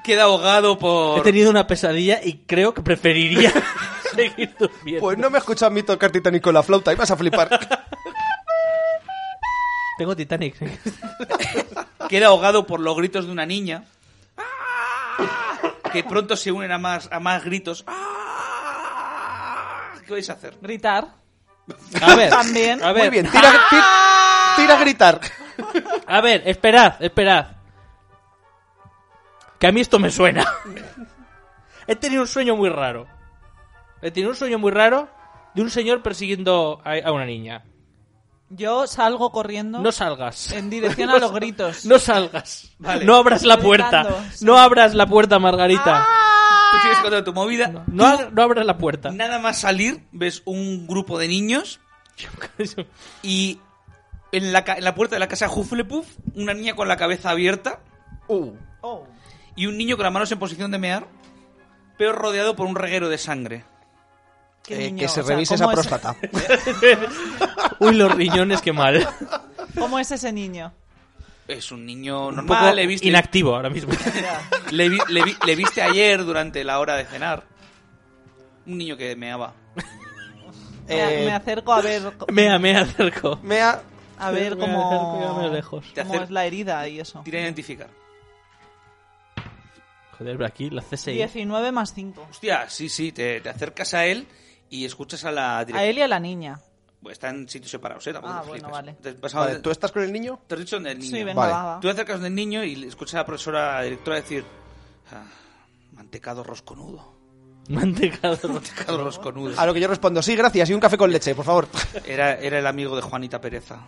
B: queda ahogado
C: he
B: por...
C: tenido una pesadilla y creo que preferiría seguir durmiendo.
E: Pues no me escuchas a mí tocar Titanic con la flauta y vas a flipar.
C: Tengo Titanic.
B: queda ahogado por los gritos de una niña. Que pronto se unen a más, a más gritos. ¿Qué vais a hacer?
D: Gritar.
C: A ver.
D: También.
C: A
E: Muy
C: ver,
E: bien, tira, ti- tira a gritar.
C: a ver, esperad, esperad. Que a mí esto me suena. He tenido un sueño muy raro. He tenido un sueño muy raro de un señor persiguiendo a- a una niña.
D: Yo salgo corriendo
C: No salgas.
D: en dirección a los gritos.
C: No salgas.
B: Vale.
C: No abras la
D: Gritando,
C: puerta.
D: sí.
C: No abras la puerta, Margarita.
B: Tú sigues contando tu movida.
C: No, ab- no abras la puerta.
B: Nada más salir, ves un grupo de niños y en la, ca- en la puerta de la casa Hufflepuff, una niña con la cabeza abierta
D: Oh.
B: y un niño con las manos en posición de mear, pero rodeado por un reguero de sangre.
D: Qué
E: Eh,
D: niño,
E: que se
D: o sea,
E: revise esa
D: ¿cómo es-
E: próstata.
C: Uy, los riñones, qué mal.
D: ¿Cómo es ese niño?
B: Es un niño
C: Un poco
B: normal, le viste,
C: inactivo ahora mismo.
D: Ya.
B: le vi- le vi- le viste ayer durante la hora de cenar. Un niño que meaba.
D: Me-
E: Eh,
D: me acerco a ver
C: Mea, me acerco.
E: Mea,
D: a ver
C: Me acerco y ya
D: cómo,
C: me lejos.
B: Te
D: cómo
B: acer-
D: es la herida y eso.
B: Tira a identificar.
C: Joder, pero aquí la CSI.
D: 19 más 5.
B: Hostia, sí, sí, te, te acercas a él y escuchas a la
D: A
B: directora.
D: él y a la niña.
B: Pues está en sitios separados, ¿eh? Tampoco
D: Ah,
B: te
D: bueno,
B: flipes.
D: vale.
B: Te, vas a-
E: vale, ¿tú estás con el niño?
B: te has dicho del niño.
D: Sí, venga,
E: Vale.
D: va, va.
B: Tú te acercas del niño y le escuchas a la profesora, a la directora decir... "Ah, mantecado rosconudo.
C: Mantecado.
B: Mantecado rosconudo.
E: A lo que yo respondo, sí, gracias, y un café con leche, por favor.
B: Era, era el amigo de Juanita Pereza.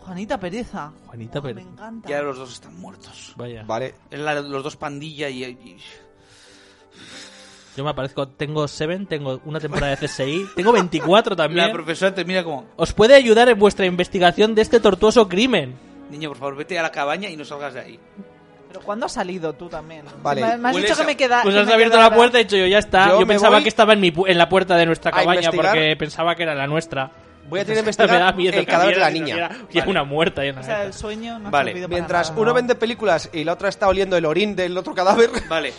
D: Juanita Pereza.
C: Juanita, pero.
D: Me encanta.
B: Y ahora los dos están muertos.
C: Vaya.
E: Vale,
B: Eran la- los dos pandilla y... y-
C: Yo me aparezco. Tengo Seven, tengo una temporada de CSI. Tengo 24
B: La
C: también.
B: profesora te mira como...
C: Os puede ayudar en vuestra investigación de este tortuoso crimen.
B: Niño, por favor, vete a la cabaña y no salgas de ahí.
D: Pero ¿cuándo has salido tú también?
E: Vale.
D: Me, me has
B: Hueles
D: dicho que
B: a-
D: me queda.
C: Pues
D: que
C: has
D: me
C: abierto la
D: quedara-
C: puerta y he dicho yo, ya está.
E: Yo
C: Yo,
E: me
C: pensaba
E: voy
C: que estaba en, mi pu- en la puerta de nuestra
E: a
C: cabaña
E: investigar.
C: porque pensaba que era la nuestra.
E: voy a tener que
C: Me da
E: investigar
C: miedo
E: el
C: que
E: cadáver de la
C: hubiera-
E: niña.
C: que hubiera- que hubiera una muerta ahí en la
D: O sea, el
C: mesa.
D: sueño no
B: Vale.
D: ha servido para
E: Mientras
D: nada.
E: uno vende películas y la otra está oliendo el orín del otro cadáver.
B: Vale.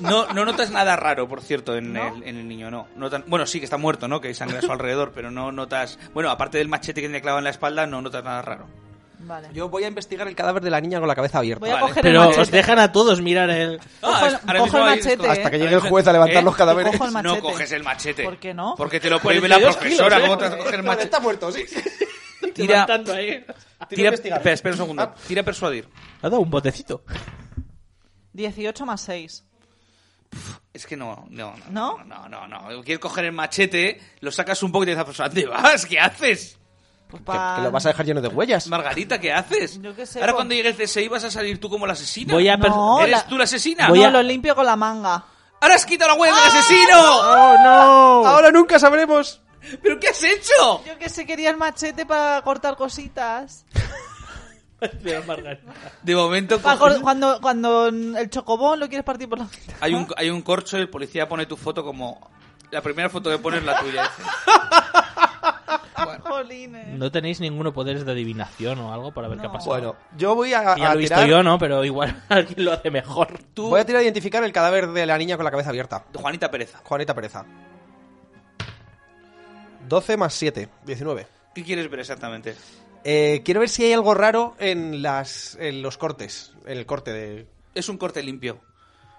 B: No, no notas nada raro, por cierto, en, el, en el niño, no. Notan- bueno, sí que está muerto, ¿no? Que hay sangre a su alrededor, pero no notas... Bueno, aparte del machete que le clava en la espalda, no notas nada raro.
D: Vale.
E: Yo voy a investigar el cadáver de la niña con la cabeza abierta.
D: Voy a
B: Vale.
D: coger
C: Pero este-
D: el machete.
C: os dejan a todos mirar el...
D: Cojo el-
B: es- ahora
D: cojo
B: mismo
D: el
B: hay-
D: machete,
E: Hasta que
D: ¿eh?
E: llegue el juez a levantar
B: ¿Eh?
E: los cadáveres.
D: Cojo el
B: No
D: machete.
B: coges el machete.
D: ¿por qué no?
B: Porque te lo prohíbe la
C: 42 kilos,
B: profesora.
C: ¿eh?
B: ¿Cómo te vas a coger el
E: Joder,
B: machete?
E: Está muerto, sí.
B: Tira,
C: levantando ahí.
B: tira,
E: investigar.
B: espera, espera un
C: Ah.
B: segundo. Tira persuadir.
C: Ha dado un botecito.
D: 18 más 6.
B: Es que no, no,
D: ¿No?
B: no, no, no. Quieres coger el machete, lo sacas un poco y te dices, "Pues, ¿a ¿dónde vas? ¿Qué haces?
D: Pues
E: Que,
D: pa-
E: que lo vas a dejar lleno de huellas.
B: Margarita, ¿qué haces?
D: Yo qué sé,
B: Ahora
D: pues-
B: cuando llegue el CSI vas a salir tú como la asesina.
C: Voy a per-
D: No,
B: ¿Eres
D: la-
B: tú la asesina?
C: Voy
D: no,
C: a-
D: lo limpio con la manga.
B: ¡Ahora has quitado la web del asesino!
E: ¡Oh, no! Ahora nunca sabremos.
B: ¿Pero qué has hecho?
D: Yo que sé, quería el machete para cortar cositas.
B: De momento
D: Pa'
B: coges-
D: cor- cuando, cuando el chocobón lo quieres partir por la mitad.
B: hay, un, hay un corcho y el policía pone tu foto como... La primera foto que pones es la tuya. dice.
D: Jolines.
C: ¿No tenéis ninguno poderes de adivinación o algo para ver qué ha pasado?
E: Bueno, yo voy a,
C: Que ya
E: a
C: lo he visto
E: tirar-
C: yo, ¿no? Pero igual alguien lo hace mejor.
B: Tú,
E: Voy a tirar a identificar el cadáver de la niña con la cabeza abierta.
B: Juanita Pereza.
E: Juanita Pereza. 12 más 7, 19.
B: ¿Qué quieres ver exactamente?
E: Eh, quiero ver si hay algo raro en, las, en los cortes. En el corte de
B: Es un corte limpio.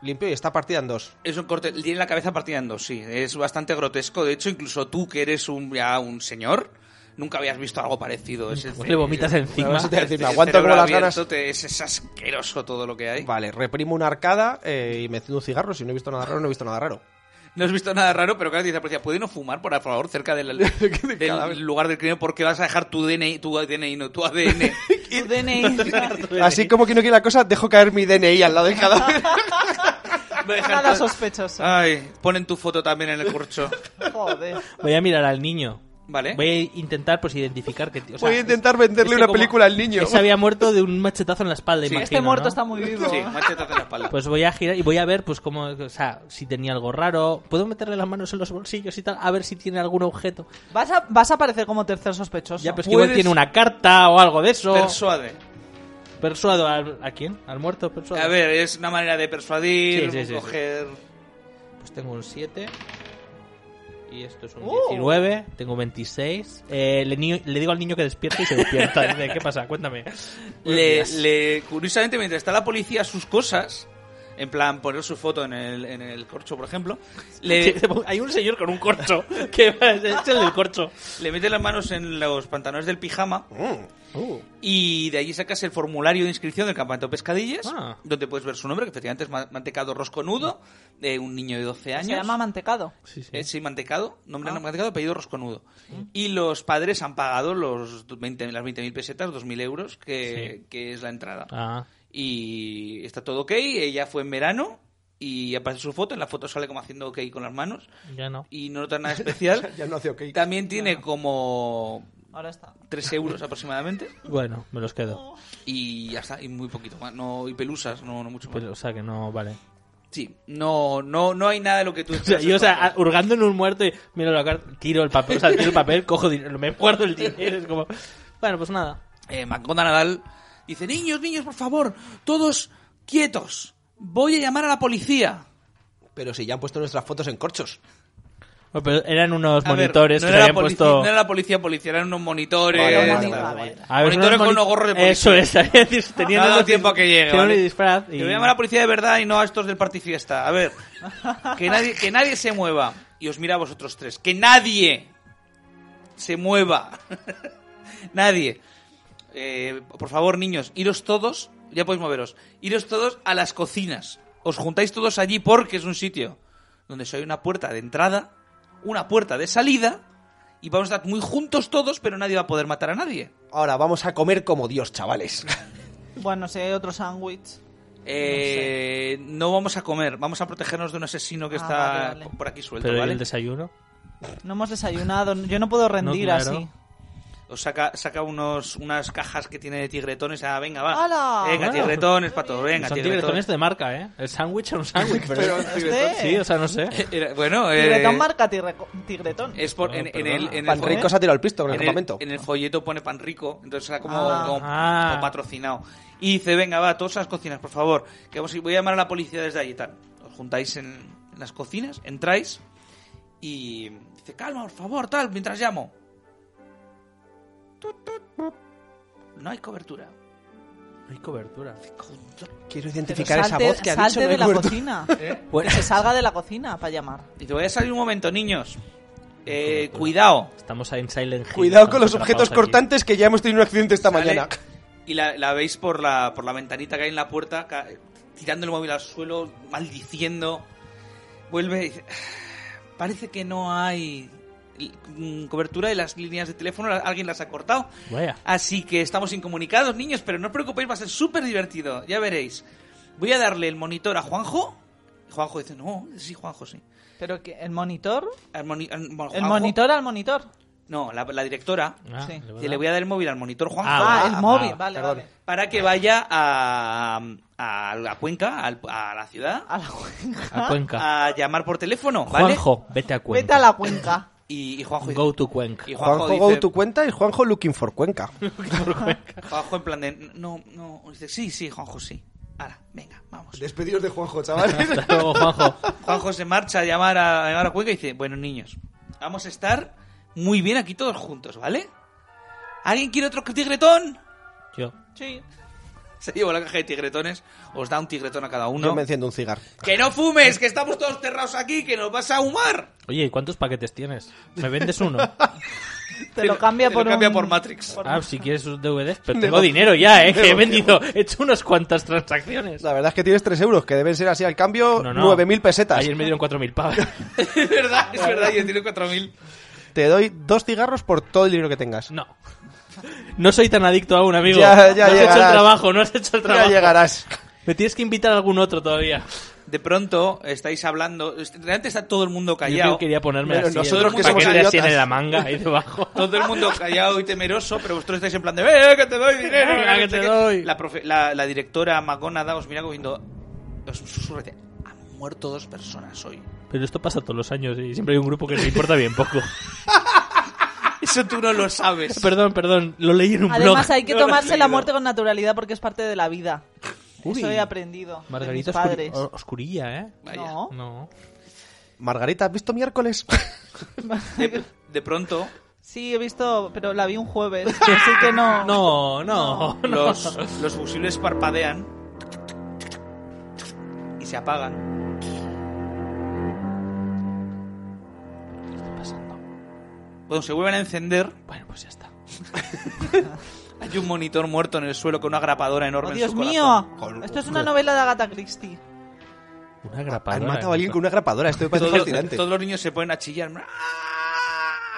E: limpio y está partida en dos.
B: Es un corte... Tiene la cabeza partida en dos, sí. Es bastante grotesco. De hecho, incluso tú, que eres un, ya un señor, nunca habías visto algo parecido. Es el
C: Pues le vomitas
B: ce-
C: encima.
E: Te- te-
B: el
E: me aguanto
B: cerebro
E: como las
B: abierto,
E: ganas.
B: te- es, es asqueroso todo lo que hay.
E: Vale, reprimo una arcada eh, y me enciendo un cigarro. Si no he visto nada raro, no he visto nada raro.
B: No has visto nada raro, pero claro, dice la policía, ¿puede no fumar, por favor, cerca del, del
E: cadáver.
B: lugar del crimen? Porque vas a dejar tu DNI, tu DNI, no, tu ADN.
D: Tu DNI.
E: Así como que no quiere la cosa, dejo caer mi DNI al lado del cadáver.
B: Va a dejar
D: Nada
B: todo-
D: sospechoso.
B: Ay, ponen tu foto también en el corcho.
D: Joder.
C: Voy a mirar al niño.
B: Vale.
C: Voy a intentar pues identificar que... o sea,
E: ¿Eh? Voy a intentar venderle
C: este
E: una
C: como-
E: película al niño.
C: Ese había muerto de un machetazo en la espalda,
B: Sí.
C: imagino,
D: este muerto
C: ¿no?
D: está muy vivo.
B: Sí, machetazo en la espalda.
C: Pues voy a girar y voy a ver, pues, cómo, o sea, si tenía algo raro. Puedo meterle las manos en los bolsillos y tal, a ver si tiene algún objeto.
D: Vas, a, vas a aparecer como tercer sospechoso.
C: Ya, pues que
B: puedes-
C: igual tiene una carta o algo de eso.
B: Persuade.
C: Persuado al- a quién? ¿Al muerto? Persuado.
B: A ver, es una manera de persuadir,
C: Sí, sí, sí,
B: coger...
C: Pues tengo un 7. Y esto es un
B: ¡Oh!
D: Uh.
C: 19. Tengo un 26. Eh, le, niño- le digo al niño que despierta y se despierta. Dice, ¿Qué pasa? Cuéntame.
B: Le, le- curiosamente, mientras está la policía a sus cosas, en plan poner su foto en el, en el corcho, por ejemplo, le,
C: Hay un señor con un corcho. Que es el del corcho.
B: Le mete las manos en los pantalones del pijama
C: Mm. Uh.
B: y de allí sacas el formulario de inscripción del campamento Pescadillas,
C: Ah.
B: donde puedes ver su nombre, que efectivamente es Ma- Mantecado Rosconudo, de un niño de 12 años.
D: Se llama mantecado. Ah.
C: Sí, sí.
B: Eh, sí, Mantecado, nombre de Mantecado, apellido Rosconudo.
D: Mm.
B: Y los padres han pagado los 20, las 20.000 pesetas, 2.000 euros, que, que es la entrada.
C: Ah.
B: Y está todo ok, ella fue en verano y aparece su foto, en la foto sale como haciendo ok con las manos
C: Ya no.
B: y no nota nada especial.
E: ya no hace ok.
B: También tiene como
D: Ahora está.
B: 3 euros aproximadamente
C: Bueno, me los quedo.
B: Oh. y ya está, y muy poquito más, no, y pelusas, no, no mucho más.
C: Pues, o sea que no, vale.
B: Sí, no, no, no hay nada de lo que tú
C: O sea, yo, o sea, a- hurgando en un muerto y miro la carta, tiro el papel, o sea, tiro el papel, cojo dinero, me guardo el dinero, es como... Bueno, pues nada.
B: eh, Maconda Nadal dice, niños, niños, por favor, todos quietos, voy a llamar a la policía.
E: Pero si ya han puesto nuestras fotos en corchos.
C: Bueno, pero eran unos
B: A ver,
C: monitores
B: no
C: que
B: era
C: se
B: la
C: habían
B: policía-
C: puesto...
B: No era la policía, policía, eran unos monitores.
E: Vale, vale,
D: Vale,
E: vale,
D: vale.
E: vale.
C: A ver,
B: Monitores
C: unos
B: con
C: moni-
B: unos gorros de policía.
C: Eso es, es decir, tenían
B: No ha dado
C: unos-
B: tiempo a que llegue,
C: tenían
B: ¿vale?
C: un disfraz y...
B: Te voy a llamar a la policía de verdad y no a estos del partifiesta. A ver, que nadie, que nadie se mueva. Y os mira a vosotros tres. Que nadie se mueva. nadie. Eh, por favor, niños, iros todos, ya podéis moveros, iros todos a las cocinas. Os juntáis todos allí porque es un sitio donde solo hay una puerta de entrada, una puerta de salida, y vamos a estar muy juntos todos, pero nadie va a poder matar a nadie.
E: Ahora vamos a comer como Dios, chavales.
D: Bueno, no sé, otro sándwich.
B: Eh, no, vamos a comer, vamos a protegernos de un asesino que
D: Ah,
B: está
D: vale, vale.
B: por aquí suelto,
C: Pero ¿y
B: ¿vale?
C: el desayuno?
D: No hemos desayunado. Yo no puedo rendir
C: claro.
D: así.
B: Os saca, saca unos, unas cajas que tiene de tigretones. Ah, venga, va.
D: ¡Hala!
B: Venga,
C: Bueno.
B: tigretones para todo, venga,
C: Son
B: tigretones.
C: tigretones de marca, ¿eh? El sándwich era un sándwich, pero...
D: Este,
C: Sí, o sea, no sé.
B: Era- bueno, eh,
D: Tigretón marca tigre- tigretón.
B: es por,
C: Bueno,
B: en, en el,
C: perdona.
B: en el
E: Pan
B: fo-
E: rico se ha tirado al pisto con el
B: en el-
E: campamento.
B: en el folleto pone pan rico, entonces era como,
D: Ah.
B: como-
C: Ah.
B: como patrocinado. Y dice, venga, va, todas las cocinas, por favor, que vamos, a ir- voy a llamar a la policía desde allí y tal. Os juntáis en, en las cocinas, entráis y dice, calma, por favor, tal, mientras llamo. Tut, tut. No hay cobertura.
C: No hay cobertura.
E: Quiero
D: Pero
E: identificar
D: salte,
E: esa voz que ha
D: salte
E: dicho. no
D: de
E: he
D: la
E: muerto.
D: cocina.
C: Bueno.
D: Que se salga de la cocina para llamar.
B: Dice, voy a salir un momento, niños. Eh, cuidado.
C: Estamos ahí en Silent Hill.
E: Cuidado con
C: estamos
E: los objetos
C: atrapados aquí.
E: cortantes que ya hemos tenido un accidente esta
B: Sale
E: mañana.
B: Y la, la veis por la, por la ventanita que hay en la puerta, ca- tirando el móvil al suelo, maldiciendo. Vuelve y dice, parece que no hay y- mm, cobertura y las líneas de teléfono la- alguien las ha cortado.
C: Vaya.
B: Así que estamos incomunicados, niños, pero no os preocupéis, va a ser súper divertido, ya veréis. Voy a darle el monitor a Juanjo. Juanjo dice, no, sí, Juanjo, sí.
D: Pero que el monitor.
B: Al moni- al- bueno,
D: El
B: Juanjo-
D: monitor al monitor.
B: No, la, la directora.
C: Ah,
D: Sí.
C: ¿de
B: Y le
C: verdad?
B: voy a dar el móvil al monitor Juanjo.
D: Ah,
C: Ah,
D: el
C: ah,
D: móvil,
C: ah,
D: vale,
E: perdón.
D: vale.
B: Para que vaya a, a la cuenca, al- a la ciudad,
D: A la cuenca.
C: A Cuenca.
B: a llamar por teléfono, ¿vale?
C: Juanjo, vete a Cuenca.
D: Vete a la cuenca.
B: Y, y Juanjo dice-
C: Go to Cuenca.
B: y Juanjo,
E: Juanjo Go
B: dice-
E: tu cuenta y Juanjo Looking for Cuenca.
B: Juanjo en plan de, no, no, dice, sí, sí, Juanjo, sí. Ahora, venga, vamos.
E: Despedidos de Juanjo, chavales.
C: Hasta luego, Juanjo.
B: Juanjo se marcha a llamar a, a llamar a Cuenca y dice, bueno, niños, vamos a estar muy bien aquí todos juntos, ¿vale? ¿Alguien quiere otro tigretón?
C: Yo.
D: Sí.
B: Se lleva la caja de tigretones, os da un tigretón a cada uno.
E: Yo me enciendo un cigarro.
B: ¡Que no fumes, que estamos todos cerrados aquí, que nos vas a humar!
C: Oye, ¿y cuántos paquetes tienes? ¿Me vendes uno?
D: Te lo cambia
B: Te
D: por
B: lo cambia
D: un-
B: por Matrix.
C: Ah, si quieres sus DVDs, pero tengo dinero ya, ¿eh? Que he vendido, he hecho unas cuantas transacciones.
E: La verdad es que tienes 3 euros, que deben ser así al cambio
C: No, no.
E: 9.000 pesetas.
C: Ayer me dieron 4.000 pavos.
B: es verdad, es verdad, yo tiene 4000.
E: Te doy dos cigarros por todo el dinero que tengas.
C: No. No soy tan adicto aún, amigo.
E: Ya- ya
C: no has hecho
E: llegarás.
C: el trabajo, no has hecho el
E: Ya
C: trabajo.
E: llegarás.
C: Me tienes que invitar a algún otro todavía.
B: De pronto estáis hablando, est- realmente está todo el mundo
C: Yo
B: callado.
C: que quería ponerme
E: Pero
C: así.
E: nosotros
C: el
E: que somos
C: paquete así
E: idiotas.
C: en la manga, ahí debajo.
B: Todo el mundo callado y temeroso, pero vosotros estáis en plan de ¡Eh, que te doy dinero!
C: Venga,
B: no
C: que
B: sé
C: te
B: qué".
C: doy.
B: La, profe- la, la directora Magonada os mira cogiendo... Os susurra y dice, Han muerto dos personas hoy.
C: Pero esto pasa todos los años y siempre hay un grupo que le importa bien poco.
B: Eso tú no lo sabes.
C: Perdón, perdón, lo leí en un blog.
D: Además hay que
B: Yo lo he
D: tomarse la
B: leído.
D: muerte con naturalidad porque es parte de la vida.
C: Uy.
D: Eso he aprendido. de
C: Margarita
D: mis
C: Oscuri-
D: padres.
C: o- Oscurilla, ¿eh?
B: Vaya.
D: No.
C: No.
E: Margarita, ¿has visto miércoles?
B: De, de pronto,
D: Sí, he visto, pero la vi un jueves, así que no.
C: No, Ah, no.
B: los, los fusibles parpadean y se apagan. Cuando se vuelven a encender,
C: Bueno, pues ya está.
B: hay un monitor muerto en el suelo con una grapadora enorme
D: ¡Oh,
B: en
D: Dios
B: su corazón.
D: mío!
E: Con-
D: Esto es una novela de Agatha Christie.
C: Una grapadora.
E: Han matado a alguien con una grapadora, esto me parece
B: Todo-
E: fascinante.
B: todos los niños se ponen a chillar. ¡Ah!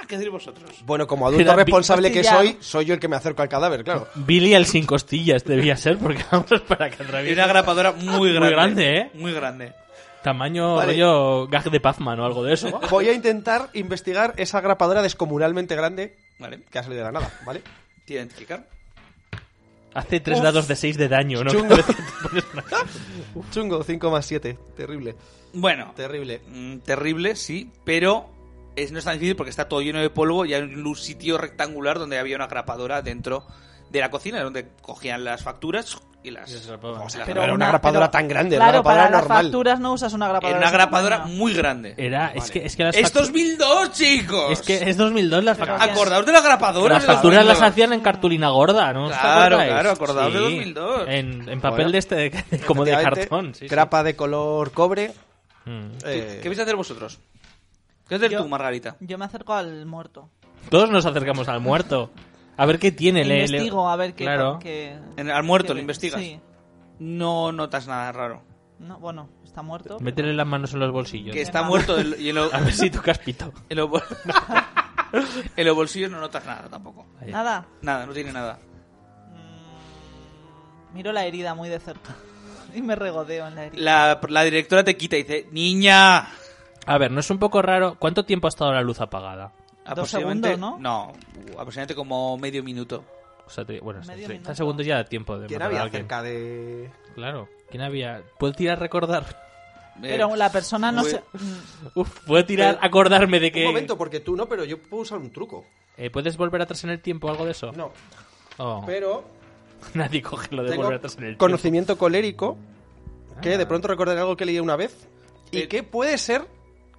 B: ¿Qué decir vosotros?
E: Bueno, como adulto
C: Era Big
E: responsable que
D: Castilla.
E: soy, soy yo el que me acerco al cadáver, claro.
C: Billy el sin costillas debía ser, porque vamos para que
B: Y
C: atraviese.
B: una grapadora muy grande.
C: grande, ¿eh?
B: Muy grande.
C: Tamaño
E: Vale.
C: rollo gag de Pazman o algo de eso.
E: Voy a intentar investigar esa grapadora descomunalmente grande
B: Vale.
E: que ha salido de la nada, ¿vale?
B: ¿Te identificar?
C: Hace tres dados de seis de daño, ¿no?
E: Chungo. Chungo, 5 más 7. Terrible,
B: Bueno,
E: terrible.
B: mm, terrible, sí, pero es, no es tan difícil porque está todo lleno de polvo y hay un sitio rectangular donde había una grapadora dentro de la cocina, donde cogían las facturas y las...
C: Y se rapaban.
B: las
E: Pero era una grapadora tan grande, era
D: Claro,
E: una grapadora
D: para las
E: normal.
D: facturas no usas una grapadora.
B: Era una
D: de ese
B: grapadora
D: tamaño.
B: muy grande.
C: Era, es que, es que las
B: ¡Es
C: fac-
B: 2002, chicos!
C: Es que es 2002 las
D: Pero-
C: facturas.
B: Acordaos de la grapadora.
C: Las
B: de
C: facturas las
B: 2002.
C: hacían en cartulina gorda, ¿no? ¿Os
B: Claro,
C: acordáis?
B: claro, acordaos de 2002.
C: En, en papel
E: Bueno.
C: de este, de- como de
E: Efectivamente,
C: cartón. sí, sí.
E: Grapa de color cobre.
C: Mm.
E: eh,
B: ¿Qué vais a hacer vosotros? ¿Qué vas a hacer
D: Yo-
B: tú, Margarita?
D: Yo me acerco al muerto.
C: Todos nos acercamos al muerto. A ver qué tiene. le- le-
D: Investigo a ver qué.
C: Claro.
D: qué-
B: En- al muerto,
D: qué-
B: ¿lo investigas?
D: Sí.
B: No notas nada raro.
D: No, bueno, está muerto.
C: Métele las manos en los bolsillos.
B: Que está muerto y en, lo-
C: A ver si tocas pito.
B: en los bol- en los bolsillos no notas nada tampoco.
D: Nada.
B: Nada, no tiene nada.
D: Mm, Miro la herida muy de cerca. Y me regodeo en la herida.
B: La, la directora te quita y dice, niña.
C: A ver, ¿no es un poco raro? ¿Cuánto tiempo ha estado la luz apagada?
D: Dos
B: Aproximadamente-
D: segundos,
B: No, aproximadamente como medio minuto.
C: O sea, te- bueno,
D: Medio
C: 30
D: minuto.
C: segundos ya da tiempo de
E: ¿Quién
C: matar a
E: había
C: alguien.
E: cerca de...?
C: Claro. ¿Quién había? ¿Puedo tirar a recordar?
B: Eh,
D: Pero la persona no
B: Uy.
D: se.
E: pues,
D: Mm,
C: Uf, puedo tirar a acordarme de que...
E: Un momento, porque tú no, pero yo puedo usar un truco.
C: Eh, ¿Puedes volver atrás en el tiempo o algo de eso?
E: No,
C: Oh,
E: pero
C: Nadie coge lo de
E: tengo
C: volver atrás en el tiempo.
E: conocimiento colérico que
C: Ah.
E: de pronto recordaré algo que leí una vez y
B: Eh,
E: que puede ser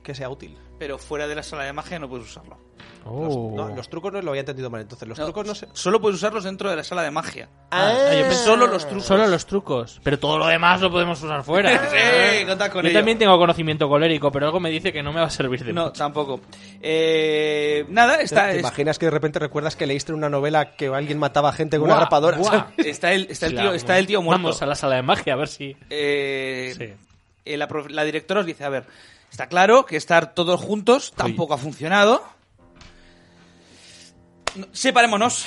E: que sea útil.
B: Pero fuera de la sala de magia no puedes usarlo.
E: Los,
C: Oh.
E: no, los trucos no lo había entendido mal, entonces los
B: No,
E: trucos no sé...
B: Solo puedes usarlos dentro de la sala de magia.
C: Ah, yo pensé-
B: Solo los trucos.
C: Solo los trucos. Pero todo lo demás lo podemos usar fuera.
B: Sí, contad con
C: Eh, Yo
B: ello.
C: también tengo conocimiento colérico, pero algo me dice que no me va a servir de
B: No,
C: mucho.
B: tampoco. Eh, nada,
E: ¿Te,
B: está,
E: te
B: es-
E: imaginas que de repente recuerdas que leíste una novela que alguien mataba gente con
C: Guau,
E: una rapadora?
C: guau.
E: ¿sabes?
B: está el, está el tío,
C: Claro.
B: está el tío muerto.
C: Vamos a la sala de magia a ver si...
B: Eh,
C: Sí.
B: eh, la, prof- la directora os dice, a ver, está claro que estar todos juntos tampoco ha funcionado. No, Separémonos.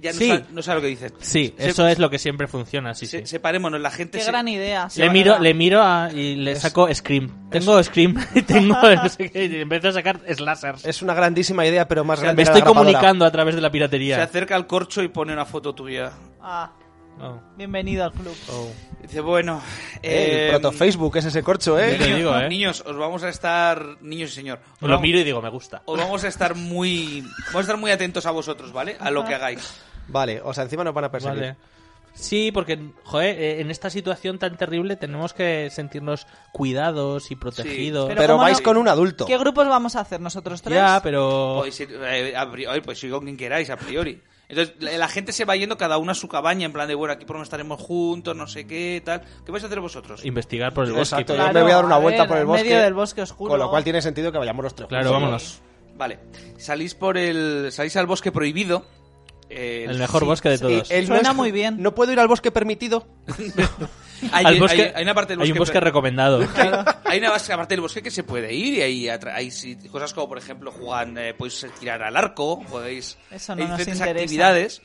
B: Ya no,
C: Sí.
B: sabe, no sabe lo que dice.
C: Sí,
B: Se-
C: eso es lo que siempre funciona, sí,
B: se-
C: sí.
B: Separémonos. La gente
D: Qué
B: se-
D: gran idea. sí,
C: Le
D: la
C: miro,
D: verdad.
C: le miro a- y le saco Scream. Tengo Scream y tengo no sé qué, y empiezo a sacar slashers.
E: Es una grandísima idea, pero más
C: O sea,
E: grande.
C: me
E: era
C: estoy
E: la grabadora.
C: comunicando a través de la
B: se
C: piratería.
B: acerca al corcho y pone una foto tuya.
D: Ah,
C: Oh,
D: bienvenido al club.
C: oh.
B: Dice, bueno...
E: Eh,
B: eh,
E: el
C: em,
E: proto Facebook es ese corcho,
C: Yo te
E: ¿eh?
B: niños,
C: digo, ¿eh?
B: niños, os vamos a estar... Niños y señor. os
C: Lo
B: vamos-
C: miro y digo, me gusta.
B: Os vamos a estar muy... Vamos a estar muy atentos a vosotros, ¿vale? A lo que hagáis.
E: Vale, o sea, encima nos van a perseguir.
C: Vale. Sí, porque, joder, eh, en esta situación tan terrible tenemos que sentirnos cuidados y protegidos.
E: Pero,
D: ¿cómo
E: vais
D: no?
E: con un adulto.
D: ¿Qué grupos vamos a hacer nosotros tres?
C: Ya, pero...
B: Podéis ir, eh, a priori, pues sigo quien queráis, a priori. Entonces, la, la gente se va yendo cada uno a su cabaña, en plan de, bueno, aquí por lo menos estaremos juntos, no sé qué, tal. ¿Qué vais a hacer vosotros?
C: Investigar por el bosque.
E: Exacto,
C: pero-
E: yo me voy a dar una
D: a
E: vuelta
D: ver,
E: por el
D: en
E: bosque.
D: medio del bosque oscuro.
E: Con lo cual tiene sentido que vayamos los tres.
C: Claro,
E: juntos.
C: vámonos.
B: Vale. Salís por el... Salís al bosque prohibido. eh,
C: El mejor bosque de
E: Y
C: todos.
E: él no
D: Suena
E: es-
D: muy bien.
E: No puedo ir al bosque permitido.
B: Hay,
C: Al
B: hay-
C: bosque-
B: hay una parte del
C: hay
B: bosque...
C: un bosque
B: pre-
C: recomendado.
B: hay una base- parte del bosque que se puede ir y hay, atra- hay si- cosas como, por ejemplo, jugar, eh, podéis tirar al arco, podéis...
D: Eso no
B: hay
D: nos
B: diferentes
D: interesa.
B: actividades.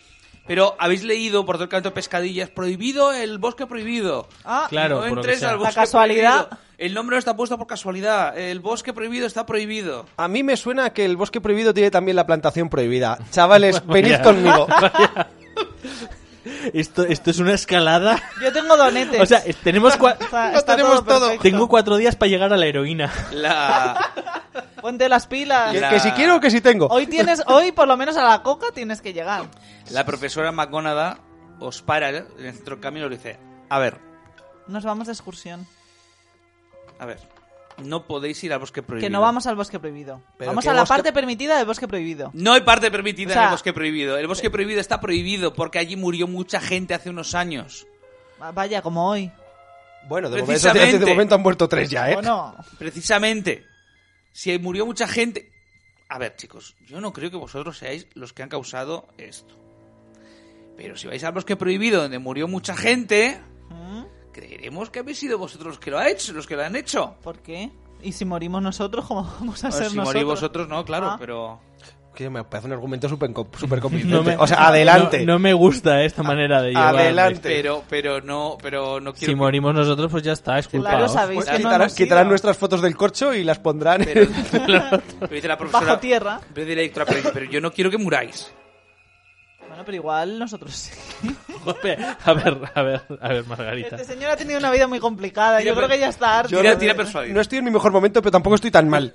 B: Pero habéis leído por todo el canto pescadillas, prohibido el bosque prohibido.
D: Ah,
B: no
C: Claro, por lo que
B: entres
C: sea.
B: al bosque
D: La casualidad.
B: prohibido. El nombre no está puesto por casualidad. El bosque prohibido está prohibido.
E: A mí me suena que el bosque prohibido tiene también la plantación prohibida. Chavales, venid
C: Vaya.
E: conmigo.
C: Esto, esto es una escalada.
D: yo tengo donetes.
C: O sea, es- tenemos cua-
D: Está-
E: lo
D: está
E: tenemos todo.
D: perfecto.
C: tengo cuatro días para llegar a la heroína.
B: La,
D: Ponte las pilas.
E: Que,
B: La-
E: que si quiero o que si tengo.
D: Hoy tienes, hoy por lo menos a la coca tienes que llegar.
B: la profesora McGonagall os para en el centro del camino y os dice: A ver,
D: Nos vamos de excursión.
B: a ver. No podéis ir al bosque prohibido.
D: Que no vamos al bosque prohibido.
E: Pero
D: vamos
E: ¿qué
D: a la
E: bosque-
D: parte permitida del bosque prohibido.
B: No hay parte permitida
D: O sea-
B: en el bosque prohibido. El bosque prohibido está prohibido porque allí murió mucha gente hace unos años.
D: Ah, Vaya, como hoy.
E: Bueno, de momento,
B: Precisamente.
E: de momento han muerto tres ya, ¿eh?
D: Bueno,
B: Precisamente, si murió mucha gente... A ver, chicos, yo no creo que vosotros seáis los que han causado esto. Pero si vais al bosque prohibido donde murió mucha gente,
D: ¿Mm?
B: creeremos que habéis sido vosotros los que lo, ha hecho, los que lo han hecho.
D: ¿por qué? ¿Y si morimos nosotros, cómo vamos a
B: Bueno,
D: ser
B: si
D: nosotros?
B: morís vosotros, no, claro,
D: Ah.
B: pero...
E: Que me parece un argumento súper com- súper convincente.
C: No me-
E: O sea, adelante. Ah,
C: No, no me gusta esta manera de llevar.
E: adelante.
B: Pero, pero no, pero no quiero...
C: este. Si morimos nosotros, pues ya está, es culpa.
D: Claro,
C: os.
D: sabéis
E: Pues
D: que no
E: quitarán,
D: hemos ido.
E: quitarán nuestras fotos del corcho y las pondrán. en-
B: Pero, pero dice la profesora...
D: Bajo tierra.
B: pero dice la directora, pero- pero yo no quiero que muráis.
D: Bueno, pero igual nosotros sí.
C: Joder, A ver, a ver, a ver, Margarita.
D: Este señor ha tenido una vida muy complicada.
B: Tira
D: Yo creo
B: per-
D: que ya está harto.
B: tira,
D: de-
B: tira persuadir.
E: No estoy en mi mejor momento, pero tampoco estoy tan mal.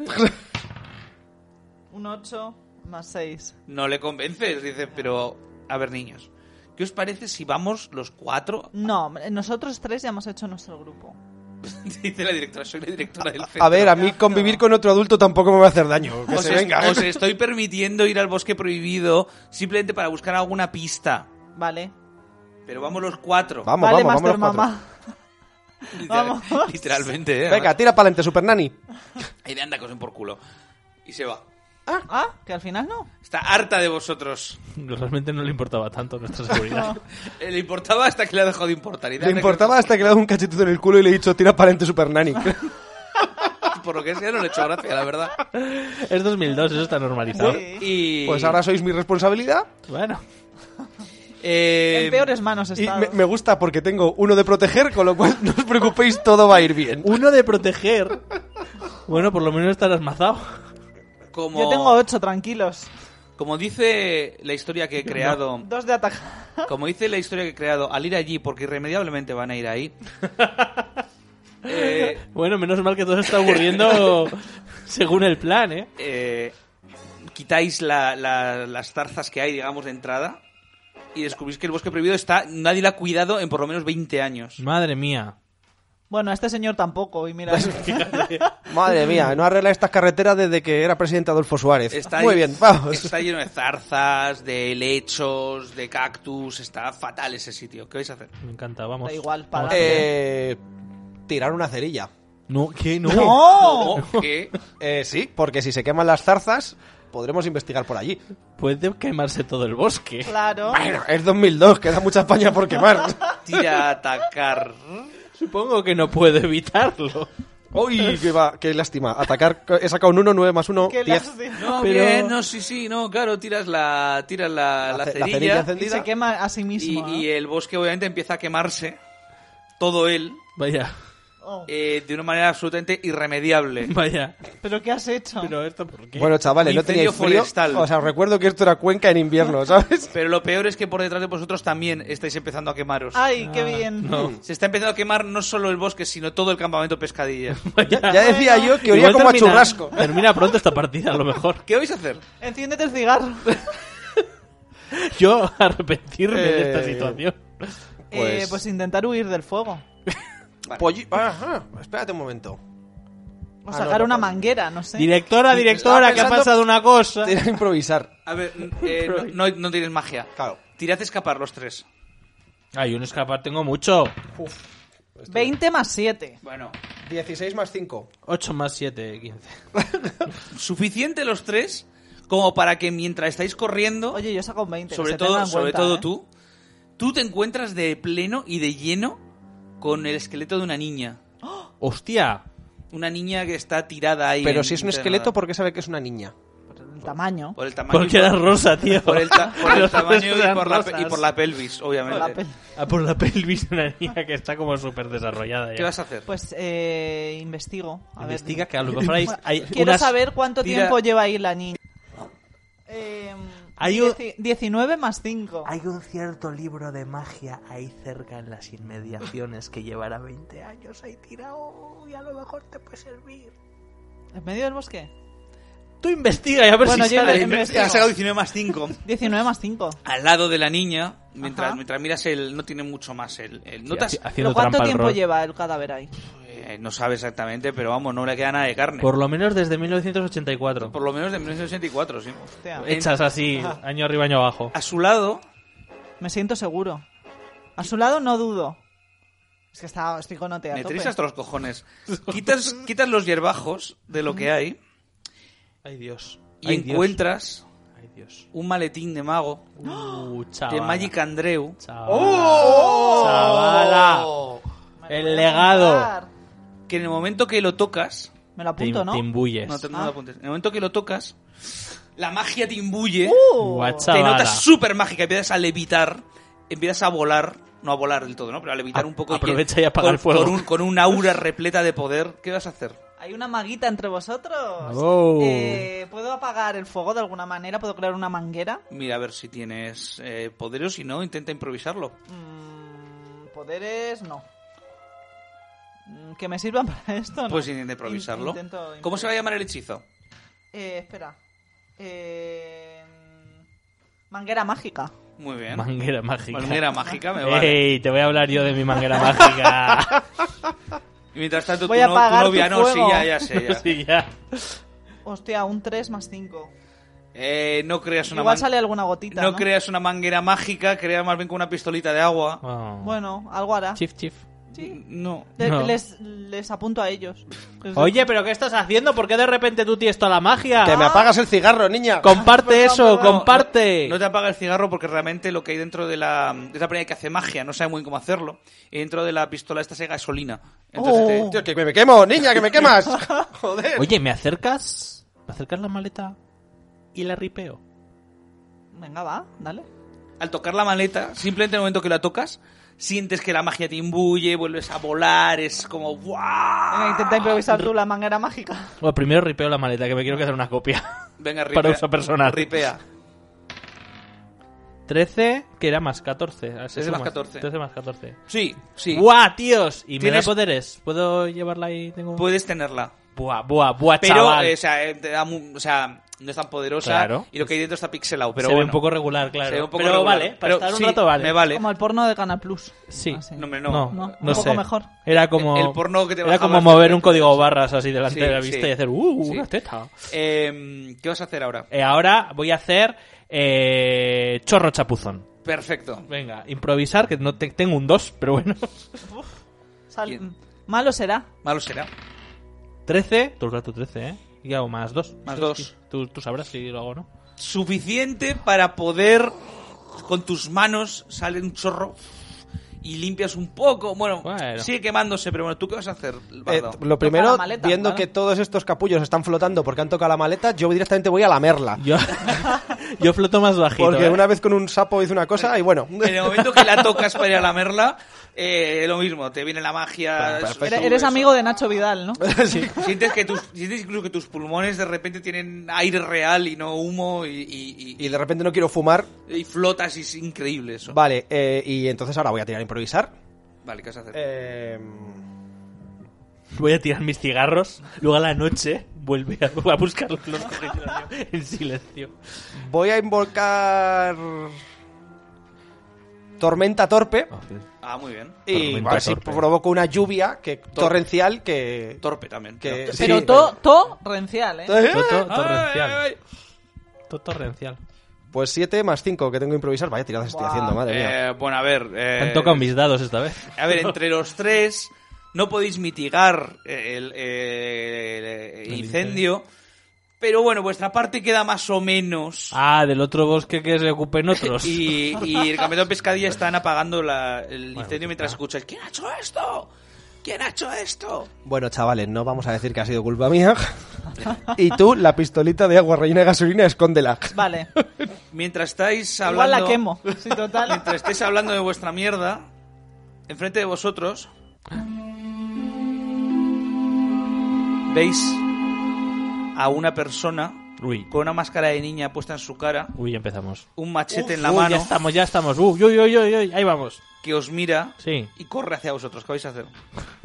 D: Un 8 más 6.
B: No le convences, dice, pero a ver, niños, ¿qué os parece si vamos los cuatro?
D: No, nosotros tres ya hemos hecho nuestro grupo.
B: Dice la directora, soy la directora del centro.
E: A ver, a mí convivir con otro adulto tampoco me va a hacer daño. Que
B: os,
E: se
B: es-
E: venga.
B: os estoy permitiendo ir al bosque prohibido simplemente para buscar alguna pista.
D: Vale.
B: Pero vamos los cuatro.
E: Vamos,
D: vale,
E: vamos,
D: Master
E: vamos los cuatro.
D: Mamá.
B: Literal-
D: vamos.
B: Literalmente, ¿eh?
E: Venga, tira para adelante, Super Nani.
B: Ahí de anda, cosen por culo. Y se va.
D: Ah, ah, que al final no.
B: Está harta de vosotros.
C: Realmente no le importaba tanto nuestra seguridad.
B: Eh, Le importaba hasta que le ha dejado de importar. Y de
E: Le
B: anda,
E: importaba hasta que le he dado un cachetito en el culo y le he dicho, tira para adelante, Super Nani.
B: cosen- Por lo que sea, no le he hecho gracia, la verdad.
C: Es 2002, eso está normalizado.
D: Sí.
B: Y.
E: Pues ahora sois mi responsabilidad.
C: Bueno,
B: eh,
D: en peores manos
E: Y
D: está.
E: me, me gusta porque tengo uno de proteger, con lo cual no os preocupéis, todo va a ir bien.
C: uno de proteger. Bueno, por lo menos estarás mazado.
B: como,
D: Yo tengo 8, tranquilos.
B: como dice la historia que he creado.
D: Dos de atacar.
B: Como dice la historia que he creado, al ir allí, porque irremediablemente van a ir ahí. eh,
C: Bueno, menos mal que todo está ocurriendo según el plan, ¿eh?
B: eh, quitáis la- la- las tarzas que hay, digamos, de entrada. Y descubrís que el bosque prohibido está. Nadie lo ha cuidado en por lo menos 20 años.
C: Madre mía.
D: Bueno, a este señor tampoco. Y mira,
E: Madre mía, no arregla estas carreteras desde que era presidente Adolfo Suárez.
B: Está
E: Muy
B: ahí-
E: bien, vamos.
B: Está lleno de zarzas, de lechos, de cactus. Está fatal ese sitio. ¿Qué vais a hacer?
C: Me encanta, vamos.
D: Da igual, para
C: Vamos.
E: Eh, tirar una cerilla.
C: No, ¿qué? No.
D: ¡No!
B: No, que
E: Eh, sí, porque si se queman las zarzas, podremos investigar por allí.
C: Puede quemarse todo el bosque.
D: Claro.
E: Bueno, es 2002, queda mucha España por quemar.
B: Tira a atacar.
C: Supongo que no puedo evitarlo.
E: ¡Uy! Qué, va- qué lástima. Atacar. He sacado un 1, 9 más 1.
D: Qué
E: 10.
D: lástima.
B: No,
C: Pero-
B: bien, no, sí, sí, no, claro, tiras la, tiras la, la
E: ce-
B: cerilla,
D: Y se quema a sí mismo.
B: y, y
D: ¿eh?
B: el bosque obviamente empieza a quemarse, todo él,
C: Vaya,
D: Oh,
B: eh, de una manera absolutamente irremediable.
C: vaya.
D: ¿Pero qué has hecho?
C: Pero esto por qué.
E: Bueno, chavales,
B: Un
E: no teníais
B: incendio
E: frío.
B: forestal.
E: O sea, os recuerdo que esto era Cuenca en invierno, ¿sabes?
B: Pero lo peor es que por detrás de vosotros también estáis empezando a quemaros.
D: Ay, qué bien.
B: Se está empezando a quemar no solo el bosque, sino todo el campamento pescadilla.
E: Ya, ya decía yo que olía
C: Igual
E: como
C: termina-
E: a churrasco.
C: Termina pronto esta partida, a lo mejor.
B: ¿Qué vais a hacer?
D: Enciéndete el cigarro.
C: Yo arrepentirme de esta
E: Eh,
C: situación.
D: Eh,
E: Pues-
D: pues intentar huir del fuego.
E: Polli- Ajá, espérate un momento.
D: O
E: Ah,
D: sacar
E: no,
D: una
E: no.
D: manguera, no sé.
C: Directora, directora,
E: directora, Estaba
C: que ha
E: pensando-
C: pasado una cosa.
E: Era improvisar.
B: A ver, n- eh, no, no- no tienes magia.
E: Claro.
B: Tirad a escapar los tres.
C: Hay un escapar, tengo mucho.
D: 20 más 7.
B: Bueno,
E: 16 más 5.
C: 8 más 7, 15.
B: suficiente los tres como para que mientras estáis corriendo,
D: Oye, yo saco un 20. que
B: sobre
D: se
B: todo,
D: tengan
B: sobre
D: cuenta,
B: todo
D: ¿eh?
B: tú, tú te encuentras de pleno y de lleno con el esqueleto de una niña.
C: Hostia.
B: Una niña que está tirada ahí.
E: Pero
B: en-
E: si es un
B: internada.
E: esqueleto, ¿por qué sabe que es una niña?
D: Por el tamaño.
B: Por el tamaño.
C: Porque
B: y
C: era
B: por-
C: rosa, tío.
B: por el, ta- por el tamaño y
C: Eran
B: por, la,
C: rosas.
B: pe- y por la pelvis, obviamente.
D: Por la pel-
C: Ah, por la pelvis de una niña que está como súper desarrollada.
B: ¿Qué vas a hacer?
D: Pues eh, investigo. A ver.
C: Investiga que a lo mejor hay, hay
D: Quiero
C: unas-
D: saber cuánto
B: tira-
D: tiempo lleva ahí la niña. Eh,
C: Hay un-
D: dieci- 19 más 5.
C: Hay un cierto libro de magia ahí cerca en las inmediaciones que llevará 20 años ahí tirado y a lo mejor te puede servir.
D: ¿En medio del bosque?
C: Tú investiga y a ver
D: Bueno,
C: si
D: yo
C: sale.
D: inve- investigo.
B: Ha sacado 19 más 5.
D: 19 más 5.
B: Al lado de la niña, mientras,
D: Ajá.
B: mientras miras el... No tiene mucho más el... el- no, te has-
D: ¿Pero cuánto tiempo lleva el cadáver ahí?
B: eh, no sabe exactamente, pero vamos, no le queda nada de carne. Por,
C: Por lo menos desde 1984.
B: lo menos de 1984, sí.
D: Hostia,
B: Eh.
C: Hechas así, año arriba, año abajo.
B: A su lado,
D: me siento seguro. A su lado no dudo. Es que está, estoy con OT a
B: me
D: tope.
B: trisas hasta los cojones. Quitas, quitas los hierbajos de lo que hay
C: Ay Dios.
B: y encuentras
C: Ay Dios.
B: un maletín de mago
C: Uh,
B: ¡Oh!
C: chaval.
B: de Magic ¡Oh! Andreu.
C: Chavala. Chavala.
D: Me lo
C: El
D: voy a
C: legado.
D: apuntar.
B: Que en el momento que lo tocas...
D: Me lo
C: Te,
D: apunto, ¿no?
C: te imbuyes.
B: No, te-
D: Ah.
B: no lo apuntes. En el momento que lo tocas, la magia te imbuye.
D: Uh,
C: Guau,
B: Te
C: chavala.
B: notas súper mágica, empiezas a levitar, empiezas a volar, no a volar del todo, ¿no? Pero a levitar
C: A-
B: un poco.
C: Ah, aprovecha y apaga
B: con-
C: el fuego.
B: Con un, con un aura repleta de poder. ¿Qué vas a hacer?
D: Hay una maguita entre vosotros.
C: Oh.
D: Eh, ¿Puedo apagar el fuego de alguna manera? ¿Puedo crear una manguera?
B: Mira a ver si tienes eh, poder o si no, intenta improvisarlo.
D: Mm, poderes, no. Mm, Que me sirvan para
C: Ah,
D: esto, ¿no?
B: Pues intenta improvisarlo.
D: In- intento
B: ¿Cómo se va a
D: improvisar.
B: llamar el hechizo?
D: Eh, espera. Eh, mm, manguera mágica.
B: Muy bien.
C: Manguera mágica. Eh.
B: Manguera mágica, me vale.
C: Ey, te voy a hablar yo de mi manguera mágica.
B: Y mientras tanto,
D: Voy
B: tu,
D: a
B: no-
D: apagar
B: tu
D: tu
B: novia, no, sí,
D: fuego.
B: ya, ya sé. ya.
C: Sí, ya.
D: Hostia, un 3 más 5.
B: Eh, no creas una
D: Igual
B: man-
D: sale alguna gotita.
B: no
D: No,
B: creas una manguera mágica, crea más bien con una pistolita de agua.
C: Oh.
D: Bueno, algo hará.
C: Chif, chif.
D: Sí.
B: No.
D: Le-
C: No.
D: Les, les apunto a ellos. Les-
C: Oye, pero ¿qué estás haciendo? ¿Por qué de repente tú tienes toda la magia?
E: Que me apagas el cigarro, niña.
C: Comparte
B: No,
C: eso,
B: no,
C: comparte.
B: No, te apaga el cigarro porque realmente lo que hay dentro de la. Es la primera que hace magia, no sabe muy bien cómo hacerlo. Y dentro de la pistola esta es gasolina. Entonces te-
D: Oh.
E: Tío, que me quemo, niña, que me quemas. Joder.
C: Oye, ¿me acercas? ¿Me acercas la maleta y la ripeo?
D: Venga, va, dale.
B: al tocar la maleta, simplemente en el momento que la tocas, sientes que la magia te imbuye, vuelves a volar, es como. ¡guau!
D: Venga, intenta improvisar tú la manguera mágica.
C: Bueno, primero ripeo la maleta, que me quiero hacer una copia.
B: Venga, ripea.
C: Para uso personal.
B: Ripea.
C: 13, que era más 14. a ver, se
B: 13 más
C: suma.
B: 14.
C: 13 más 14.
B: Sí, sí.
C: ¡Buah, tíos! ¿Y me da
B: Tienes-
C: poderes? ¿Puedo llevarla ahí? Tengo...
B: Puedes tenerla.
C: Buah, buah, buah,
B: Pero,
C: Ah, chaval.
B: eh, o sea, eh, te da mu- o sea, no es tan poderosa.
C: Claro.
B: Y lo que hay dentro está pixelado. Pero
C: se ve
B: bueno,
C: un poco regular, claro.
B: se ve un poco
C: pero
B: regular.
C: vale, para
B: Pero
C: estar un
B: sí,
C: rato vale.
B: Me vale.
D: Como el porno de Canal Plus.
C: Sí.
D: Así.
B: No, hombre,
C: No, no,
D: No, un poco
C: sé.
D: mejor.
C: Era como,
B: El- el porno que te
C: era
B: bajaba
C: como
B: el-
C: mover un código barras así delante
B: Sí,
C: de la
B: sí.
C: vista y hacer ¡uh,
B: Sí.
C: una teta!
B: Eh, ¿Qué vas a hacer ahora?
C: Eh, ahora voy a hacer eh, chorro chapuzón.
B: Perfecto.
C: Venga, improvisar, que no te- tengo un 2, pero bueno.
D: Sal-
B: Bien.
D: Malo será.
B: Malo será.
C: 13, tú gato 13, ¿eh? Y hago más 2.
B: Más dos.
C: Tú, tú sabrás si lo hago o no.
B: Suficiente para poder con tus manos sale un chorro y limpias un poco. Bueno,
C: Bueno.
B: sigue quemándose, pero bueno, ¿tú qué vas a hacer,
E: Eh,
B: Bardo?
E: lo primero,
D: la maleta,
E: viendo
D: claro.
E: que todos estos capullos están flotando porque han tocado la maleta, yo directamente voy a lamerla.
C: Yo, yo floto más bajito.
E: Porque
C: ¿eh?
E: una vez con un sapo hice una cosa y bueno.
B: En el momento que la tocas para ir a lamerla, eh, lo mismo, te viene la magia. su-
E: Claro, perfecto.
D: Eres,
B: su-
D: eres
B: Pues eso.
D: amigo de Nacho Vidal, ¿no?
E: Sí.
B: Sientes que tus, sientes incluso que tus pulmones de repente tienen aire real y no humo y, y-
E: Y de repente no quiero fumar.
B: y- y flotas y es increíble eso.
E: Vale, eh, y entonces ahora voy a tirar a improvisar.
B: Vale, ¿qué vas a hacer?
E: Eh,
C: Voy a tirar mis cigarros, luego a la noche vuelve a, voy a buscar los cogidos en silencio.
E: voy a invocar. Tormenta torpe.
B: Ah, muy bien.
E: Y
C: Tormenta
E: a ver si
C: torpe.
E: provoco una lluvia que, torrencial que.
B: Torpe también.
E: que-
B: Pero-
E: sí.
D: Pero to, to rencial, ¿eh?
E: Eh,
C: Toto
B: Ay,
C: torrencial.
B: ay, ay.
C: Todo torrencial.
E: Pues 7 más 5 que tengo que improvisar. Vaya tiradas estoy
D: Buah.
E: haciendo, madre mía.
B: Eh, bueno, a ver. eh,
C: Han tocado mis dados esta vez.
B: A ver, entre los tres no podéis mitigar el, eh, el incendio, pero bueno, vuestra parte queda más o menos.
C: Ah, pues. del otro bosque que se ocupen otros.
B: Y, y el campeón de pescadilla están apagando la- el
C: Bueno,
B: incendio mientras
C: ya.
B: escuchas ¿Quién ha hecho esto? ¿Quién ha hecho esto?
E: Bueno, chavales, no vamos a decir que ha sido culpa mía. y tú, la pistolita de agua rellena de gasolina, escóndela.
D: Vale.
B: Mientras estáis hablando...
D: Igual la quemo. Sí, total.
B: Mientras estáis hablando de vuestra mierda, enfrente de vosotros, veis a una persona
C: Uy,
B: con una máscara de niña puesta en su cara,
C: uy, empezamos.
B: un machete en la
C: Uy,
B: mano,
C: Ya estamos, ya estamos. Uy, uy, uy, uy, uy, ahí vamos.
B: que os mira
C: Sí.
B: y corre hacia vosotros. ¿Qué vais a hacer?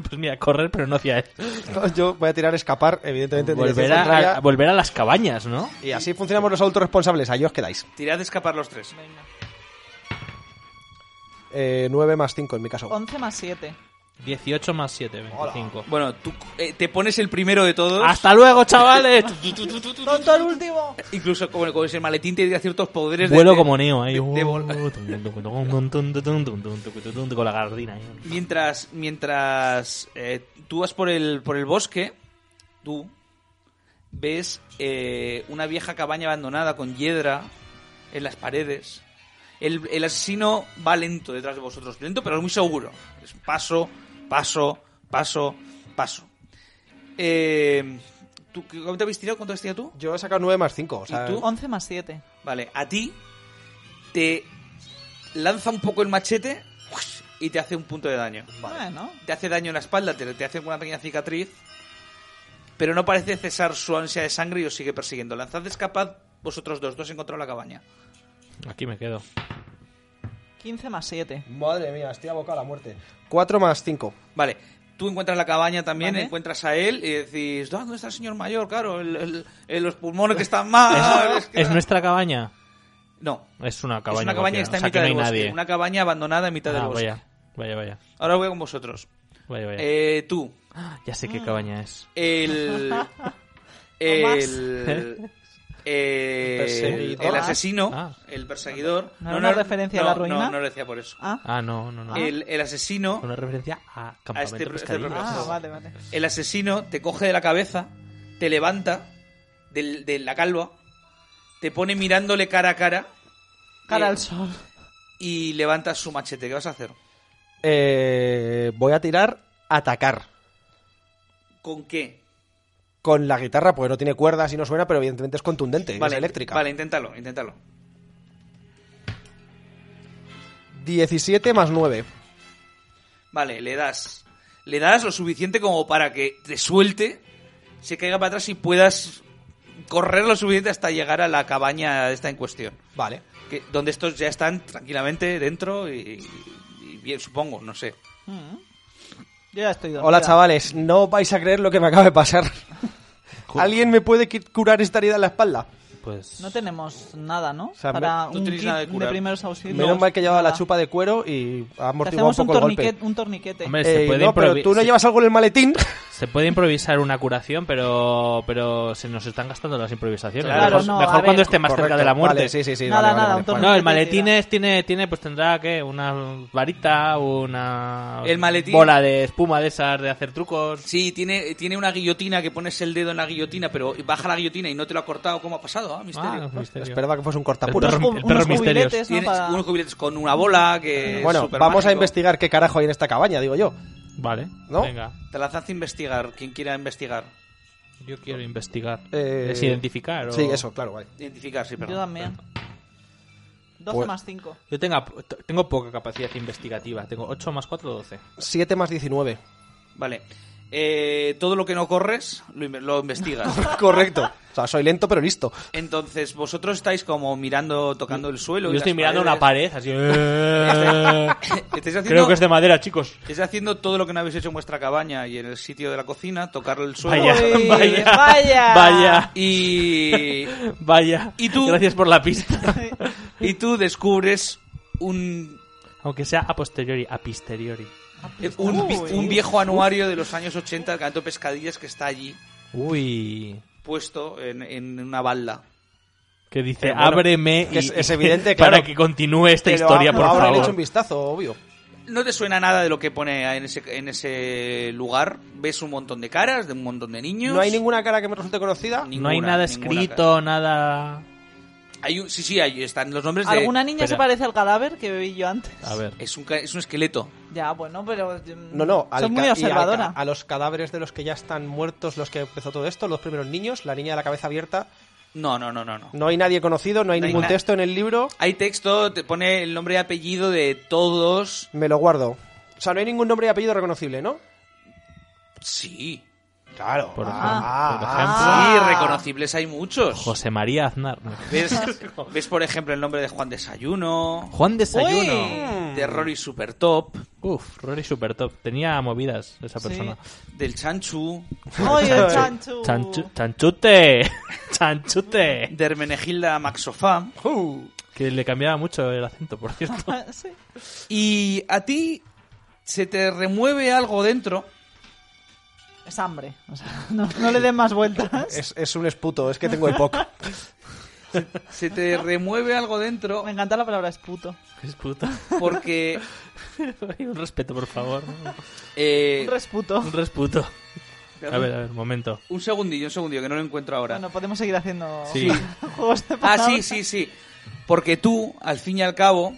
C: Pues mira, correr, pero no hacia él.
E: Yo voy a tirar escapar, evidentemente. en dirección
C: Volver a,
E: contraria.
C: a- volver a las cabañas, ¿no?
E: Y así funcionamos los adultos responsables. Ahí os quedáis.
B: Tirad de escapar los tres.
E: Eh, 9 más 5 en mi caso.
D: 11 más 7.
C: 18 más 7, 25.
B: Bueno, tú eh, te pones el primero de todos.
C: ¡Hasta luego, chavales!
D: ¡Tonto al último!
B: Incluso con, con ese maletín te diría ciertos poderes de-
C: Vuelo
B: de...
C: como Neo ahí.
B: este- de- de vol-
C: Con la gardina ahí.
B: Mientras, mientras eh, tú vas por el, por el bosque, tú ves eh, una vieja cabaña abandonada con hiedra en las paredes. El, el asesino va lento detrás de vosotros, lento pero muy seguro. Es paso, paso, paso, paso. Eh, ¿tú, qué- ¿Cuánto habéis tirado? ¿Cuánto has tirado tú?
E: Yo he sacado 9 más 5. O sea,
B: ¿Y tú?
D: 11 más 7.
B: Vale, a ti te lanza un poco el machete y te hace un punto de daño
D: Bueno.
B: te hace daño en la espalda, te, te hace una pequeña cicatriz, pero no parece cesar su ansia de sangre y os sigue persiguiendo. Lanzad de escapad vosotros dos, dos encontrado la cabaña.
C: Aquí me quedo.
D: 15 más 7.
E: Madre mía, estoy abocado a la muerte. 4 más 5.
B: Vale, tú encuentras la cabaña también,
D: Vale.
B: encuentras a él y decís, "Ah, ¿dónde está el señor mayor? Claro, el- el- el- los pulmones que están mal. es que-
C: ¿Es nuestra cabaña?
B: No,
C: Es una cabaña.
B: es una cabaña que está
C: cualquiera,
B: en mitad del
C: o sea, que no hay
B: bosque,
C: nadie.
B: una cabaña abandonada en mitad del
C: Ah,
B: bosque.
C: vaya, vaya, vaya.
B: Ahora voy con vosotros.
C: Vaya, vaya.
B: Eh, tú,
C: ya sé qué cabaña es.
B: el... El... El,
E: Perseguidor.
B: el asesino,
C: Ah.
B: el perseguidor.
D: ¿No era una referencia a la
B: no,
D: ruina?
B: No, no lo decía por eso.
D: Ah,
C: Ah, no, no, no.
B: El, el asesino,
C: Una referencia a
B: a este-
C: Campamento
B: este
C: Pescadilla.
B: programa.
D: ah vale, vale.
B: el asesino te coge de la cabeza, te levanta del- de la calva, te pone mirándole cara a cara
D: Cara
B: eh,
D: al sol.
B: y levantas su machete. ¿Qué vas a hacer?
E: Eh, voy a tirar atacar.
B: ¿Con qué?
E: Con la guitarra, porque no tiene cuerdas y no suena, pero evidentemente es contundente. es eléctrica.
B: Vale, inténtalo, inténtalo.
E: 17 más 9.
B: Vale, le das. Le das lo suficiente como para que te suelte, se caiga para atrás y puedas correr lo suficiente hasta llegar a la cabaña esta en cuestión.
E: Vale.
B: que- donde estos ya están tranquilamente dentro y, y bien, supongo, no sé.
D: Mm. Yo ya estoy dormida.
E: Hola chavales, no vais a creer lo que me acaba de pasar. ¿Alguien me puede qui- curar esta herida en la espalda?
C: Pues.
D: No tenemos nada, ¿no?
E: sea,
D: Para
B: me- no
D: un
B: tenéis
D: kit
B: nada de
D: de,
B: curar.
D: primeros auxilios.
E: Menos mal que llevaba la
D: Nada.
E: chupa de cuero y ha
D: Te
E: amortiguado un
D: hacemos un,
E: poco el golpe.
D: torniquete- un torniquete.
C: Hombre, se
E: Eh,
C: puede
E: no, pero
C: improvi-
E: tú no
C: se-
E: llevas algo en el maletín.
C: Se puede improvisar una curación, pero, pero se nos están gastando las improvisaciones.
D: Claro,
C: mejor
D: no, a
C: mejor
D: ver.
C: cuando esté más cerca
E: Correcto,
C: de la muerte.
E: vale, sí, sí, sí.
D: Nada,
E: vale, vale,
D: nada,
E: vale,
D: un torno.
E: vale.
C: No, el maletín es- tiene, tiene, pues tendrá que una varita, una
B: El maletín-
C: bola de espuma de esas de hacer trucos.
B: Sí, tiene, tiene una guillotina que pones el dedo en la guillotina, pero baja la guillotina y no te lo ha cortado. ¿Cómo ha pasado? Ah, misterio.
C: Ah,
E: pues
C: misterio.
E: Esperaba que fuese un
C: El
E: cortapuros.
C: perro-
D: ju-
C: el perro misterios.
D: jubiletes, ¿no?
B: Tienes
D: Para-
B: unos jubiletes con una bola que. es
E: Eh, Bueno,
B: supermágico.
E: vamos a investigar qué carajo hay en esta cabaña, digo yo.
C: Vale,
E: ¿No?
C: venga.
B: Te lanzas a investigar, quien quiera investigar.
C: Yo quiero investigar.
E: Eh,
C: ¿Es identificar o...?
E: Sí, eso, claro, vale.
B: Identificar, sí,
D: Yo
B: perdón.
D: también. 12
E: Pues-
D: más 5.
C: Yo tenga, t- tengo poca capacidad investigativa. Tengo 8 más 4, 12.
E: 7 más 19.
B: Vale. Eh, todo lo que no corres, lo, inve- lo investigas.
E: Correcto. O sea, soy lento pero listo.
B: Entonces, vosotros estáis como mirando, tocando el suelo.
C: Yo
B: y
C: estoy
B: las
C: mirando una
B: paredes.
C: pared así... eh. Creo
B: Estáis haciendo,
C: que es de madera, chicos.
B: estáis haciendo todo lo que no habéis hecho en vuestra cabaña y en el sitio de la cocina, tocar el suelo.
C: Vaya,
D: Uy,
C: vaya,
D: vaya.
C: vaya,
B: Y,
C: vaya.
B: ¿Y tú?
C: Gracias por la pista.
B: y tú descubres un, eh,
C: Aunque sea a posteriori, a posteriori.
B: un,
D: Uy.
B: un viejo anuario de los años 80, el canto de pescadillas, que está allí,
C: Uy.
B: puesto en, en una balda.
C: Que dice,
E: Pero bueno,
C: ábreme
E: que
C: y-
E: es- es evidente,
C: para
E: claro.
C: que continúe esta
E: Pero
C: historia,
E: a-
C: por
E: ahora le
C: favor.
E: echo un vistazo, obvio.
B: No te suena nada de lo que pone en ese, en ese lugar. Ves un montón de caras, de un montón de niños.
E: No hay ninguna cara que me resulte conocida.
B: Ninguna,
C: no hay nada
B: ninguna
C: escrito, nada...
B: cara. Hay un- sí, sí, ahí están los nombres de...
D: ¿Alguna niña se
C: espera. Ah.
D: parece al cadáver que vi yo antes?
C: A ver.
B: Es un, ca- es un esqueleto.
D: Ya, bueno, pero. mm,
E: No, no, al
D: Soy muy
E: ca- y al
D: observadora.
E: ca- a los cadáveres de los que ya están muertos, los que empezó todo esto, los primeros niños, la niña de la cabeza abierta.
B: No, no, no, no, no.
E: No hay nadie conocido, no hay
B: No hay
E: ningún
B: na-
E: texto en el libro.
B: Hay texto, te pone el nombre y apellido de todos.
E: Me lo guardo. O sea, no hay ningún nombre y apellido reconocible, ¿no?
B: Sí.
E: Claro.
C: Por
F: Ah,
C: ejemplo. Por ejemplo.
B: Sí,
D: Ah.
B: reconocibles hay muchos.
C: José María Aznar.
B: ¿Ves, ves, por ejemplo, el nombre de Juan Desayuno,
C: Juan Desayuno.
D: Uy.
B: de Rory Supertop,
C: Uf, Rory super top. Tenía movidas esa
D: Sí.
C: persona.
B: del Chanchu,
D: ¡Ay, el chanchu!
C: Chanchu- chanchute. chanchute.
B: de Hermenegilda Maxofá.
C: Que le cambiaba mucho el acento, por cierto.
D: Sí.
B: Y a ti se te remueve algo dentro.
D: Es hambre. O sea, no, no le den más vueltas.
E: Es, es un esputo, es que tengo el POC.
B: Se te remueve algo dentro
D: Me encanta la palabra esputo.
C: Es puta.
B: porque...
C: Un respeto, por favor.
B: eh,
D: Un resputo.
C: Un resputo. A ver, a ver, momento.
B: Un segundillo, un segundillo, que no lo encuentro ahora.
D: Bueno, podemos seguir haciendo
C: Sí.
D: juegos de
B: Ah,
D: palabras.
B: sí, sí, sí. Porque tú, al fin y al cabo,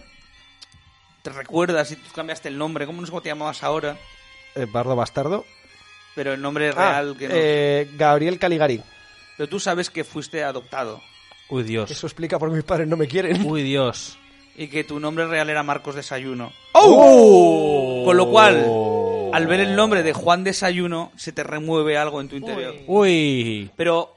B: te recuerdas y tú cambiaste el nombre. ¿Cómo no sé cómo te llamabas ahora?
E: bardo bastardo.
B: Pero el nombre real que no.
E: Ah, eh, Gabriel Caligari.
B: Pero tú sabes que fuiste adoptado.
C: Uy, Dios.
E: Eso explica por qué mis padres no me quieren.
C: Uy, Dios.
B: Y que tu nombre real era Marcos Desayuno.
E: ¡Oh!
B: Con lo cual, al ver el nombre de Juan Desayuno, se te remueve algo en tu interior.
D: Uy.
C: Uy.
B: Pero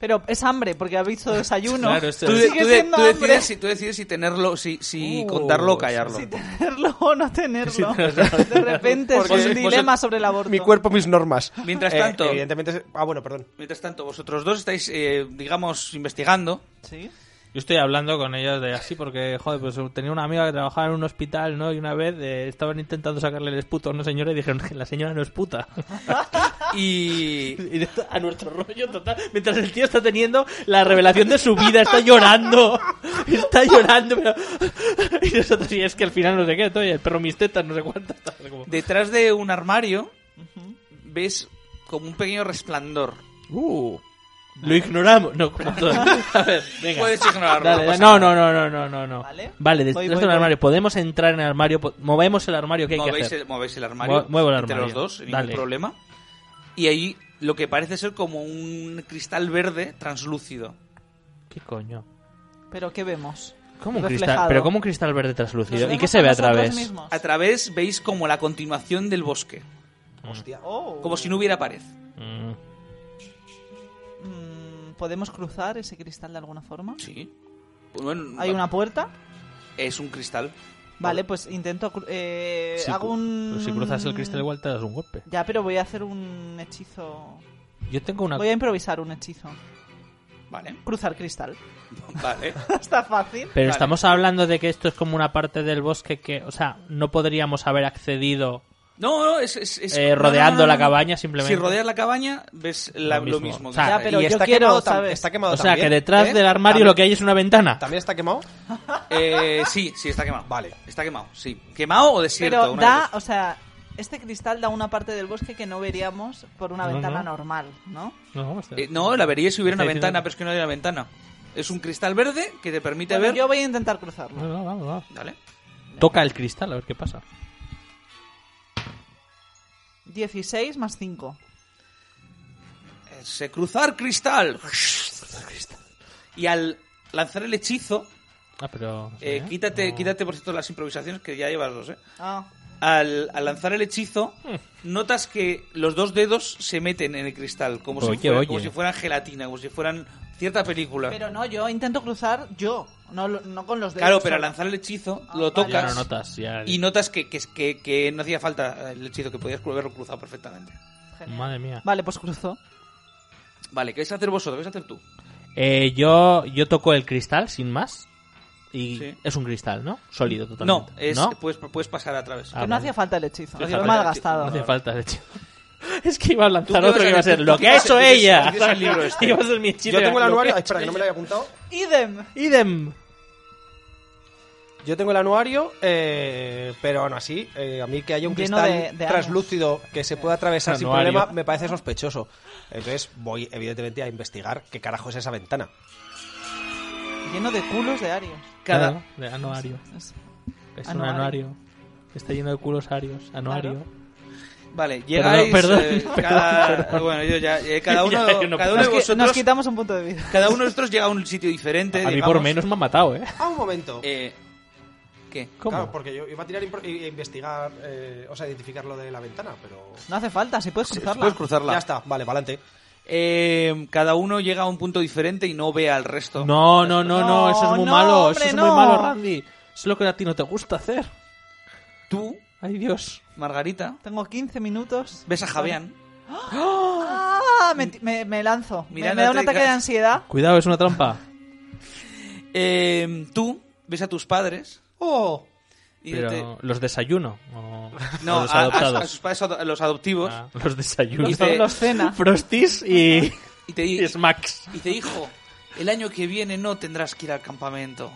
D: Pero es hambre, porque ha visto desayuno.
C: Claro, esto
B: tú,
C: es-
B: de-
D: Sigue
B: tú de-
D: siendo
B: tú
D: hambre.
B: decides si, tú decides si tenerlo, si, si
C: Uh,
B: contarlo o callarlo.
D: Si tenerlo o no tenerlo.
C: Sí, tenerlo.
D: de repente es
E: Porque-
D: un dilema sobre el aborto.
E: Mi cuerpo, mis normas.
B: Mientras
E: Eh,
B: tanto-
E: evidentemente. es- Ah, bueno, perdón.
B: Mientras tanto, vosotros dos estáis, eh, digamos, investigando.
D: Sí.
C: Yo estoy hablando con ellos de así porque, joder, pues tenía una amiga que trabajaba en un hospital, ¿no? Y una vez eh, estaban intentando sacarle el esputo a una señora y dijeron que la señora no es puta.
B: Y,
C: Y de- a nuestro rollo total. Mientras el tío está teniendo la revelación de su vida, está llorando. Está llorando, pero... Y nosotros, y es que al final no sé qué, todo, y el perro mis tetas, no sé cuántas. tal, como-
B: Detrás de un armario ves como un pequeño resplandor.
C: Uh, lo ignoramos. No, como todo. a ver, venga.
B: Puedes ignorarlo. no
C: Dale, dale.
B: pasa
C: no,
B: nada.
C: no, no, no, no, no, no.
D: Vale.
C: Vale,
D: Voy,
C: detrás
D: voy,
C: del
D: voy.
C: armario. Podemos entrar en el armario. po- Movemos el armario que hay que
B: Movéis
C: hacer.
B: el, movéis el armario
C: Mu- muevo el
B: entre los
C: armario.
B: dos, sin ningún
C: Dale.
B: problema. Y ahí lo que parece ser como un cristal verde translúcido.
C: ¿Qué coño?
D: Pero ¿qué vemos?
C: ¿Cómo un
D: Reflejado.
C: cristal? Pero ¿cómo un cristal verde translúcido?
D: Nos
C: ¿Y qué
D: vemos
C: se ve a
D: nosotros
C: través?
D: mismos.
B: A través veis como la continuación del bosque,
E: Hostia.
D: Oh.
B: como si no hubiera pared.
C: Mm,
D: Mm, ¿Podemos cruzar ese cristal de alguna forma?
B: Sí. Bueno,
D: ¿Hay una puerta?
B: Es un cristal.
D: Vale, pues intento... cru- Eh,
C: si
D: hago
C: cru- pues
D: un...
C: si cruzas el cristal igual te das un golpe.
D: Ya, pero voy a hacer un hechizo...
C: Yo tengo una...
D: Voy a improvisar un hechizo.
B: Vale.
D: Cruzar cristal.
B: Vale.
D: Está fácil.
C: Pero
B: Vale.
C: estamos hablando de que esto es como una parte del bosque que, o sea, no podríamos haber accedido
B: No, no, es... es- es-
C: Eh,
B: no, no,
C: rodeando
B: no, no,
C: la
B: no.
C: cabaña simplemente.
B: Si rodeas la cabaña, ves la-
C: Lo
B: lo
C: mismo.
B: mismo.
C: O sea,
D: Ya, pero
E: y
D: yo
E: está
D: quiero,
E: quemado, tam-
D: ¿sabes?
E: está quemado
C: o sea,
E: también,
C: que detrás
E: ¿eh?
C: del armario
E: También-
C: lo que hay es una ventana.
E: ¿También está quemado?
B: Eh, sí, sí, está quemado. Vale. Está quemado, sí. ¿Quemado o desierto?
D: Pero
B: una de
D: da,
B: dos.
D: o sea, este cristal da una parte del bosque que no veríamos por una
C: No,
D: ventana
C: no.
D: normal, ¿no?
C: No, este-
B: Eh,
C: está-
B: no, la vería si hubiera
C: Está
B: una
C: diciendo-
B: ventana, pero es que no hay una ventana. Es un cristal verde que te permite
D: Bueno,
B: ver...
D: yo voy a intentar cruzarlo.
C: No, no, vamos, vamos.
B: Dale.
C: Toca el cristal a ver qué pasa.
D: 16 más 5.
B: Eh, Se cruzar cristal. Y al lanzar el hechizo,
C: Ah, pero.
B: eh,
C: ¿sí?
B: quítate,
C: No.
B: quítate por cierto las improvisaciones que ya llevas dos, eh.
D: Ah,
B: Al, al lanzar el hechizo, notas que los dos dedos se meten en el cristal, como, si,
C: Oye,
B: fuera-
C: oye.
B: como si fueran gelatina, como si fueran cierta película.
D: pero no, yo intento cruzar yo, no, lo- no con los dedos.
B: claro, pero al
D: solo.
B: lanzar el hechizo,
D: Ah,
B: lo
D: vale.
B: tocas
C: Ya no notas. Ya...
B: y notas que, que, que- que no hacía falta el hechizo, que podías haberlo cruzado perfectamente.
D: Genial.
C: Madre mía.
D: Vale, pues cruzo.
B: Vale, ¿qué vais a hacer vosotros? ¿Qué vais a hacer tú?
C: Eh, yo, yo toco el cristal sin más. Y
B: Sí.
C: es un cristal, ¿no? Sólido
B: No,
C: totalmente.
B: es,
C: ¿No?
B: Puedes, puedes pasar a través.
C: Ah,
D: que
C: vale.
D: no hacía falta el hechizo,
B: No
D: lo
B: hacía
D: he
B: falta el
C: No
D: malgastado.
C: hace
B: hechizo.
C: falta, de hecho. Es que iba a lanzar
B: ¿Tú qué
C: otro
B: vas
C: que
B: a
C: iba a
B: decir?
C: ser
B: ¿Tú
C: lo
B: qué
C: que ha
B: vas a
C: hecho
B: decir?
C: ella.
B: ¿Tú qué es el libro este?
C: Iba a ser mi chiste.
E: Yo tengo el
C: Lo que
E: anuario.
C: ha
E: ay,
C: hecho
E: espera, que no me lo
C: ella.
E: había apuntado.
D: Idem.
C: Idem.
E: Yo tengo el anuario, eh, pero aún así, eh, a mí que haya un
D: Lleno
E: cristal
D: de- de años.
E: translúcido que se pueda atravesar sin
C: Anuario.
E: problema me parece sospechoso. Entonces voy, evidentemente, a investigar qué carajo es esa ventana.
D: Lleno de culos de Arios.
B: Cada,
C: Claro, de anuario.
D: Es-
C: Es
D: Anuario.
C: un anuario. Está lleno de culos arios. Anuario.
B: Vale, llegáis.
C: Perdón,
B: eh,
C: perdón,
B: cada,
C: perdón.
B: Bueno, yo ya. eh, cada uno,
C: Ya, yo no
B: cada
C: puedo.
B: uno de
D: Nos, qui- nos
B: vosotros.
D: quitamos un punto de vida.
B: Cada uno de nosotros llega a un sitio diferente.
C: A mí
B: Eh, digamos.
C: por menos me han matado, ¿eh?
E: Ah, un momento.
B: Eh, ¿Qué?
C: ¿Cómo?
E: Claro, porque yo iba a tirar impro- e investigar, eh, o sea, identificar lo de la ventana, pero.
D: No hace falta, si puedes cruzarla.
B: Puedes cruzarla.
E: Ya está, vale, pa'lante.
B: Eh, cada uno llega a un punto diferente y no ve al resto.
C: No, no, no, no, eso es muy
D: No,
C: malo,
D: hombre,
C: eso es muy
D: no.
C: malo, Randy. Eso es lo que a ti no te gusta hacer.
B: Tú,
C: Ay, Dios.
B: Margarita,
D: Tengo 15 minutos.
B: ves a Javián.
D: Ah, me, me- me lanzo. Me- Me,
B: Mirándote
D: da un ataque
B: ca-
D: de ansiedad.
C: Cuidado, es una trampa.
B: Eh, tú, ves a tus padres.
E: ¡Oh!
B: Y te-
C: Pero los desayuno o, o
B: No,
C: los
B: a, a-
C: adoptados.
B: a sus padres ado- a los adoptivos.
C: Ah, los desayunos.
B: Y te-
D: Los cena.
C: Frostis y,
B: Y te di-
C: y Smacks.
B: y te dijo: El año que viene no tendrás que ir al campamento.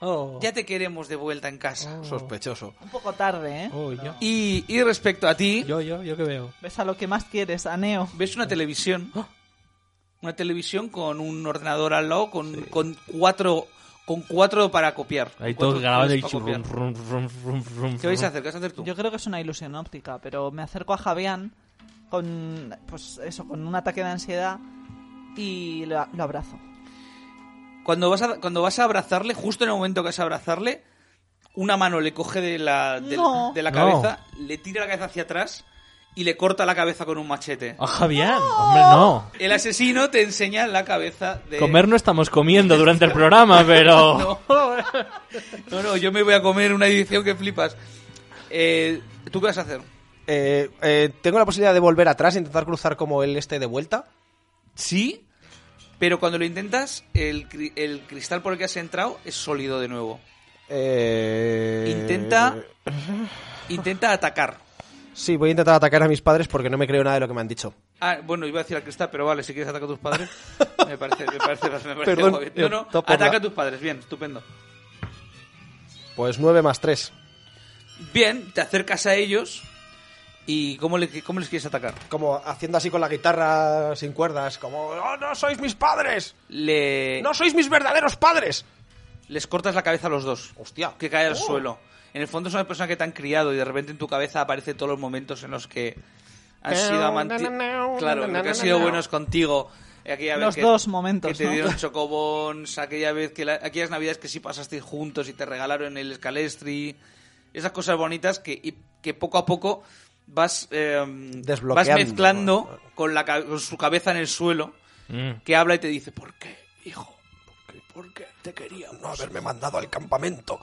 C: Oh.
B: Ya te queremos de vuelta en casa.
E: Sospechoso.
D: Un poco tarde, ¿eh?
C: Oh, yo.
B: Y, y respecto a ti,
C: yo, yo, yo que veo.
D: Ves a lo que más quieres, a Neo.
B: ves una televisión.
C: ¿Ah?
B: Una televisión con un ordenador al lado, con, con cuatro con cuatro para copiar.
C: Ahí
B: Cuatro
C: todos grabando y
B: para copiar.
C: churrum, rum, rum, rum, rum,
B: ¿Qué vais a
C: rum.
B: hacer? ¿Qué vas a hacer tú?
D: Yo creo que es una ilusión óptica, pero me acerco a Javián con, pues eso, con un ataque de ansiedad y lo, lo abrazo.
B: Cuando vas, a, cuando vas a abrazarle, justo en el momento que vas a abrazarle, una mano le coge de la, del-
D: No.
B: de la
C: No.
B: cabeza, le tira la cabeza hacia atrás y le corta la cabeza con un machete.
C: ¡Ah, Javián! ¡Hombre, no!
B: El asesino te enseña la cabeza de...
C: Comer no estamos comiendo durante el programa, pero...
B: No. no, no, yo me voy a comer una edición que flipas. Eh, ¿Tú qué vas a hacer?
E: Eh, eh, tengo la posibilidad de volver atrás, e intentar cruzar como el este de vuelta.
B: Sí, pero cuando lo intentas, el, cri- el cristal por el que has entrado es sólido de nuevo.
E: Eh...
B: Intenta, intenta atacar.
E: Sí, voy a intentar atacar a mis padres porque no me creo nada de lo que me han dicho.
B: Ah, bueno, iba a decir al cristal, pero vale, si quieres atacar a tus padres, me parece, me parece, me parece
E: Perdón,
B: guay. No, no,
E: top por
B: ataca
E: la-
B: a tus padres, bien, estupendo.
E: Pues 9 más 3.
B: Bien, te acercas a ellos y ¿cómo, le- cómo les quieres atacar?
E: Como haciendo así con la guitarra sin cuerdas, como ¡Oh, no sois mis padres!
B: Le,
E: ¡No sois mis verdaderos padres!
B: les cortas la cabeza a los dos.
E: Hostia.
B: que
C: Oh.
B: cae al suelo. En el fondo es una persona que te han criado y de repente en tu cabeza aparece todos los momentos en los que han sido amantes. Claro, en los que han sido buenos contigo. Eh, Aquella vez
D: Los
B: que-
D: dos momentos,
B: Que te
D: ¿no?
B: dieron chocobons, aquella vez que la- aquellas navidades que sí pasasteis juntos y te regalaron el escalestri. Esas cosas bonitas que, y- que poco a poco vas, eh, vas
E: Desbloqueando.
B: mezclando con, la, ca- con su cabeza en el suelo
C: Mm.
B: que habla y te dice, ¿por qué, hijo? ¿Por qué? ¿Por qué? Te quería.
F: No haberme mandado al campamento.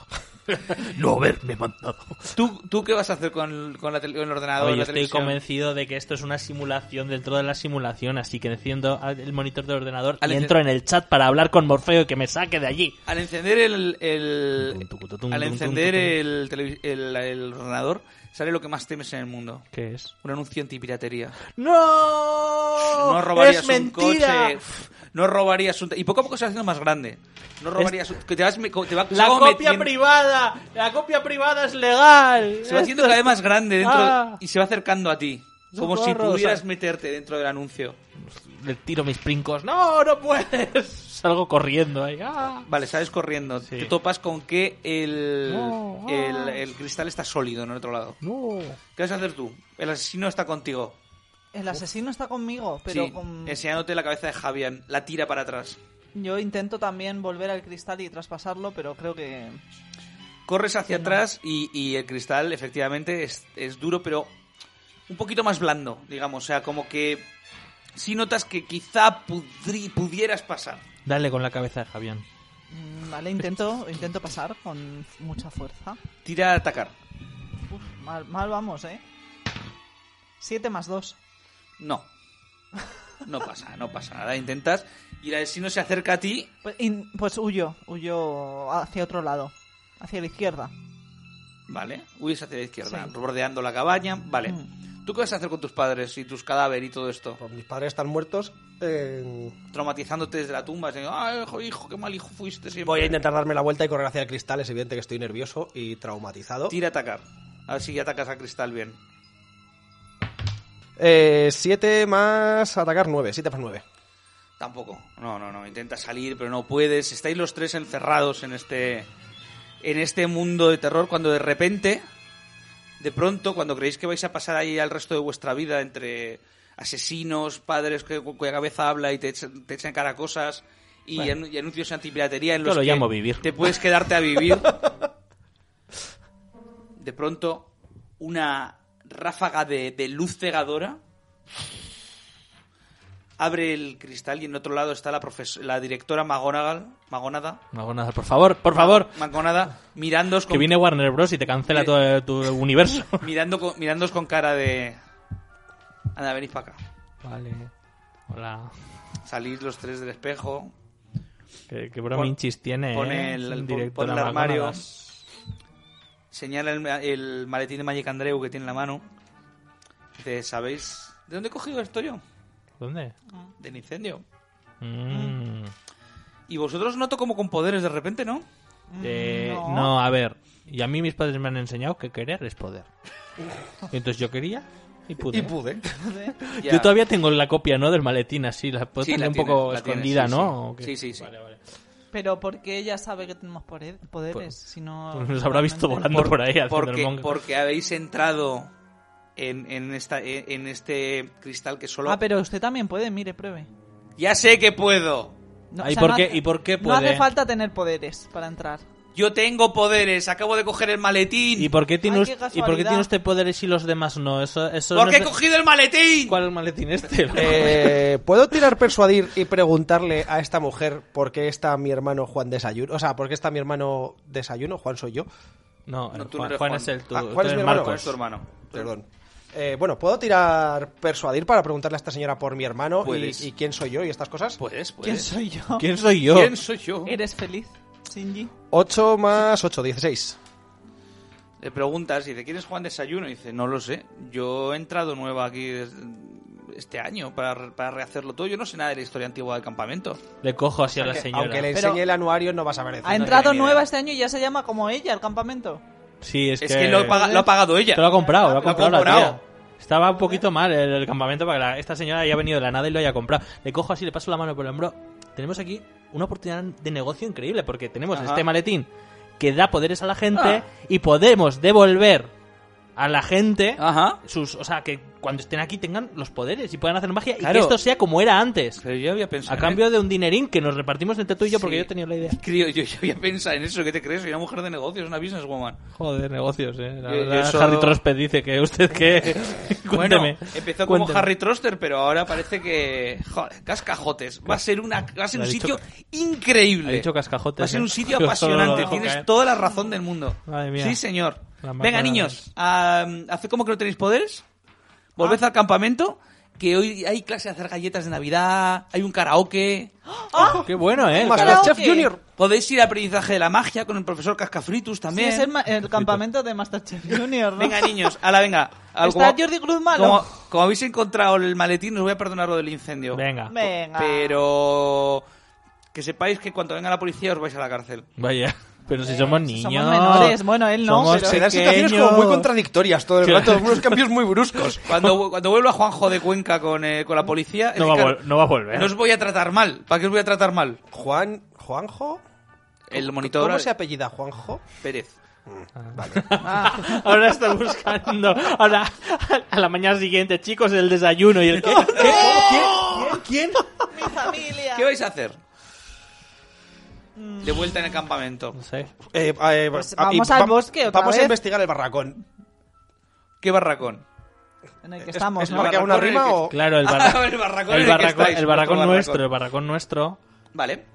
C: No haberme mandado.
B: ¿Tú, ¿Tú qué vas a hacer con, con la tele- con el ordenador?
C: Oye,
B: la
C: estoy
B: televisión?
C: convencido de que esto es una simulación dentro de la simulación, así que enciendo el monitor del ordenador
B: Al
C: y
B: encen-
C: entro en el chat para hablar con Morfeo y que me saque de allí.
B: Al encender el, el-
C: Tum, tucu, tutum,
B: al
C: tum,
B: encender
C: tum,
B: el, televi- el- el ordenador sale lo que más temes en el mundo.
C: ¿Qué es?
B: Un anuncio antipiratería.
C: ¡No!
B: No robarías
C: ¡Es
B: un
C: mentira!
B: coche. Uf, No robarías un... Y poco a poco se va haciendo más grande. No robarías un... que Te vas, me- te va- se va
C: La
B: como
C: copia
B: metiendo-
C: privada, la copia privada es legal.
B: Se va haciendo cada vez más grande dentro
C: Ah.
B: y se va acercando a ti. Como si
C: Socorro,
B: pudieras
C: o sea-
B: meterte dentro del anuncio.
C: Le tiro mis princos. No, no puedes. Salgo corriendo ahí. ¡Ah!
B: Vale, sales corriendo.
C: Sí.
B: Te topas con que el,
C: No, ah.
B: el, el cristal está sólido en el otro lado.
C: No.
B: ¿Qué vas a hacer tú? El asesino está contigo.
D: El asesino está conmigo, pero
B: Sí,
D: con-
B: enseñándote la cabeza de Javier. La tira para atrás.
D: yo intento también volver al cristal y traspasarlo, pero creo que...
B: Corres hacia atrás y, y el cristal efectivamente es, es duro, pero un poquito más blando, digamos. O sea, como que si notas que quizá pudri- pudieras pasar.
C: Dale con la cabeza de Javier.
D: mm, Vale, intento, intento pasar con mucha fuerza.
B: Tira a atacar.
D: Uf, mal, mal vamos, ¿eh? 7 más 2.
B: No. No pasa, no pasa nada. Intentas y el asesino se acerca a ti.
D: Pues, in- pues huyo, huyo hacia otro lado, hacia la izquierda.
B: Vale, huyes hacia la izquierda,
D: Sí.
B: bordeando la cabaña. Vale.
D: Mm.
B: ¿Tú qué vas a hacer con tus padres y tus cadáveres y todo esto?
E: Pues mis padres están muertos. eh,
B: Traumatizándote desde la tumba, diciendo, ah, hijo, hijo, qué mal hijo fuiste siempre.
E: voy a intentar darme la vuelta y correr hacia el cristal. Es evidente que estoy nervioso y traumatizado.
B: Tira a atacar. A ver si atacas a cristal bien.
E: Eh, siete más atacar nueve. Siete más nueve.
B: Tampoco. No, no, no. Intenta salir, pero no puedes. Estáis los tres encerrados en este. en este mundo de terror. Cuando de repente. De pronto, cuando creéis que vais a pasar ahí al resto de vuestra vida entre asesinos, padres que, cu- cuya cabeza habla y te echan, te echan cara a cosas y,
C: Bueno.
B: anu- y anuncios antipiratería en
C: Yo
B: los
C: lo
B: que
C: llamo vivir.
B: te puedes quedarte a vivir. De pronto, una ráfaga de, de luz cegadora abre el cristal y en otro lado está la, profes- la directora Magonagal, Magonada,
C: No hago nada, por favor, por favor.
B: Ah. Magonada mirándoos
C: Que
B: con,
C: viene Warner Bros. y te cancela
B: Eh.
C: todo tu universo.
B: mirando con, mirándoos con cara de... Anda, venid para acá.
C: Vale. Hola.
B: Salís los tres del espejo.
C: Qué, qué brominchis tiene.
B: pon
C: ¿eh?
B: el- pon-
C: Directora
B: pon el armario.
C: Magonadas.
B: Señala el, ma- el maletín de Magic Andreu que tiene en la mano. Dice, ¿sabéis de dónde he cogido esto yo?
C: ¿Dónde?
B: Del incendio.
C: Mm.
B: Y vosotros noto como con poderes de repente, ¿no?
C: Eh,
D: no.
B: Mm,
C: no. a ver. Y a mí mis padres me han enseñado que querer es poder. Y entonces yo quería y pude.
E: pude.
B: Ya.
C: Yo todavía tengo la copia, ¿no? Del maletín así. La puedo
B: Sí,
C: tener
B: la
C: un
B: tiene,
C: poco
B: la tiene,
C: escondida,
B: sí,
C: ¿no?
B: sí.
C: ¿O qué?
B: Sí, sí, sí.
C: Vale, vale.
D: Pero porque ella sabe que tenemos pore- poderes,
C: Pues-
D: si no...
C: Pues nos habrá visto
D: realmente-
C: volando por, ahí haciendo el
B: Porque,
C: monje.
B: porque habéis entrado en, en esta, en este cristal que solo...
D: Ah, pero usted también puede, mire, pruebe.
B: Ya sé que puedo.
D: No,
C: Ah, ¿y por
D: no
C: qué-
D: hace-
C: y por qué
D: No hace
C: puede?
D: falta tener poderes para entrar.
B: Yo tengo poderes. Acabo de coger el maletín.
C: ¿Y por qué tiene,
D: Ay,
C: us-
D: qué
C: ¿Y por qué
D: casualidad.
C: tiene usted poderes y los demás no? Eso, eso no
B: Porque
C: es
B: he
C: de-
B: cogido el maletín.
C: ¿Cuál maletín este?
E: Eh, ¿Puedo tirar persuadir y preguntarle a esta mujer por qué está mi hermano Juan Desayuno? O sea, ¿por qué está mi hermano Desayuno? Juan soy yo.
C: no,
B: No,
C: eh,
B: tú no
C: Juan,
B: eres
C: Juan
B: Juan.
C: es el tu,
E: Ah,
C: tú
E: Juan es
C: eres
E: mi hermano,
B: Juan
C: Marcos.
B: es tu hermano.
E: Perdón. Eh, bueno, ¿puedo tirar persuadir para preguntarle a esta señora por mi hermano y,
B: Puedes.
E: y quién soy yo y estas cosas?
B: Puedes,
C: Pues,
D: ¿Quién
B: puedes.
D: soy yo?
C: ¿Quién soy yo?
B: ¿Quién soy yo?
D: ¿Eres feliz, Shinji?
E: 8 más 8, 16.
B: Le preguntas, dice, ¿quién es Juan Desayuno? Y dice, no lo sé. Yo he entrado nueva aquí des- este año para, re- para rehacerlo todo. Yo no sé nada de la historia antigua del campamento.
C: Le cojo así a la señora.
E: Aunque le
D: Pero-
E: enseñe el anuario, no vas a ver
D: Ha
E: decir.
D: entrado
B: tiene ni
D: nueva
B: idea.
D: este año y ya se llama como ella, el campamento.
C: Sí, es,
B: Es, que, lo, ha paga- lo ha pagado ella.
C: Te lo ha comprado, lo ha
B: Lo ha
C: comprado, la
B: comprado.
C: tía. Estaba un poquito mal el, el campamento para que la- esta señora haya venido de la nada y lo haya comprado. Le cojo así, le paso la mano por el hombro. Tenemos aquí una oportunidad de negocio increíble porque tenemos
B: Ajá.
C: este maletín que da poderes a la gente
B: Ah.
C: y podemos devolver a la gente
B: Ajá.
C: sus, o sea, que cuando estén aquí tengan los poderes y puedan hacer magia y que
B: Claro.
C: esto sea como era antes.
B: Pero yo había pensado.
C: A
B: en
C: cambio de un dinerín que nos repartimos entre tú y yo porque
B: Sí.
C: yo tenía la idea.
B: eso. Crío, yo, yo había pensado en eso. ¿Qué te crees? Soy una mujer de negocios, una businesswoman.
C: Joder, negocios, eh. La
B: Yo- yo
C: verdad,
B: solo-
C: Harry Trospe dice que usted que. Cuénteme.
B: Bueno, empezó como
C: Cuénteme.
B: Harry Troster, pero ahora parece que. Joder, cascajotes. Va a ser, una, va a ser
C: Ha
B: un
C: dicho-
B: sitio increíble.
C: ha dicho cascajotes,
B: Va a ser
C: ¿eh?
B: un sitio
C: Yo solo lo
B: apasionante.
C: dejo
B: Tienes
C: caer.
B: toda la razón del mundo.
C: Madre mía.
B: Sí, señor.
C: La
B: Venga,
C: máquina-
B: niños, ah, haced como que no tenéis poderes. Volved al campamento. que hoy hay clase de hacer galletas de Navidad, hay un karaoke.
C: Ah,
D: ¡Ah!
C: Qué bueno, ¿eh?
E: Más
D: karaoke.
E: Chef Junior.
B: Podéis ir a aprendizaje de la magia con el profesor Cascafritus
D: Sí,
B: también.
D: es el, ma- el campamento de Masterchef Junior, ¿no?
B: Venga, niños, ala, venga. Al-
D: Está Jordi Cruz malo.
B: Como, como habéis encontrado el maletín, os voy a perdonar lo del incendio.
C: Venga.
D: Venga.
B: Pero que sepáis que cuando venga la policía os vais a la cárcel.
C: Vaya. Pero si somos niños.
D: somos menores. Bueno, él no,
C: Somos
D: pero-
E: Se dan situaciones
C: pequeños.
E: como muy contradictorias todo el
C: Claro.
E: rato, unos cambios muy bruscos.
B: Cuando, cuando vuelva Juanjo de Cuenca con, eh, con la policía,
C: No
B: es
C: va, a
B: que,
C: vol- no va a volver.
B: no os voy a tratar mal. ¿Para qué os voy a tratar mal?
E: Juan, Juanjo.
B: El monitor
E: ¿Cómo se apellida Juanjo?
B: Pérez.
C: Ahora está buscando. Ahora, a la mañana siguiente, chicos, el desayuno y el qué.
E: ¿Quién?
D: Mi familia.
B: ¿Qué vais a hacer? De vuelta en el campamento.
C: No sé.
E: Eh, eh,
D: Pues
E: ah, y
D: vamos al
E: vam-
D: bosque otra
E: Vamos a
D: vez.
E: investigar el barracón.
B: ¿Qué barracón?
D: En el que estamos,
E: ¿Es
D: ¿no?
E: para que haga una
B: Barracón en el
E: rima
B: que-
E: o...?
C: Claro, el, barra-
B: Ah, el barracón en
C: el
B: el que
C: barracón,
B: estáis,
C: el barracón
B: vuestro
C: nuestro,
B: barracón.
C: el barracón nuestro.
B: Vale.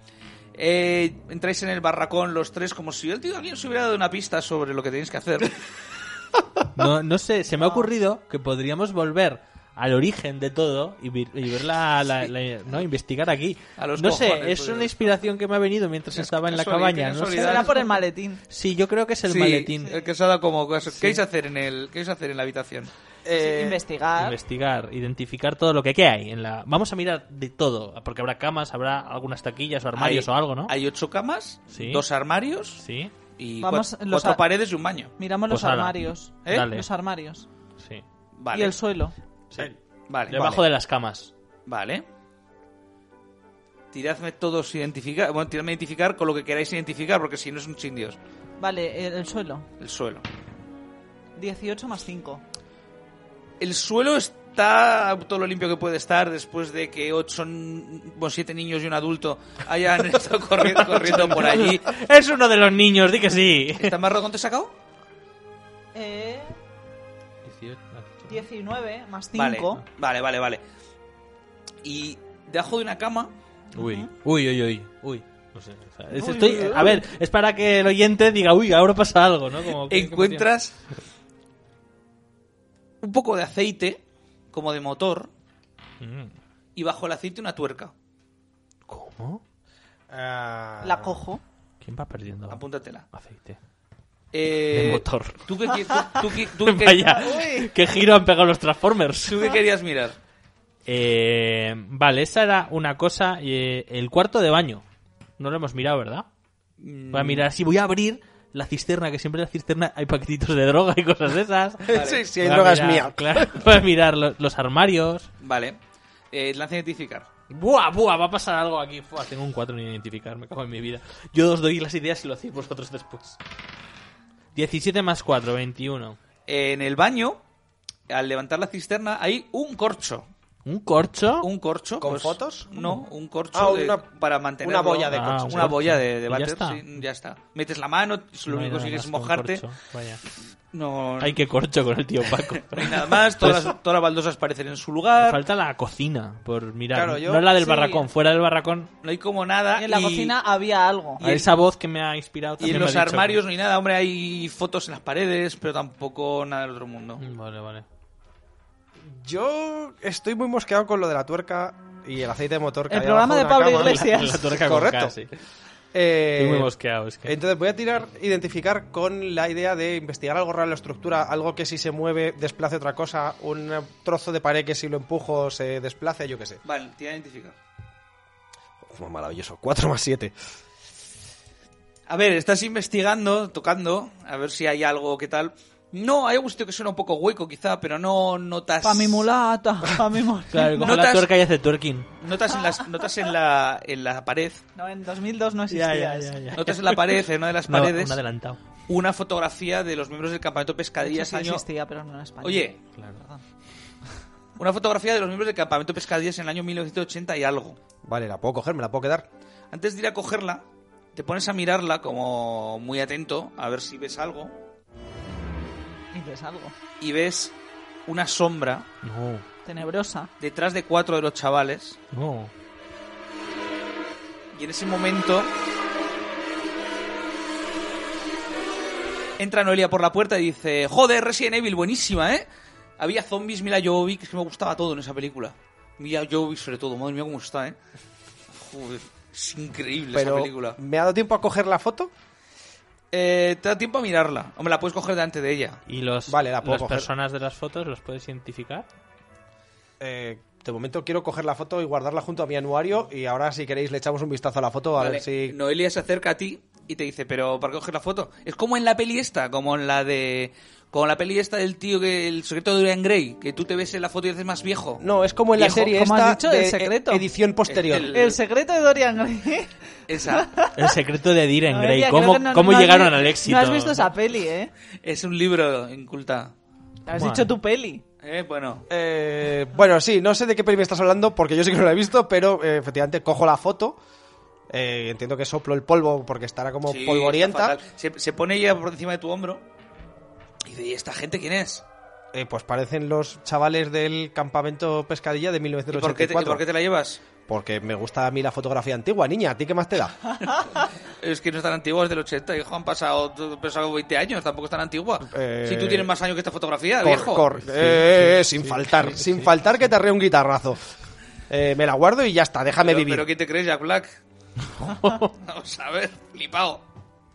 B: Eh, entráis en el barracón los tres como si el tío alguien os hubiera dado una pista sobre lo que tenéis que hacer.
C: No, no sé, se me ha ocurrido que podríamos volver al origen de todo y, vi- y ver la, la- la- no investigar aquí.
B: A los
C: no
B: cojones,
C: sé, es
B: pues.
C: una inspiración que me ha venido mientras estaba en la
B: casuali-
C: cabaña.
B: qué
C: No sé.
B: casualidad.
D: Será por el maletín.
C: Sí, yo creo que es el
B: Sí,
C: maletín.
B: El que os ha dado como... ¿Qué vais a hacer en, el, qué vais a hacer en la habitación?
E: eh,
C: Eh,
D: Sí, investigar.
C: Investigar, identificar todo lo que, que hay. En la... Vamos a mirar de todo, porque habrá camas, habrá algunas taquillas o armarios
B: Hay-
C: o algo, ¿no?
B: Hay ocho camas,
C: Sí.
B: dos armarios
C: Sí,
B: y
D: Vamos,
B: cuatro,
D: los
B: cuatro
D: a-
B: paredes y un baño.
D: Miramos
C: Pues
D: los
C: ala.
D: armarios.
C: ¿Eh? Dale.
D: Los armarios.
C: sí.
B: Vale.
D: Y el suelo.
B: Sí. Vale.
C: Debajo de las camas.
B: Vale. Tiradme todos identificar... Bueno, tiradme identificar con lo que queráis identificar, porque si no es un sin Dios.
D: Vale, el, el suelo.
B: El suelo.
D: 18 más 5.
B: El suelo está todo lo limpio que puede estar después de que ocho, n- bueno, siete niños y un adulto hayan estado corriendo, corriendo por allí.
C: Es uno de los niños, di que sí.
B: ¿Está más rojo te he sacado?
D: Eh, 19 más 5.
B: Vale, vale, vale, vale. Y debajo de una cama,
C: Uy, uy, uy, uy. uy. No sé, o sea, es- estoy- a ver, es para que el oyente diga, uy, ahora pasa algo, ¿no? Como que-
B: encuentras un poco de aceite, como de motor,
C: Mm,
B: y bajo el aceite una tuerca.
C: ¿Cómo?
E: Ah.
D: La cojo.
C: ¿Quién va perdiendo
B: Apúntatela.
C: aceite?
B: Eh,
C: De motor.
B: ¿Tú qué, qui- tú- tú qué- tú qué-
C: Vaya,
D: Uy.
C: qué giro han pegado los Transformers.
B: tú qué querías mirar?
C: Eh, vale, esa era una cosa. eh, el cuarto de baño. No lo hemos mirado, ¿verdad? Voy a mirar así, voy a abrir la cisterna, que siempre en la cisterna hay paquetitos de droga y cosas de esas.
E: Sí, sí, hay
C: Voy a
E: drogas
C: mirar,
E: mías.
C: Claro, voy a mirar lo- los armarios.
B: Vale. Eh, lanza a identificar.
C: Buah, buah, va a pasar algo aquí. Buah, tengo un 4 en identificar, me cago en mi vida. Yo os doy las ideas y lo hacéis vosotros después. 17 más 4, 21.
B: En el baño, al levantar la cisterna, hay un corcho.
C: ¿Un corcho?
B: Un corcho. Pues
E: ¿Con fotos?
B: No, un corcho
E: Ah,
B: de-
E: una-
B: para mantener.
E: una boya de
C: Ah,
E: corcho.
C: un
B: una boya de,
C: ¿Y
B: de
C: ya
B: váter,
C: está?
B: sí, ya está. Metes la mano, es lo
C: No hay
B: único
C: nada
B: si quieres
C: más que un
B: mojarte.
C: corcho, Vaya.
B: No,
C: Ay, qué corcho con el tío Paco. Pues
B: no hay nada más. Todas, las- todas las baldosas parecen en su lugar.
C: Falta la cocina por mirar.
E: Claro, yo-
C: no la del
D: sí.
C: barracón, fuera del barracón.
B: No hay como nada.
C: Ah,
D: Y en la
B: y-
D: cocina había algo.
B: Y el-
C: esa voz que me ha inspirado
B: Y
C: también
B: en
C: me
B: los
C: ha dicho-
B: armarios no hay nada. Hombre, hay fotos en las paredes, pero tampoco nada del otro mundo.
C: Mm, Vale, vale.
E: Yo estoy muy mosqueado con lo de la tuerca y el aceite de motor. Que
D: El
E: hay
D: programa
E: abajo
D: de
E: una
D: Pablo
E: cama.
D: Iglesias.
C: La tuerca con
E: Correcto.
C: K, sí.
E: Eh,
C: Estoy muy mosqueado, es que-
E: Entonces voy a tirar, identificar con la idea de investigar algo raro en la estructura, algo que si se mueve desplace otra cosa, un trozo de pared que si lo empujo se desplace, yo qué sé.
B: Vale, te voy a identificar.
E: Fue maravilloso, 4 más 7.
B: A ver, estás investigando, tocando, a ver si hay algo que tal. No, hay algún sitio que suena un poco hueco quizá, pero no notas...
D: Pa' mi mulata, pa' mi mul-
C: Claro, como la
B: Notas-
C: tuerca y hace twerking.
B: Notas en, las, notas en, la, en la pared,
D: No, en 2002 no existía eso.
B: notas en la pared, en una de las
C: No,
B: paredes,
C: un adelantado.
B: una fotografía de los miembros del campamento Pescadillas
D: Sí
B: año...
D: existía, pero no en España.
B: Oye, una fotografía de los miembros del campamento Pescadillas en el año 1980 y algo.
E: Vale, la puedo coger, me la puedo quedar.
B: Antes de ir a cogerla, te pones a mirarla como muy atento, a ver si ves algo,
D: Y ves algo.
B: y ves una sombra
C: No,
D: Tenebrosa.
B: detrás de cuatro de los chavales
C: no.
B: Y en ese momento entra Noelia por la puerta y dice, joder, Resident Evil, buenísima, ¿eh? Había zombies, Mila Jovovich, que me gustaba todo en esa película. Mila Jovovich sobre todo, madre mía cómo está, ¿eh? Joder, es increíble
E: Pero
B: esa película.
E: ¿me ha dado tiempo a coger la foto?
B: Eh, te da tiempo a mirarla. Hombre, la puedes coger delante de ella.
C: ¿Y los,
E: Vale, la puedo
C: las
E: coger.
C: personas de las fotos los puedes identificar?
E: Eh, de momento quiero coger la foto y guardarla junto a mi anuario y ahora si queréis le echamos un vistazo a la foto a
B: Vale,
E: ver si...
B: Noelia se acerca a ti y te dice, pero ¿para qué coger la foto? Es como en la peli esta, como en la de... Como la peli esta del tío que... El secreto de Dorian Gray, que tú te ves en la foto y dices más viejo.
E: No, es como en la
B: Viejo,
E: serie
D: ¿cómo has
E: esta
D: dicho?
E: de
D: El secreto.
E: e- edición posterior.
B: Este,
D: El secreto de Dorian Gray.
B: Esa.
C: El secreto de Diren
D: Noelia,
C: Grey.
D: creo
C: ¿Cómo,
D: que no-
C: cómo
D: no has
C: llegaron
D: vi-
C: al éxito?
D: No has visto esa peli, ¿eh?
B: Es un libro inculta.
D: Has
C: Bueno.
D: dicho tu peli.
B: Eh, bueno.
E: Eh, bueno, sí, no sé de qué peli me estás hablando porque yo sí que no la he visto, pero eh, efectivamente cojo la foto. eh, entiendo que soplo el polvo porque estará como
B: Sí,
E: polvorienta.
B: está fatal. Se, se pone ella por encima de tu hombro y dice, ¿y esta gente quién es?
E: Eh, pues parecen los chavales del campamento pescadilla de
B: ¿Y por, qué te,
E: 1984.
B: y por qué te la llevas?
E: Porque me gusta a mí la fotografía antigua, niña. ¿A ti qué más te da?
B: Ah, Es que no es tan antigua, es del 80, hijo, han pasado, han pasado 20 años, tampoco es tan antigua.
E: Eh,
B: Si tú tienes más años que esta fotografía,
E: Cor-
B: viejo.
E: cor- eh, eh, sin faltar, sin faltar que te arrea un guitarrazo. Eh, me la guardo y ya está, déjame
B: pero,
E: vivir.
B: pero ¿quién te crees, Jack Black? Vamos a ver, flipado.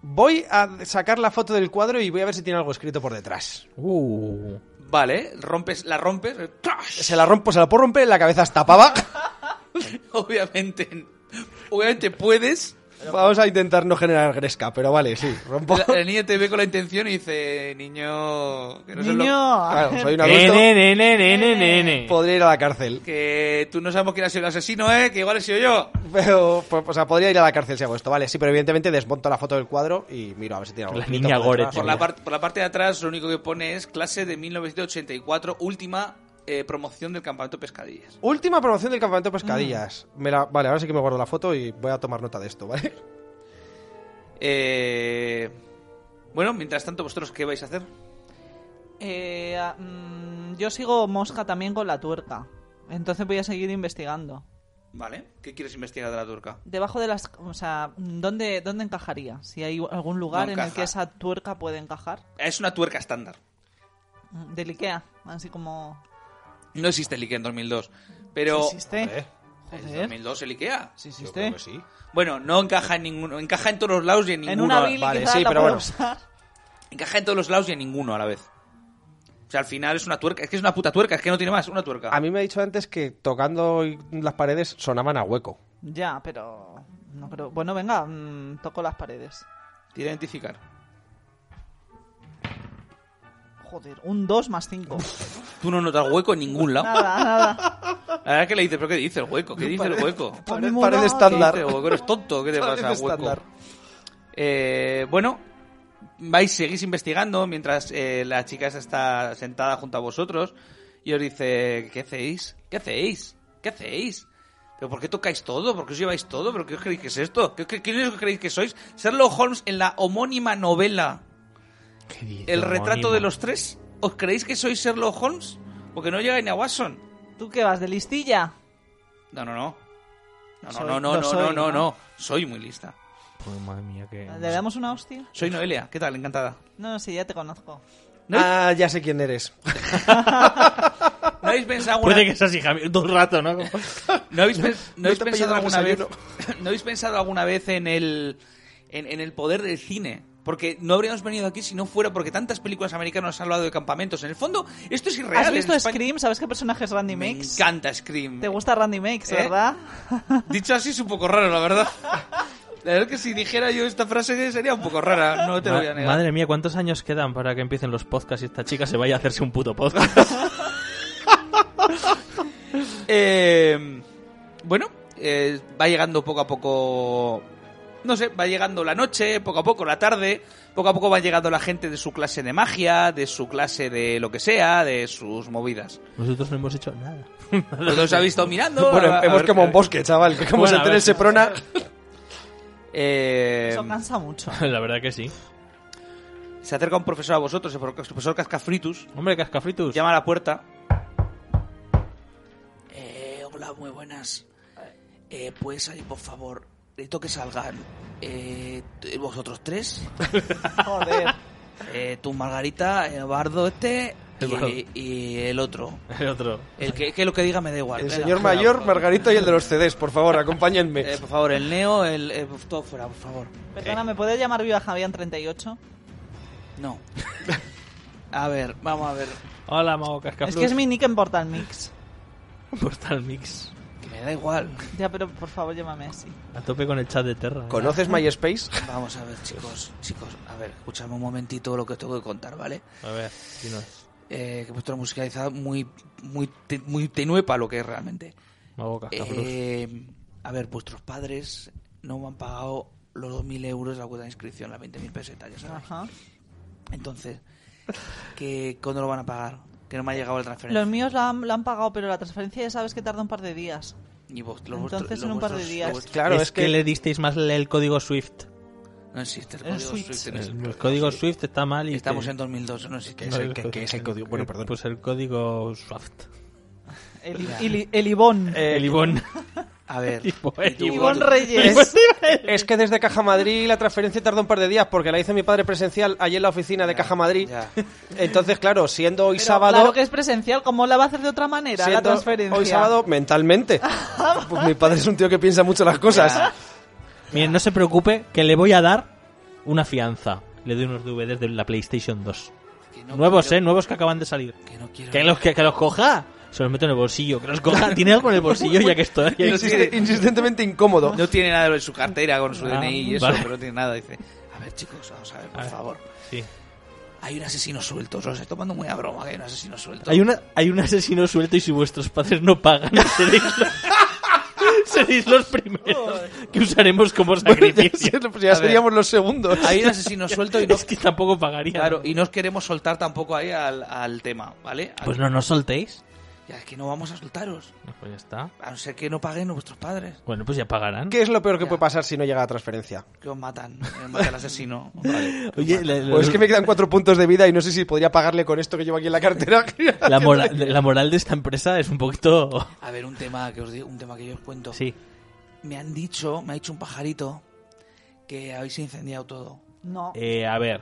E: Voy a sacar la foto del cuadro y voy a ver si tiene algo escrito por detrás.
C: Uh,
B: Vale, rompes, la rompes, ¡trash!
E: Se la rompo, se la puedo romper, la cabeza está pava.
B: obviamente, obviamente puedes.
E: Vamos a intentar no generar gresca, pero vale, sí, rompo.
B: La, la niña te ve con la intención y dice, niño, que no se lo-
D: Niño.
E: Claro, soy un
C: nene,
E: adulto,
C: nene, nene, nene.
E: podría ir a la cárcel.
B: que tú no sabemos quién ha sido el asesino, ¿eh? Que igual he sido yo.
E: Pero, pues, o sea, podría ir a la cárcel si hago esto, vale, sí, pero evidentemente desmonto la foto del cuadro y miro a ver si tiene algo
C: La
E: escrito
C: niña
E: por detrás.
C: Goretz.
B: Por la,
C: Mira.
B: parte por la parte de atrás lo único que pone es clase de 1984, última eh, promoción del campamento Pescadillas.
E: Última promoción del campamento Pescadillas.
B: Mm.
E: Me la- Vale, ahora sí que me guardo la foto y voy a tomar nota de esto, ¿vale?
B: Eh, bueno, mientras tanto, ¿vosotros qué vais a hacer?
D: Eh, ah, mm, yo sigo mosca también con la tuerca. Entonces voy a seguir investigando.
B: ¿Vale? ¿Qué quieres investigar de la turca?
D: Debajo de las... O sea, ¿dónde, dónde encajaría? Si hay algún lugar
B: No
D: en el
B: encaja.
D: que esa tuerca puede encajar.
B: Es una tuerca estándar.
D: Mm, Del Ikea. Así como...
B: No existe el IKEA en 2002. Pero...
D: Si existe.
B: ¿En
D: Joder.
B: 2002 el IKEA?
D: Si existe.
B: Bueno, no encaja en ninguno. Encaja en todos los lados y en ninguno.
D: En una
B: a-
D: Billy
E: vale,
D: quizás
E: sí,
D: la
E: pero
D: pueda
E: bueno.
D: usar.
B: Encaja en todos los lados y en ninguno a la vez. O sea, al final es una tuerca. Es que es una puta tuerca. Es que no tiene más. Una tuerca.
E: A mí me ha dicho antes que tocando las paredes sonaban a hueco.
D: Ya, pero... No creo... Bueno, venga, mm, toco las paredes.
B: Tira a identificar.
D: Joder, un 2 más 5.
B: Tú no notas hueco en ningún lado.
D: nada, nada.
B: La verdad es que le dices, ¿pero qué dice el hueco? ¿Qué dice el hueco? ¿Qué
E: Pared,
D: muy
E: pared
D: raro.
E: estándar.
B: dice el hueco? ¿Eres tonto? ¿Qué te
E: Pared
B: pasa, hueco?
E: estándar.
B: Eh, bueno, vais, seguís investigando mientras eh, la chica esa está sentada junto a vosotros y os dice, ¿qué hacéis? ¿Qué hacéis? ¿Qué hacéis? ¿Pero por qué tocáis todo? ¿Por qué os lleváis todo? ¿Pero qué os creéis que es esto? ¿Qué, qué, quiénes os creéis que sois? Sherlock Holmes en la homónima novela
C: ¿Qué dice,
B: El retrato
C: homónimo?
B: de los tres. ¿Os creéis que sois Sherlock Holmes? Porque no llegáis ni a Watson.
D: ¿Tú qué vas, de listilla?
B: No, no, no. No,
D: Soy-
B: no, no, no,
D: lo
B: no,
D: soy,
B: no, no,
D: ¿no?
B: no. Soy muy lista.
C: Uy, madre mía, que...
D: ¿Le damos una hostia?
B: Soy Noelia. ¿Qué tal? Encantada.
D: No, no, sí, ya te conozco.
B: ¿No?
E: Ah, ya sé quién eres.
B: ¿No habéis pensado alguna,
C: Puede que seas hija mía. Todo el rato, ¿no?
B: ¿no habéis, pen- no habéis
E: te
B: pensado
E: he pedido el
B: alguna vez, ¿no habéis pensado alguna vez en el, en, en el poder del cine? Porque no habríamos venido aquí si no fuera porque tantas películas americanas han hablado de campamentos. En el fondo, esto es irreal.
D: ¿Has
B: en
D: visto
B: España-
D: Scream? ¿Sabes qué personaje es Randy
B: Me
D: Mix?
B: encanta Scream.
D: Te gusta Randy Mix,
B: ¿Eh?
D: ¿verdad?
B: Dicho así es un poco raro, la verdad. La verdad es que si dijera yo esta frase sería un poco rara, no te lo voy a
C: Ma-
B: negar.
C: Madre mía, ¿cuántos años quedan para que empiecen los podcasts y esta chica se vaya a hacerse un puto podcast?
B: Eh, bueno, eh, va llegando poco a poco. No sé, va llegando la noche, poco a poco la tarde, poco a poco va llegando la gente de su clase de magia, de su clase de lo que sea, de sus movidas.
C: Nosotros no hemos hecho nada.
B: Los habéis estado mirando.
E: Bueno,
B: a- a
E: hemos
B: ver-
E: quemado un bosque, chaval. que Como
C: Bueno,
E: se
C: a
E: entere
C: ver.
E: el Seprona.
B: Eh,
D: Eso cansa mucho.
C: La verdad que sí.
B: se acerca un profesor a vosotros, el pro- profesor Cascafritus,
C: Hombre, Cascafritus.
B: llama a la puerta. Eh, hola, muy buenas. Eh, ¿Puedes salir, por favor? Necesito que salgan. Eh, t- ¿Vosotros tres?
D: Joder.
B: Eh, tú, Margarita, eh, Bardo este y, y el otro.
C: El otro.
B: El que, que lo que diga me da igual.
E: El
B: Venga,
E: señor
B: fuera,
E: mayor,
B: por-
E: Margarito y el de los CDs, por favor, acompáñenme.
B: eh, por favor, el Neo, el, eh, todo fuera, por favor.
D: Perdona, ¿me puedes llamar Viva Javián 38?
B: No. A ver, vamos a ver.
C: Hola, Mago
D: Es que es mi nick en Portal Mix.
C: Portal Mix.
B: Que me da igual.
D: Ya, pero por favor, llámame así.
C: A tope con el chat de Terra. ¿eh?
E: ¿Conoces MySpace?
B: Vamos a ver, chicos, chicos. A ver, escúchame un momentito lo que os tengo que contar, ¿vale?
C: A ver, dinos.
B: Eh, que he puesto la musicalizada muy, muy, te- muy tenue para lo que es realmente.
C: Mago Cascaplus.
B: Eh, a ver, vuestros padres no me han pagado los 2.000 euros de la cuota de inscripción, las 20.000 pesetas, ya sabes.
D: Ajá.
B: Entonces, ¿qué, ¿cuándo lo van a pagar? Que no me ha llegado la transferencia.
D: Los míos la han, la han pagado, pero la transferencia ya sabes que tarda un par de días.
B: Y vos- los
D: Entonces,
B: vuestros-
D: en
B: los
D: un par de
B: vuestros-
D: días.
B: los vuestros-
E: Claro,
C: es,
E: es,
C: que... le disteis más el código SWIFT.
B: No existe el
D: En
B: código
D: Switch.
B: Swift en ese-
C: El, código SWIFT está mal y...
B: Estamos
C: te-
B: en 2002, no existe.
E: es el- que- que es el código- bueno, perdón.
C: Pues el código SWIFT.
D: El, el, el Ibón.
C: el Ibón.
B: A ver.
C: Y bueno,
B: ¿y tú,
C: y
D: Ibón
B: Gordo?
D: Reyes.
E: Es que desde Caja Madrid la transferencia tardó un par de días porque la hizo mi padre presencial allí en la oficina de Caja Madrid.
B: Ya.
E: Entonces, claro, siendo hoy
D: Pero
E: sábado.
D: Claro que es presencial, ¿cómo la va a hacer de otra manera la
E: siendo
D: transferencia?
E: Hoy sábado mentalmente. Pues mi padre es un tío que piensa mucho las cosas.
C: Miren, no se preocupe que le voy a dar una fianza. Le doy unos DVDs de la PlayStation 2.
B: Que no
C: Nuevos,
B: quiero-
C: eh, nuevos que acaban de salir.
B: Que no quiero.
C: Que los, que, que los coja. Se los meto en el bolsillo. Que los coja. Tiene algo en el bolsillo ya que estoy.
B: No
E: Insiste-
B: tiene-
E: insistentemente incómodo.
B: No tiene nada en su cartera con su
C: Ah,
B: DNI y eso,
C: vale.
B: pero no tiene nada. Dice, a ver chicos, vamos a ver, por
C: A ver.
B: favor.
C: Sí.
B: Hay un asesino suelto, os lo estoy tomando muy a broma que hay un asesino suelto.
C: Hay, una, hay un asesino suelto y si vuestros padres no pagan, seréis los, seréis los primeros que usaremos como sacrificio.
E: ya seríamos los segundos.
B: Hay un asesino suelto y no,
C: Es que tampoco pagaría.
B: claro, y no os queremos soltar tampoco ahí al, al tema, ¿vale? Al-
C: Pues no nos soltéis.
B: Ya es que no vamos a soltaros,
C: Pues ya está.
B: a no ser que no paguen vuestros padres,
C: Bueno, pues ya pagarán.
E: ¿Qué es lo peor que puede pasar si no llega la transferencia?
B: que os matan, eh, mata al asesino. Vale.
C: Oye, la, la-
E: Pues es que me quedan cuatro puntos de vida y no sé si podría pagarle con esto que llevo aquí en la cartera.
C: la mora- la moral de esta empresa es un poquito...
B: A ver, un tema que os digo, un tema que yo os cuento.
C: Sí.
B: Me han dicho, me ha dicho un pajarito que habéis incendiado todo.
D: No.
C: Eh, a ver.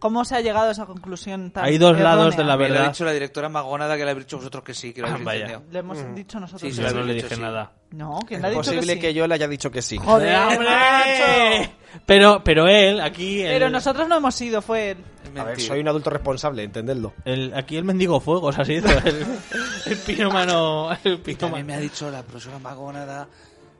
D: ¿Cómo se ha llegado a esa conclusión tan
C: Hay dos lados de
D: errónea?
C: La
B: Me lo ha
C: verdad.
B: dicho la directora magonada que le habéis dicho vosotros que sí, que lo
C: Ah,
B: habéis
C: vaya.
B: incendiado.
D: Le hemos dicho nosotros. ¿eh?
B: Sí,
C: Yo
B: sí,
C: no
B: sí.
C: le
B: dicho
C: dije nada. Eh,
D: No, ¿quién le ha
E: Es
D: dicho
E: posible
D: sí?
E: que yo le haya dicho que sí.
D: Joder, macho.
C: Pero, pero él, aquí... el-
D: Pero nosotros no hemos ido, fue él.
B: Es
E: A ver,
B: mentira.
E: soy un adulto responsable, entendedlo.
C: el- aquí el mendigo fuegos ha sido el, el pirómano. El
B: Y también me
C: pirómano.
B: ha dicho la profesora Magonada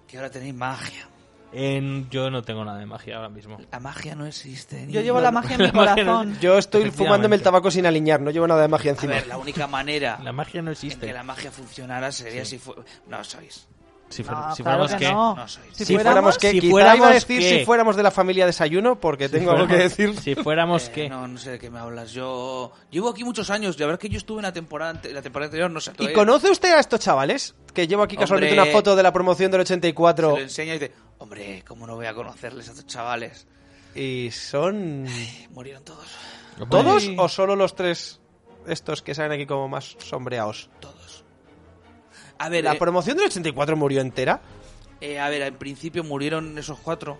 B: que ahora tenéis magia.
C: En- yo no tengo nada de magia ahora mismo.
B: La magia no existe.
D: Yo
B: ni-
D: llevo
B: no,
D: la
B: no.
D: magia en mi
C: La magia no-
D: corazón.
E: Yo estoy
C: Efectivamente.
E: fumándome el tabaco sin aliñar, no llevo nada de magia
B: A
E: encima.
B: ver, la única manera
C: La magia no
B: en que
C: existe.
B: la magia funcionara sería si fue... No sois.
C: Si, fuera-
D: No,
C: si
D: Ah, claro
C: fuéramos
D: que
C: que...
D: no.
B: No sois.
D: Si,
C: Si
D: fuéramos,
E: fuéramos que
C: si
E: quizá
C: fuéramos
E: iba a decir
C: qué.
E: si fuéramos de la familia desayuno porque
C: si
E: tengo algo que
C: fuéramos-
E: decir.
C: Si fuéramos
B: Eh,
C: Pues que...
B: No, no sé de qué me hablas. Yo llevo aquí muchos años. La verdad es que yo estuve en la temporada, ante- la temporada anterior, no sé.
E: ¿Y
B: todavía-
E: conoce usted a estos chavales? Que llevo aquí casualmente
B: Hombre.
E: una foto de la promoción del
B: Se lo
E: 84
B: enseña y dice, hombre, ¿cómo no voy a conocerles a estos chavales? Eh,
E: y son
B: Murieron todos,
E: todos
D: Ay.
E: o solo los tres estos que salen aquí como más sombreados.
B: todos. A ver,
E: La
B: eh,
E: promoción del 84 murió entera.
B: Eh, a ver, en principio murieron esos cuatro.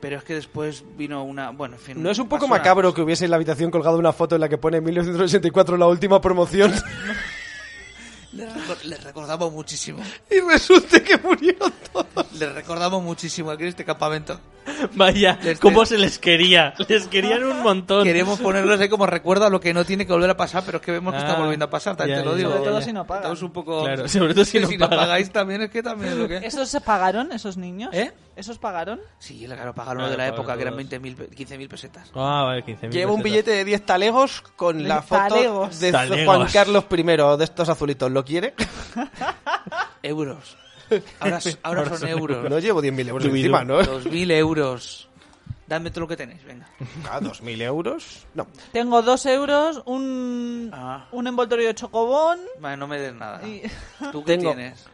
B: Pero es que después vino una. Bueno, en fin.
E: ¿No es un poco
B: basura.
E: macabro que hubiese en la habitación colgado una foto en la que pone 1984 la última promoción
B: Les, reco- les recordamos muchísimo.
E: y resulte que murieron todos?
B: Les recordamos muchísimo aquí en este campamento.
C: Vaya,
B: Desde-
C: cómo se les quería. Les querían un montón.
B: Queremos ponerlos ahí como recuerdo a lo que no tiene que volver a pasar, pero es que vemos que está
C: Ah,
B: volviendo a pasar. También
C: ya,
B: te lo
C: ya,
B: digo.
D: sobre todo
C: ya.
D: si no pagan.
B: Estamos un poco.
C: Claro, sobre todo si
B: que
C: no pagan.
B: pagáis también, es que también es lo que.
D: ¿Esos se pagaron, esos niños?
B: ¿Eh?
D: ¿Esos pagaron?
B: Sí, claro, pagaron lo de
C: Claro,
B: la
C: pagaron
B: época, que eran
C: todos.
B: 20.000, pe- 15.000 pesetas.
C: Ah, vale, 15.000
E: Lleva
C: pesetas.
E: un billete de 10 talegos con la foto
D: Talegos.
E: de
C: Talegos.
E: Juan Carlos I, de estos azulitos. ¿Lo quiere?
B: Euros. Ahora, s- ahora son euros.
E: No llevo 10.000 euros
C: Dubidú.
E: encima, ¿no?
B: 2.000 euros. Dame todo lo que tenéis, venga.
E: Ah, 2.000 euros. No.
D: Tengo dos euros, un,
B: Ah.
D: un envoltorio de chocobón.
B: Vale, no me des nada.
D: Y-
B: ¿Tú qué
E: Tengo-
B: tienes?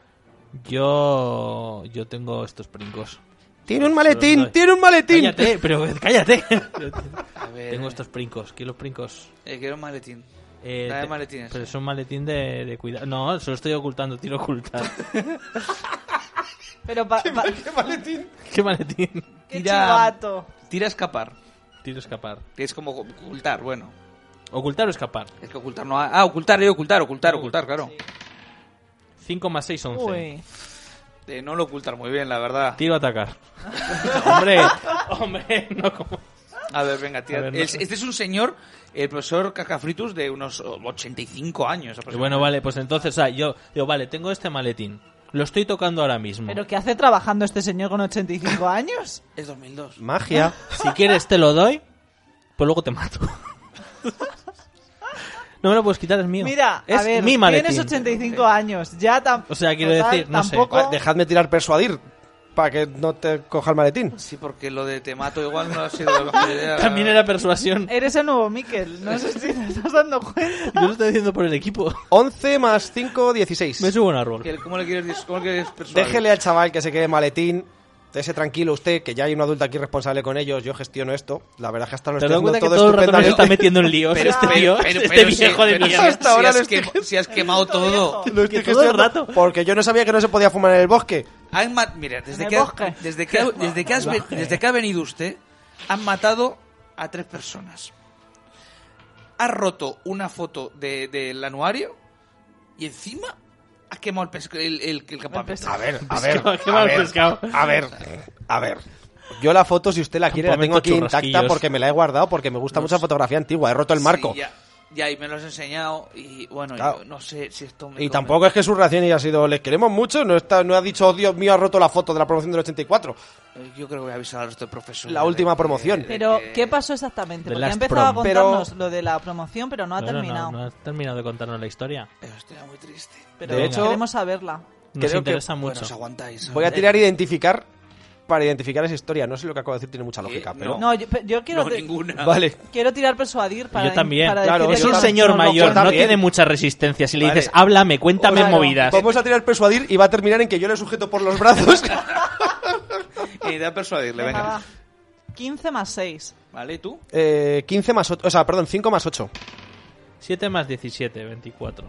C: Yo... Yo tengo estos brincos.
E: Tiene un
C: Pero
E: maletín,
C: no-
E: tiene un maletín.
C: Cállate, pero cállate.
B: A ver.
C: tengo estos brincos. ¿Qué los brincos?
B: Eh, quiero un maletín.
C: Eh,
B: Trae
C: te-
B: maletines.
C: Pero es un maletín de, de cuidado. No, se lo estoy ocultando, tiro ocultar.
D: Pero pa, pa-
E: ¿Qué maletín?
C: ¿Qué maletín?
D: qué
B: Tira-
D: chivato.
B: Tira a escapar.
C: Tiro escapar.
B: Que es como ocultar, bueno.
C: Ocultar o escapar.
B: Es que ocultar no. ha- Ah, ocultar, eh, ocultar, ocultar, ocultar, claro.
C: 5 más 6, 11.
D: Uy.
B: Eh, no lo ocultar muy bien, la verdad.
C: Tiro a atacar. hombre, hombre, no como...
B: A ver, venga, tía.
C: A ver, no
B: El-
C: sé.
B: Este es un señor, el profesor Cacafritus, de unos oh, 85 años
C: Y bueno, vale, pues entonces, o sea, yo digo, vale, tengo este maletín. Lo estoy tocando ahora mismo.
D: ¿Pero qué hace trabajando este señor con 85 años?
B: aproximadamente. Es 2002.
E: Magia.
C: Si quieres te lo doy, pues luego te mato. no me lo puedes quitar, es mío.
D: Mira,
C: es
D: a ver,
C: mi maletín.
D: tienes 85 años, ya tampoco.
C: O sea, quiero decir, no sé.
D: tampoco...
E: Va, Dejadme tirar persuadir para que no te coja el maletín.
B: Sí, porque lo de te mato igual no ha sido la mejor idea.
C: También era persuasión.
D: Eres el nuevo Miquel, no sé si te estás dando cuenta.
C: Yo lo estoy diciendo por el equipo.
E: 11 más 5, 16.
C: Me subo un árbol.
B: ¿Qué- ¿Cómo le quieres, dis- cómo le quieres persuadir?
E: Déjele al chaval que se quede maletín. Déjese tranquilo usted, que ya hay un adulto aquí responsable con ellos. Yo gestiono esto. La verdad es que hasta lo
C: Te
E: estoy
C: das cuenta
E: haciendo
C: que
E: todo,
C: todo el rato nos está
E: estupendamente.
C: metiendo en líos
B: Pero-
C: este
B: pero-
C: tío,
B: pero-
C: este
B: pero sí,
C: viejo de
B: pero
C: mierda.
B: sí,
E: Hasta ahora
B: si,
E: lo
B: has quem-
E: estoy-
B: si has quemado todo.
E: Lo estoy
C: que todo el
E: gestionando
C: rato.
E: Porque yo no sabía que no se podía fumar en el bosque.
B: Han ma- Mira, desde
D: En
B: que,
D: el
B: ha-
D: bosque.
B: desde, que, ha- desde, que has ve- desde que ha venido usted, han matado a tres personas. Ha roto una foto de- del anuario y encima ha quemado el, pes- el, el- el campamento.
F: A ver, a ver.
C: Pescado, qué
F: a
C: mal
F: ver,
C: pescado.
F: A ver, a ver.
E: Yo la foto, si usted la quiere, la tengo
C: Campamento
E: aquí intacta
C: churrasquillos.
E: porque me la he guardado porque me gusta mucho la fotografía antigua. He roto
C: Ah,
E: el marco.
B: Sí, ya, ya, y me lo has enseñado y bueno,
E: Claro.
B: yo no sé si esto me
E: Y
B: convence.
E: tampoco es que su reacción haya sido, les queremos mucho, no, está, no ha dicho, "Oh, Dios mío, ha roto la foto de la promoción del 84.
B: Eh, Yo creo que voy a avisar al resto de profesores.
E: La última promoción.
D: Pero,
B: que-
D: ¿qué pasó exactamente?
C: The
D: Porque ha
C: Last
D: empezado a
C: Prom.
D: contarnos lo de la promoción, pero no ha
C: No, no, no,
D: terminado.
C: no has terminado de contarnos la historia.
B: Eh, Estoy muy triste.
D: Pero
E: De
C: hecho-
D: queremos saberla.
C: Nos
E: Creo que-
C: interesa
B: Bueno,
C: mucho.
B: os aguantáis.
E: Voy a
B: hombre.
E: tirar identificar para identificar esa historia. No sé lo que acabo de decir, tiene mucha lógica,
B: Eh,
E: pero...
D: No, yo, yo quiero,
B: No,
D: te-
B: ninguna.
E: Vale.
D: quiero tirar persuadir para.
C: yo también,
D: para
E: claro,
D: decirle
C: Es
E: yo
C: un
D: que
E: tam-
C: señor
E: no, no,
C: mayor,
E: yo
C: no
E: también.
C: tiene mucha resistencia. Si le
E: Vale.
C: dices, háblame, cuéntame
E: Claro.
C: movidas.
E: Vamos a tirar persuadir y va a terminar en que yo le sujeto por los brazos.
B: Eh, da a persuadirle,
D: Venga,
B: venga.
D: va. 15 Ah, más 6.
B: Vale, ¿y tú?
E: Eh, 15 más 8, o sea, perdón, 5 más 8.
C: 7 más 17, 24.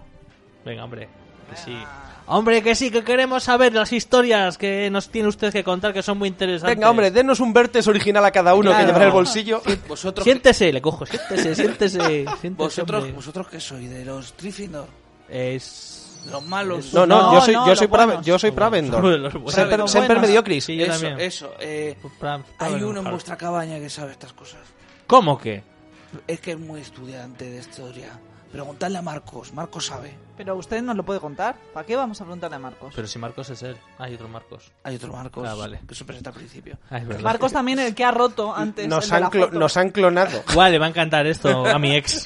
C: Venga, hombre. Que sí. Ah. Hombre, que sí, que queremos saber las historias que nos tiene usted que contar, que son muy interesantes.
E: Venga, hombre, denos un vertes original a cada uno que
C: Claro.
E: llevará el bolsillo.
B: Vosotros.
C: Siéntese, le cojo, siéntese, siéntese. siéntese,
B: ¿Vosotros,
C: hombre.
B: vosotros qué sois? ¿De los Trífindor?
C: Es...
B: ¿De los malos?
E: No, no,
D: No,
E: yo soy,
D: no,
E: yo
D: los
E: soy,
D: buenos.
E: Prave- yo
C: Los
E: soy
C: buenos. Los
E: Pravendor.
C: buenos.
E: Semper,
D: Los
E: Semper
D: buenos.
E: mediocris.
C: Sí, yo
B: eso,
C: también.
B: eso. eh,
C: Pra-
B: hay
C: pra-
B: uno en
C: pra-
B: vuestra cabaña que sabe estas cosas.
C: ¿Cómo que?
B: Es que es muy estudiante de historia. Preguntadle a Marcos. Marcos sabe.
D: Pero usted nos lo puede contar. ¿Para qué vamos a preguntarle a Marcos?
C: Pero si Marcos es él. Hay otro Marcos.
B: Hay otro Marcos
C: Ah, vale.
B: que se presenta al principio.
C: Ah, es verdad.
D: Marcos también, el que ha roto antes. el
E: Nos
D: de
E: han,
D: la
E: clo-
D: foto.
E: nos han clonado.
C: Guau, le va a encantar esto a mi ex.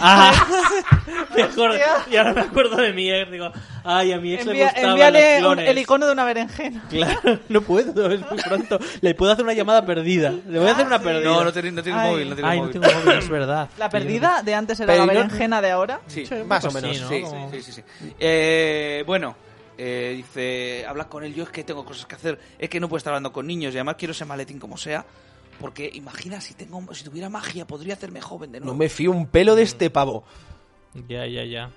C: Ajá. Mejor, y ahora me acuerdo de mi ex. Digo, ay, a mi ex le
D: Envía-
C: gustaban los
D: envíale un-
C: clones.
D: el icono de una berenjena.
C: Claro, no puedo, es muy pronto. Le puedo hacer una llamada perdida. Le voy a hacer una perdida.
B: Ah, No, no tienes no tienes
D: Ay.
B: móvil. No tienes
C: Ay, no
B: móvil.
C: tengo móvil, es verdad.
D: Ah, La perdida de antes era
E: Pero
D: la
E: no-
D: berenjena de ahora.
B: Sí.
E: Más o
C: Pues
E: menos.
C: sí, ¿no?
B: Sí,
C: Como-
B: sí, sí, sí, sí. Eh, bueno, eh, dice, hablas con él, yo es que tengo cosas que hacer, es que no puedo estar hablando con niños y además quiero ese maletín como sea, porque imagina si tengo, si tuviera magia podría hacerme joven de
E: No
B: nuevo.
E: me fío un pelo de este pavo.
C: Ya, ya, ya.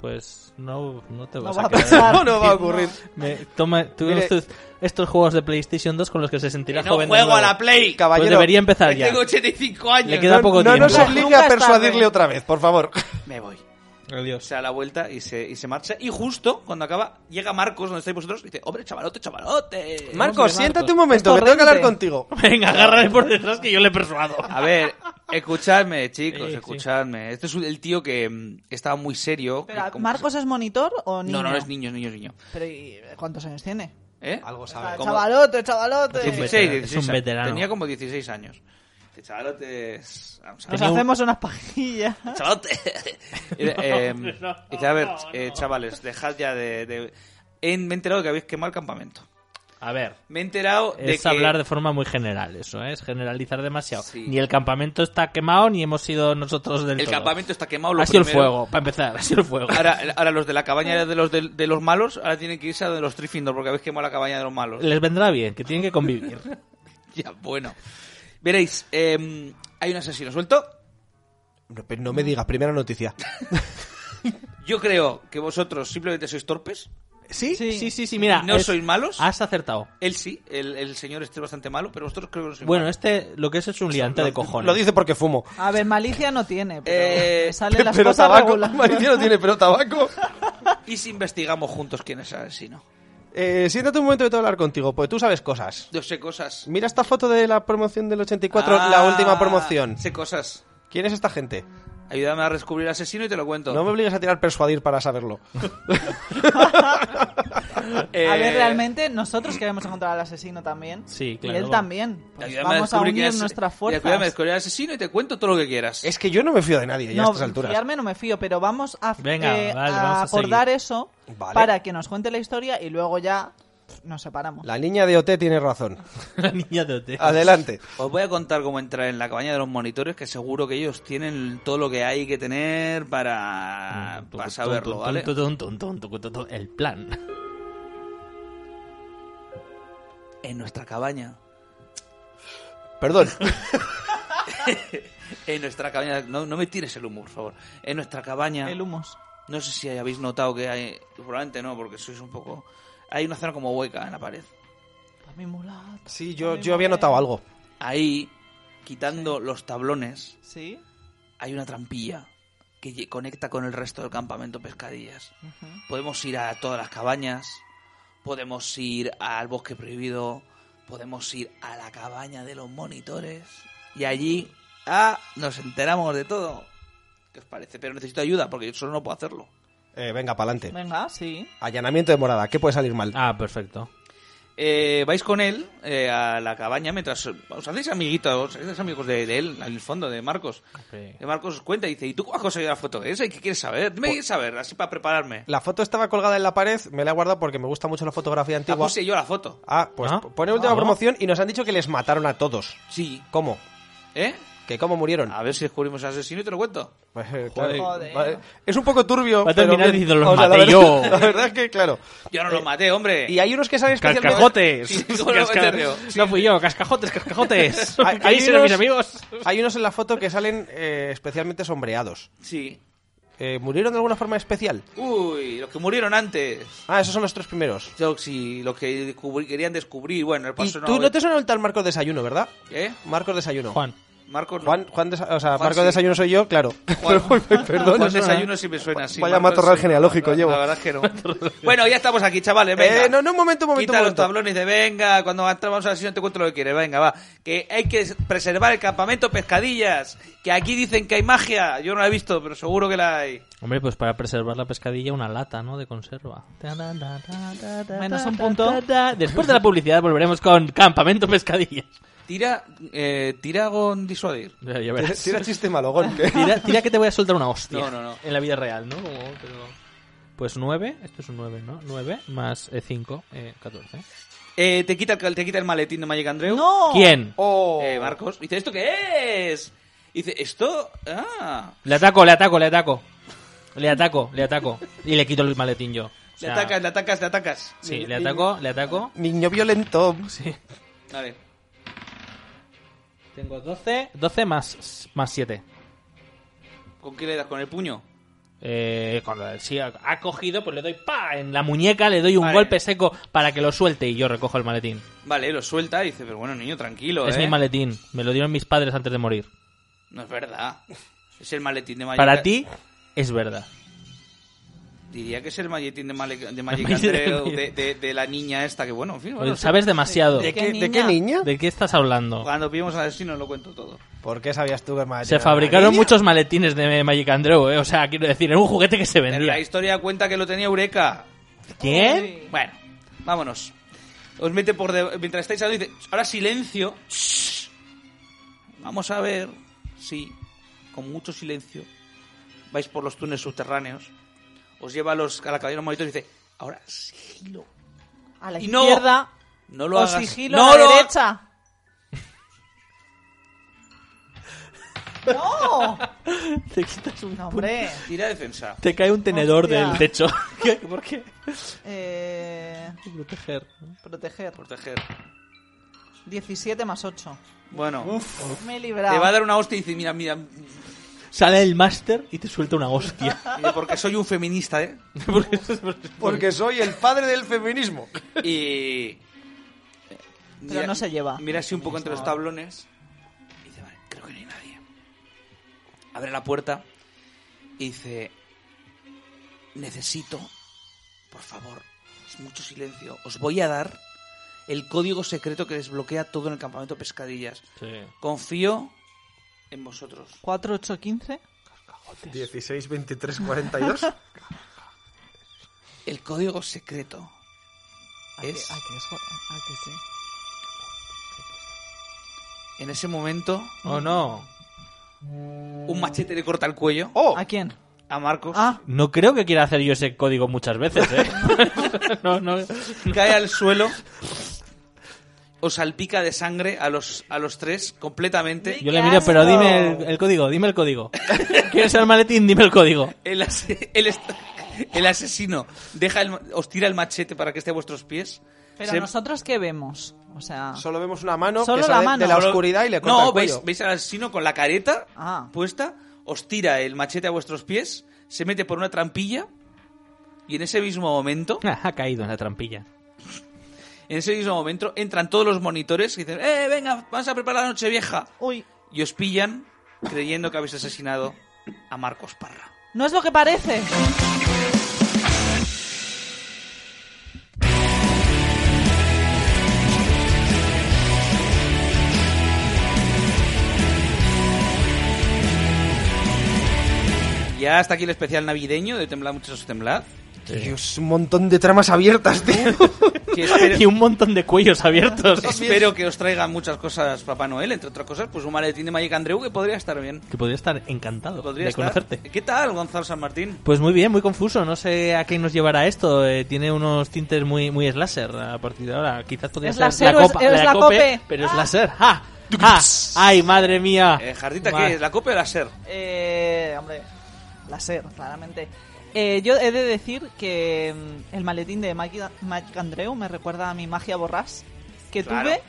C: Pues no, no te
D: No
C: vas
D: va
C: a
D: a
C: quedar.
D: pasar.
E: No, no va a ocurrir.
C: Me- toma, tú
E: Mire-
C: estos, estos juegos de PlayStation 2 con los que se sentirá
B: Que no
C: joven. de
B: juego a
C: nuevo.
B: la Play,
C: Pues
E: Caballero,
C: debería empezar
B: que
C: ya.
B: tengo 85 años.
C: Le queda
E: no,
C: poco
E: no nos
C: tiempo.
E: obligue
D: Nunca
E: a
D: es
E: persuadirle
D: tarde.
E: otra vez, por favor.
B: Me voy.
C: Adiós.
B: Se da la vuelta y se, y se marcha. Y justo cuando acaba, llega Marcos, donde estáis vosotros, y dice, hombre, chavalote, chavalote.
E: Marcos, siéntate un momento,
D: Es
E: que tengo que hablar
D: torrente.
E: contigo.
C: Venga, agárrale por detrás que yo le persuado.
B: A ver, escuchadme, chicos,
C: Sí, sí.
B: escuchadme. Este es un- el tío que mm, estaba muy serio.
D: Espera,
B: que como-
D: ¿Marcos es monitor o niño?
B: No, no, no es niño, es niño, es niño.
D: Pero ¿y ¿cuántos años tiene?
B: ¿Eh?
E: Algo
D: O sea,
E: sabe.
B: ¿Cómo?
D: Chavalote, chavalote.
C: Sí,
B: 16,
C: pues. veterano, es
B: 16
C: un veterano.
B: Tenía como 16 años. Dice, Chavalotes. Vamos a
D: Nos
C: Tenía un-
D: hacemos unas pajillas.
B: Chavalotes. Y, eh,
C: hombre, no,
B: dice, a ver,
C: no,
B: eh,
C: no.
B: chavales, dejad ya de. de- En- me he enterado que habéis quemado el campamento.
C: A ver.
B: Me he enterado de
C: Es
B: que.
C: hablar de forma muy general, eso, ¿eh? es generalizar demasiado.
B: Sí.
C: Ni el campamento está quemado, ni hemos sido nosotros del
B: el
C: todo.
B: campamento está quemado. Lo
C: Ha sido el
B: primero.
C: fuego, para empezar, ha sido el fuego.
B: Ahora, ahora los de la cabaña de los, de, de los malos, ahora tienen que irse a donde los Trifindor porque habéis quemado la cabaña de los malos.
C: Les vendrá bien, que tienen que convivir.
B: Ya, bueno. Veréis, eh, hay un asesino suelto.
E: No, pero no me digas, primera noticia.
B: Yo creo que vosotros simplemente sois torpes.
C: ¿Sí?
D: Sí.
C: Sí, sí, sí, mira.
B: ¿No
C: es-
B: sois malos?
C: Has acertado.
B: Él sí, el, el señor este es bastante malo, pero vosotros creo que no sois
C: Bueno,
B: malos.
C: este lo que es es un liante de cojones.
E: Lo dice porque fumo.
D: A ver, malicia no tiene, pero
B: Eh,
D: me salen las
E: pero
D: cosas
E: tabaco.
D: regular.
E: Mauricio no tiene, pero tabaco.
B: ¿Y si investigamos juntos quién es el asesino?
E: Eh, siéntate un momento de hablar contigo, porque tú sabes cosas.
B: Yo sé cosas.
E: Mira esta foto de la promoción del 84,
B: Ah,
E: la última promoción.
B: Sé cosas.
E: ¿Quién es esta gente?
B: Ayúdame a descubrir al asesino y te lo cuento.
E: No me obligues a tirar persuadir para saberlo.
B: Eh,
D: A ver, realmente nosotros queremos encontrar al asesino también.
C: Sí,
D: Y
C: claro.
D: él también. Pues
B: ayúdame
D: vamos a
B: descubrir quién
D: unir
B: es-
D: nuestras
B: y Ayúdame a
D: fuerzas.
B: descubrir al asesino y te cuento todo lo que quieras.
E: Es que yo no me fío de nadie ya a
D: No,
E: estas alturas.
D: fiarme no me fío, pero vamos a,
C: Venga,
D: eh,
C: vale,
D: a
C: vamos a
D: acordar
C: seguir.
D: eso
E: Vale.
D: para que nos cuente la historia y luego ya pff, nos separamos.
E: La niña de OT tiene razón.
C: La niña de hotel.
E: Adelante.
B: Os voy a contar cómo entrar en la cabaña de los monitores, que seguro que ellos tienen todo lo que hay que tener
E: Mm,
C: Ah,
B: para,
C: pues,
B: para saberlo, ¿vale?
C: El plan.
B: En nuestra cabaña.
E: Perdón.
B: En nuestra cabaña. No, no me tires el humor, por favor. En nuestra cabaña.
D: El humus.
B: No sé si habéis notado que hay. Probablemente no, porque sois un poco. Hay una zona como hueca en la pared.
D: Pa' mi mulato,
E: Sí,
D: pa'
E: yo,
D: mi
E: yo había
D: mujer.
E: notado algo.
B: Ahí, quitando los tablones,
D: Sí.
B: hay una trampilla que lle- conecta con el resto del campamento Pescadillas.
D: ujú.
B: Podemos ir a todas las cabañas, podemos ir al bosque prohibido, podemos ir a la cabaña de los monitores y allí ah, nos enteramos de todo. ¿Qué os parece? Pero necesito ayuda porque yo solo no puedo hacerlo.
E: Eh, venga, pa'lante.
D: Venga, Ah, sí.
E: Allanamiento de morada. ¿Qué puede salir mal?
C: Ah, perfecto.
B: Eh, vais con él eh, a la cabaña mientras os hacéis amiguitos, os hacéis amigos de, de él, en el fondo, de Marcos.
C: Sí.
B: Que Marcos os cuenta y dice, ¿y tú cómo has conseguido la foto esa? ¿Y qué quieres saber? Dime qué quieres saber, así para prepararme.
E: La foto estaba colgada en la pared, me la he guardado porque me gusta mucho la fotografía
B: La
E: antigua.
B: puse yo la foto.
E: pues Ah, pues
C: ¿Ah?
E: pone última
C: Ah.
E: promoción y nos han dicho que les mataron a todos.
B: Sí.
E: ¿Cómo?
B: ¿Eh?
E: ¿Que cómo murieron?
B: A ver si descubrimos al asesino y te lo cuento.
E: Pues, eh, claro.
D: Joder.
E: Vale. Es un poco turbio.
C: Va a
E: pero
C: terminar
E: bien.
C: diciendo, "Los
E: O sea, la
C: maté
E: verdad-
C: yo".
E: La verdad es que, claro.
B: Yo no lo maté, hombre.
E: Y hay unos que salen especialmente...
C: ¡Cascajotes!
B: Sí, ¿cómo lo
C: Casca-
B: meterlo?
C: No fui yo, cascajotes, cascajotes.
E: Hay- hay
C: Ahí serán mis
E: unos-
C: amigos.
E: Hay unos en la foto que salen eh, especialmente sombreados.
B: Sí.
E: Eh, ¿Murieron de alguna forma especial?
B: Uy, los que murieron antes.
E: Ah, esos son los tres primeros.
B: Yo, sí, los que descubrí- querían descubrir. Bueno, el
E: Y
B: paso
E: tú no te sonó el tal Marcos Desayuno, ¿verdad?
B: ¿Eh?
E: Marcos Desayuno.
C: Juan.
B: Marcos... no.
E: Juan, Juan Desa- o sea,
B: Juan,
E: Marcos
B: sí.
E: Desayuno soy yo, claro.
B: Juan-
E: Perdón.
B: Juan desayuno sí me suena así.
E: Pues Vaya
B: Marcos,
E: matorral
B: sí.
E: genealógico
B: La- la-
E: llevo.
B: La verdad es que no. bueno, ya estamos aquí, chavales. Venga.
E: Eh, no, no, un momento, un momento,
B: Quita
E: un
B: los
E: momento.
B: tablones de venga, cuando entramos al siguiente te cuento lo que quieres, venga, va. Que hay que preservar el campamento pescadillas, que aquí dicen que hay magia, yo no la he visto, pero seguro que la hay.
C: Hombre, pues para preservar la pescadilla, una lata, ¿no? De conserva.
D: Menos un punto.
C: Después de la publicidad volveremos con Campamento Pescadillas.
B: Tira, eh, tira con disuadir.
C: Ya, ya
E: Tira
C: verás.
E: tira chiste malogón. que-
C: Tira, tira que te voy a soltar una hostia.
B: No, no, no.
C: En la vida real, ¿no? Como- pero- Pues 9, esto es un 9, ¿no? 9 más eh, 5, 14.
B: Eh, te quita el, te quita el maletín de Magic Andreu.
D: ¡No!
C: ¿Quién?
E: Oh.
B: Eh, Marcos. Dice, ¿esto qué es? Dice, ¿esto? Ah.
C: Le ataco, le ataco, le ataco. Le ataco, le ataco. Y le quito el maletín yo. O
B: Le
C: sea,
B: atacas, le atacas, le atacas.
C: Sí, le ataco, le ataco.
E: Niño violento.
C: Sí.
B: Vale.
C: Tengo 12, 12 más, más 7.
B: ¿Con qué le das? ¿Con el puño?
C: Eh, cuando sí, ha- ha cogido, pues le doy pa en la muñeca, le doy un
B: Vale.
C: golpe seco para que lo suelte y yo recojo el maletín.
B: Vale, lo suelta y dice, pero bueno, niño, tranquilo,
C: Es
B: ¿eh?
C: mi maletín, me lo dieron mis padres antes de morir.
B: No es verdad. Es el maletín de Magic
C: Para ti es verdad.
B: Diría que es el maletín de, Male- de Magic
C: maletín de Pues
B: Andreu,
C: Magic.
B: de, de- de la niña esta, que bueno, en fin. bueno,
C: Oye, Sabes demasiado.
E: ¿De
C: ¿De
E: qué, ¿De qué niña?
C: qué estás hablando?
B: Cuando pillemos al asesino lo cuento todo.
E: ¿Por qué sabías tú que madre
C: Se fabricaron muchos maletines de Magic Andrew, ¿eh? o sea, quiero decir, era un juguete que se
B: Pero la
C: vendía.
B: historia cuenta que lo tenía Eureka.
C: ¿Quién?
D: Uy.
B: Bueno, vámonos. Os mete por de- mientras estáis hablando dice, ahora silencio. Shh. Vamos a ver si con mucho silencio vais por los túneles subterráneos. Os lleva a, los, a la caballero monitor y dice, ahora sigilo.
D: A la
B: Y no-
D: izquierda.
B: No lo
D: o
B: hagas.
D: sigilo
B: no
D: a
B: lo
D: la derecha. ¡No!
C: Te quitas un
D: No, hombre.
B: Tira defensa.
C: Te cae un tenedor
D: Hostia.
C: del techo. ¿Qué? ¿Por qué?
D: Eh,
C: Proteger.
D: proteger.
B: Proteger.
D: 17 más 8.
B: Bueno.
D: Me he
B: Te va a
D: librado.
B: dar una hostia y dice, mira, mira,
C: Sale el máster y te suelta una hostia.
B: Eh, Porque soy un feminista, ¿eh?
C: Porque eso es-
E: Porque soy el padre del feminismo.
B: Y.
D: Pero no se lleva.
B: Mira así un poco entre los tablones. Y dice, vale, creo que no hay nadie. Abre la puerta y dice: Necesito, por favor, es mucho silencio. Os voy a dar el código secreto que desbloquea todo en el campamento Pescadillas. Confío en vosotros.
D: 4, 8, 15.
E: 16, 23, 42.
B: El código secreto es.
A: ¿A que es jo- a que sí?
B: En ese momento,
C: Oh, no.
B: un machete le corta el cuello
E: ¡Oh!
D: ¿A quién?
B: a Marcos.
D: Ah,
C: No creo que quiera hacer yo ese código muchas veces, ¿eh? no, no.
B: cae al suelo, os salpica de sangre a los, a los tres completamente.
C: Yo le miro, pero dime el, el código, dime el código. ¿Quieres ser maletín? Dime el código.
B: El, ase- el est- el asesino deja el ma- os tira el machete para que esté a vuestros pies.
D: pero
B: Se-
D: nosotros qué vemos. O sea,
E: Ah. Solo vemos una mano
D: Solo
E: que sale
D: la mano.
E: de la
D: Solo-
E: oscuridad y le corta
B: no,
E: el
B: veis,
E: cuello.
B: veis al asesino con la careta
D: Ah.
B: puesta, os tira el machete a vuestros pies, se mete por una trampilla y en ese mismo momento,
C: Ah, ha caído en la trampilla.
B: en ese mismo momento entran todos los monitores y dicen, "Eh, venga, vamos a preparar la noche vieja."
D: uy,
B: Y os pillan creyendo que habéis asesinado a Marcos Parra.
D: no es lo que parece.
B: Ya hasta aquí el especial navideño de Temblad Muchachos Temblad.
E: Dios, un montón de tramas abiertas, tío.
B: Que espero,
C: Y un montón de cuellos abiertos.
B: espero que os traigan muchas cosas Papá Noel, entre otras cosas, pues un maletín de Magic Andreu que podría estar bien.
C: Que podría estar encantado
B: Podría
C: de
B: estar.
C: conocerte.
B: ¿Qué tal, Gonzalo San Martín?
C: Pues muy bien, muy confuso. No sé a qué nos llevará esto. Eh, tiene unos tintes muy, muy slasher a partir de ahora. Quizás podría
D: ¿Es
C: ser
D: láser
C: la
D: o es-
C: copa.
D: es la cope?
C: Pero es láser. ¡Ah! ¡Ah! ¡Ay, madre mía!
B: Eh, ¿Jardita
C: Ma-
B: qué es? ¿La copia o la ser?
D: Eh, hombre, la SER, claramente. Eh, yo he de decir que mm, el maletín de Magic, Magic Andreu me recuerda a mi magia borrás que
B: Claro,
D: tuve,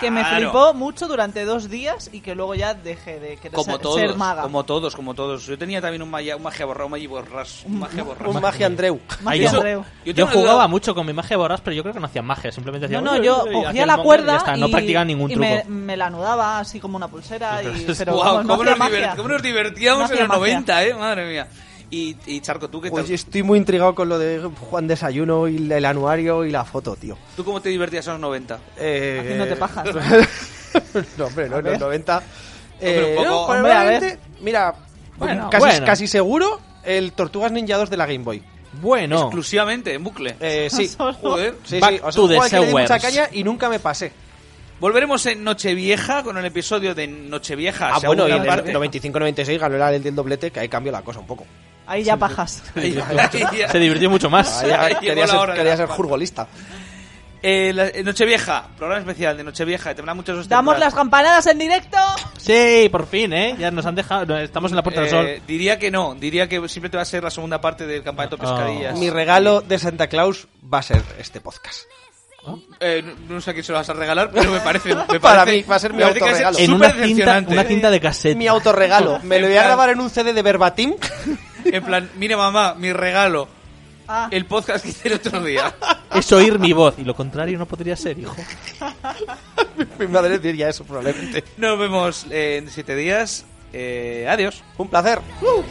D: que me
B: claro.
D: flipó mucho durante dos días y que luego ya dejé de querer
B: Como
D: ser,
B: todos,
D: ser maga.
B: como todos, como todos. Yo tenía también un, maya, un magia borrado, un magia borras, un magia borras.
E: un magia Andreu.
D: Magia
C: Ay, yo-
D: Andreu.
B: Yo
C: Yo,
B: tengo una
C: jugaba
B: duda.
C: mucho con mi magia borras, pero yo creo que no hacía magia, simplemente hacía...
D: No, no, yo
C: y hacía
D: cogía
C: el
D: la
C: monger y
D: cuerda
C: ya está,
D: y,
C: no practicaba ningún
D: y
C: truco.
D: me, me la anudaba así como una pulsera y pero
B: Guau,
D: vamos, no
B: cómo,
D: hacía
B: nos
D: magia.
B: divert- cómo nos divertíamos
D: No
B: en
D: hacía
B: los
D: magia.
B: 90, eh? Madre mía. Y, y Charco, ¿tú qué
C: Pues
B: tal?
E: Oye, estoy muy intrigado con lo de Juan Desayuno y el anuario y la foto, tío.
B: ¿Tú cómo te divertías en los 90?
E: Eh...
D: Haciéndote pajas.
E: no, hombre, no, en los 90.
B: pero un
E: Eh,
B: poco-
E: no,
D: Hombre, a ver.
E: probablemente, Mira,
C: Bueno,
E: casi,
C: bueno.
E: casi seguro el Tortugas Ninja 2 de la Game Boy.
C: Bueno,
B: Exclusivamente, en bucle.
E: Eh, sí.
B: Joder.
E: Sí,
C: Back
E: sí. O sea,
C: to
E: un
C: the
E: juego al que le di
C: sewers.
E: mucha caña y nunca me pasé.
B: Volveremos en Nochevieja con el episodio de Nochevieja.
E: Ah,
B: segunda
E: bueno, y en
B: parte.
E: el 95-96 ganó el del doblete, que ahí cambió la cosa un poco.
D: Ahí ya pajas.
B: Ahí- ahí ya.
C: se divirtió mucho más.
E: Ahí ya
B: Ahí llegó la
E: quería ser,
B: hora de
E: quería
B: la
E: ser
B: paz.
E: jurgolista.
B: Eh, la- eh, Nochevieja, programa especial de Nochevieja. Te muchos
D: Damos las campanadas en directo.
C: Sí, por fin, ¿eh? Ya nos han dejado, no, estamos en la
B: Eh,
C: Puerta del Sol.
B: Diría que no, diría que siempre te va a ser la segunda parte del
C: Ah.
B: campeonato Pescadillas.
E: Mi regalo de Santa Claus va a ser este podcast.
B: Eh, no- no sé a quién se lo vas a regalar, pero me parece. Me
E: Para
B: parece-
E: mí, va a ser mi
B: me parece que
E: autorregalo.
B: ser
C: En una cinta,
B: superdecepcionante.
C: una cinta de cassette.
E: Mi autorregalo. Me lo voy a grabar en un CD de verbatim.
B: En plan, mire mamá, mi regalo.
D: Ah,
B: El podcast que hice el otro día.
C: Es oír mi voz, y lo contrario no podría ser, hijo.
E: Mi madre diría eso probablemente.
B: Nos vemos eh, en siete días. Eh, adiós.
E: Un placer. ¡Uh!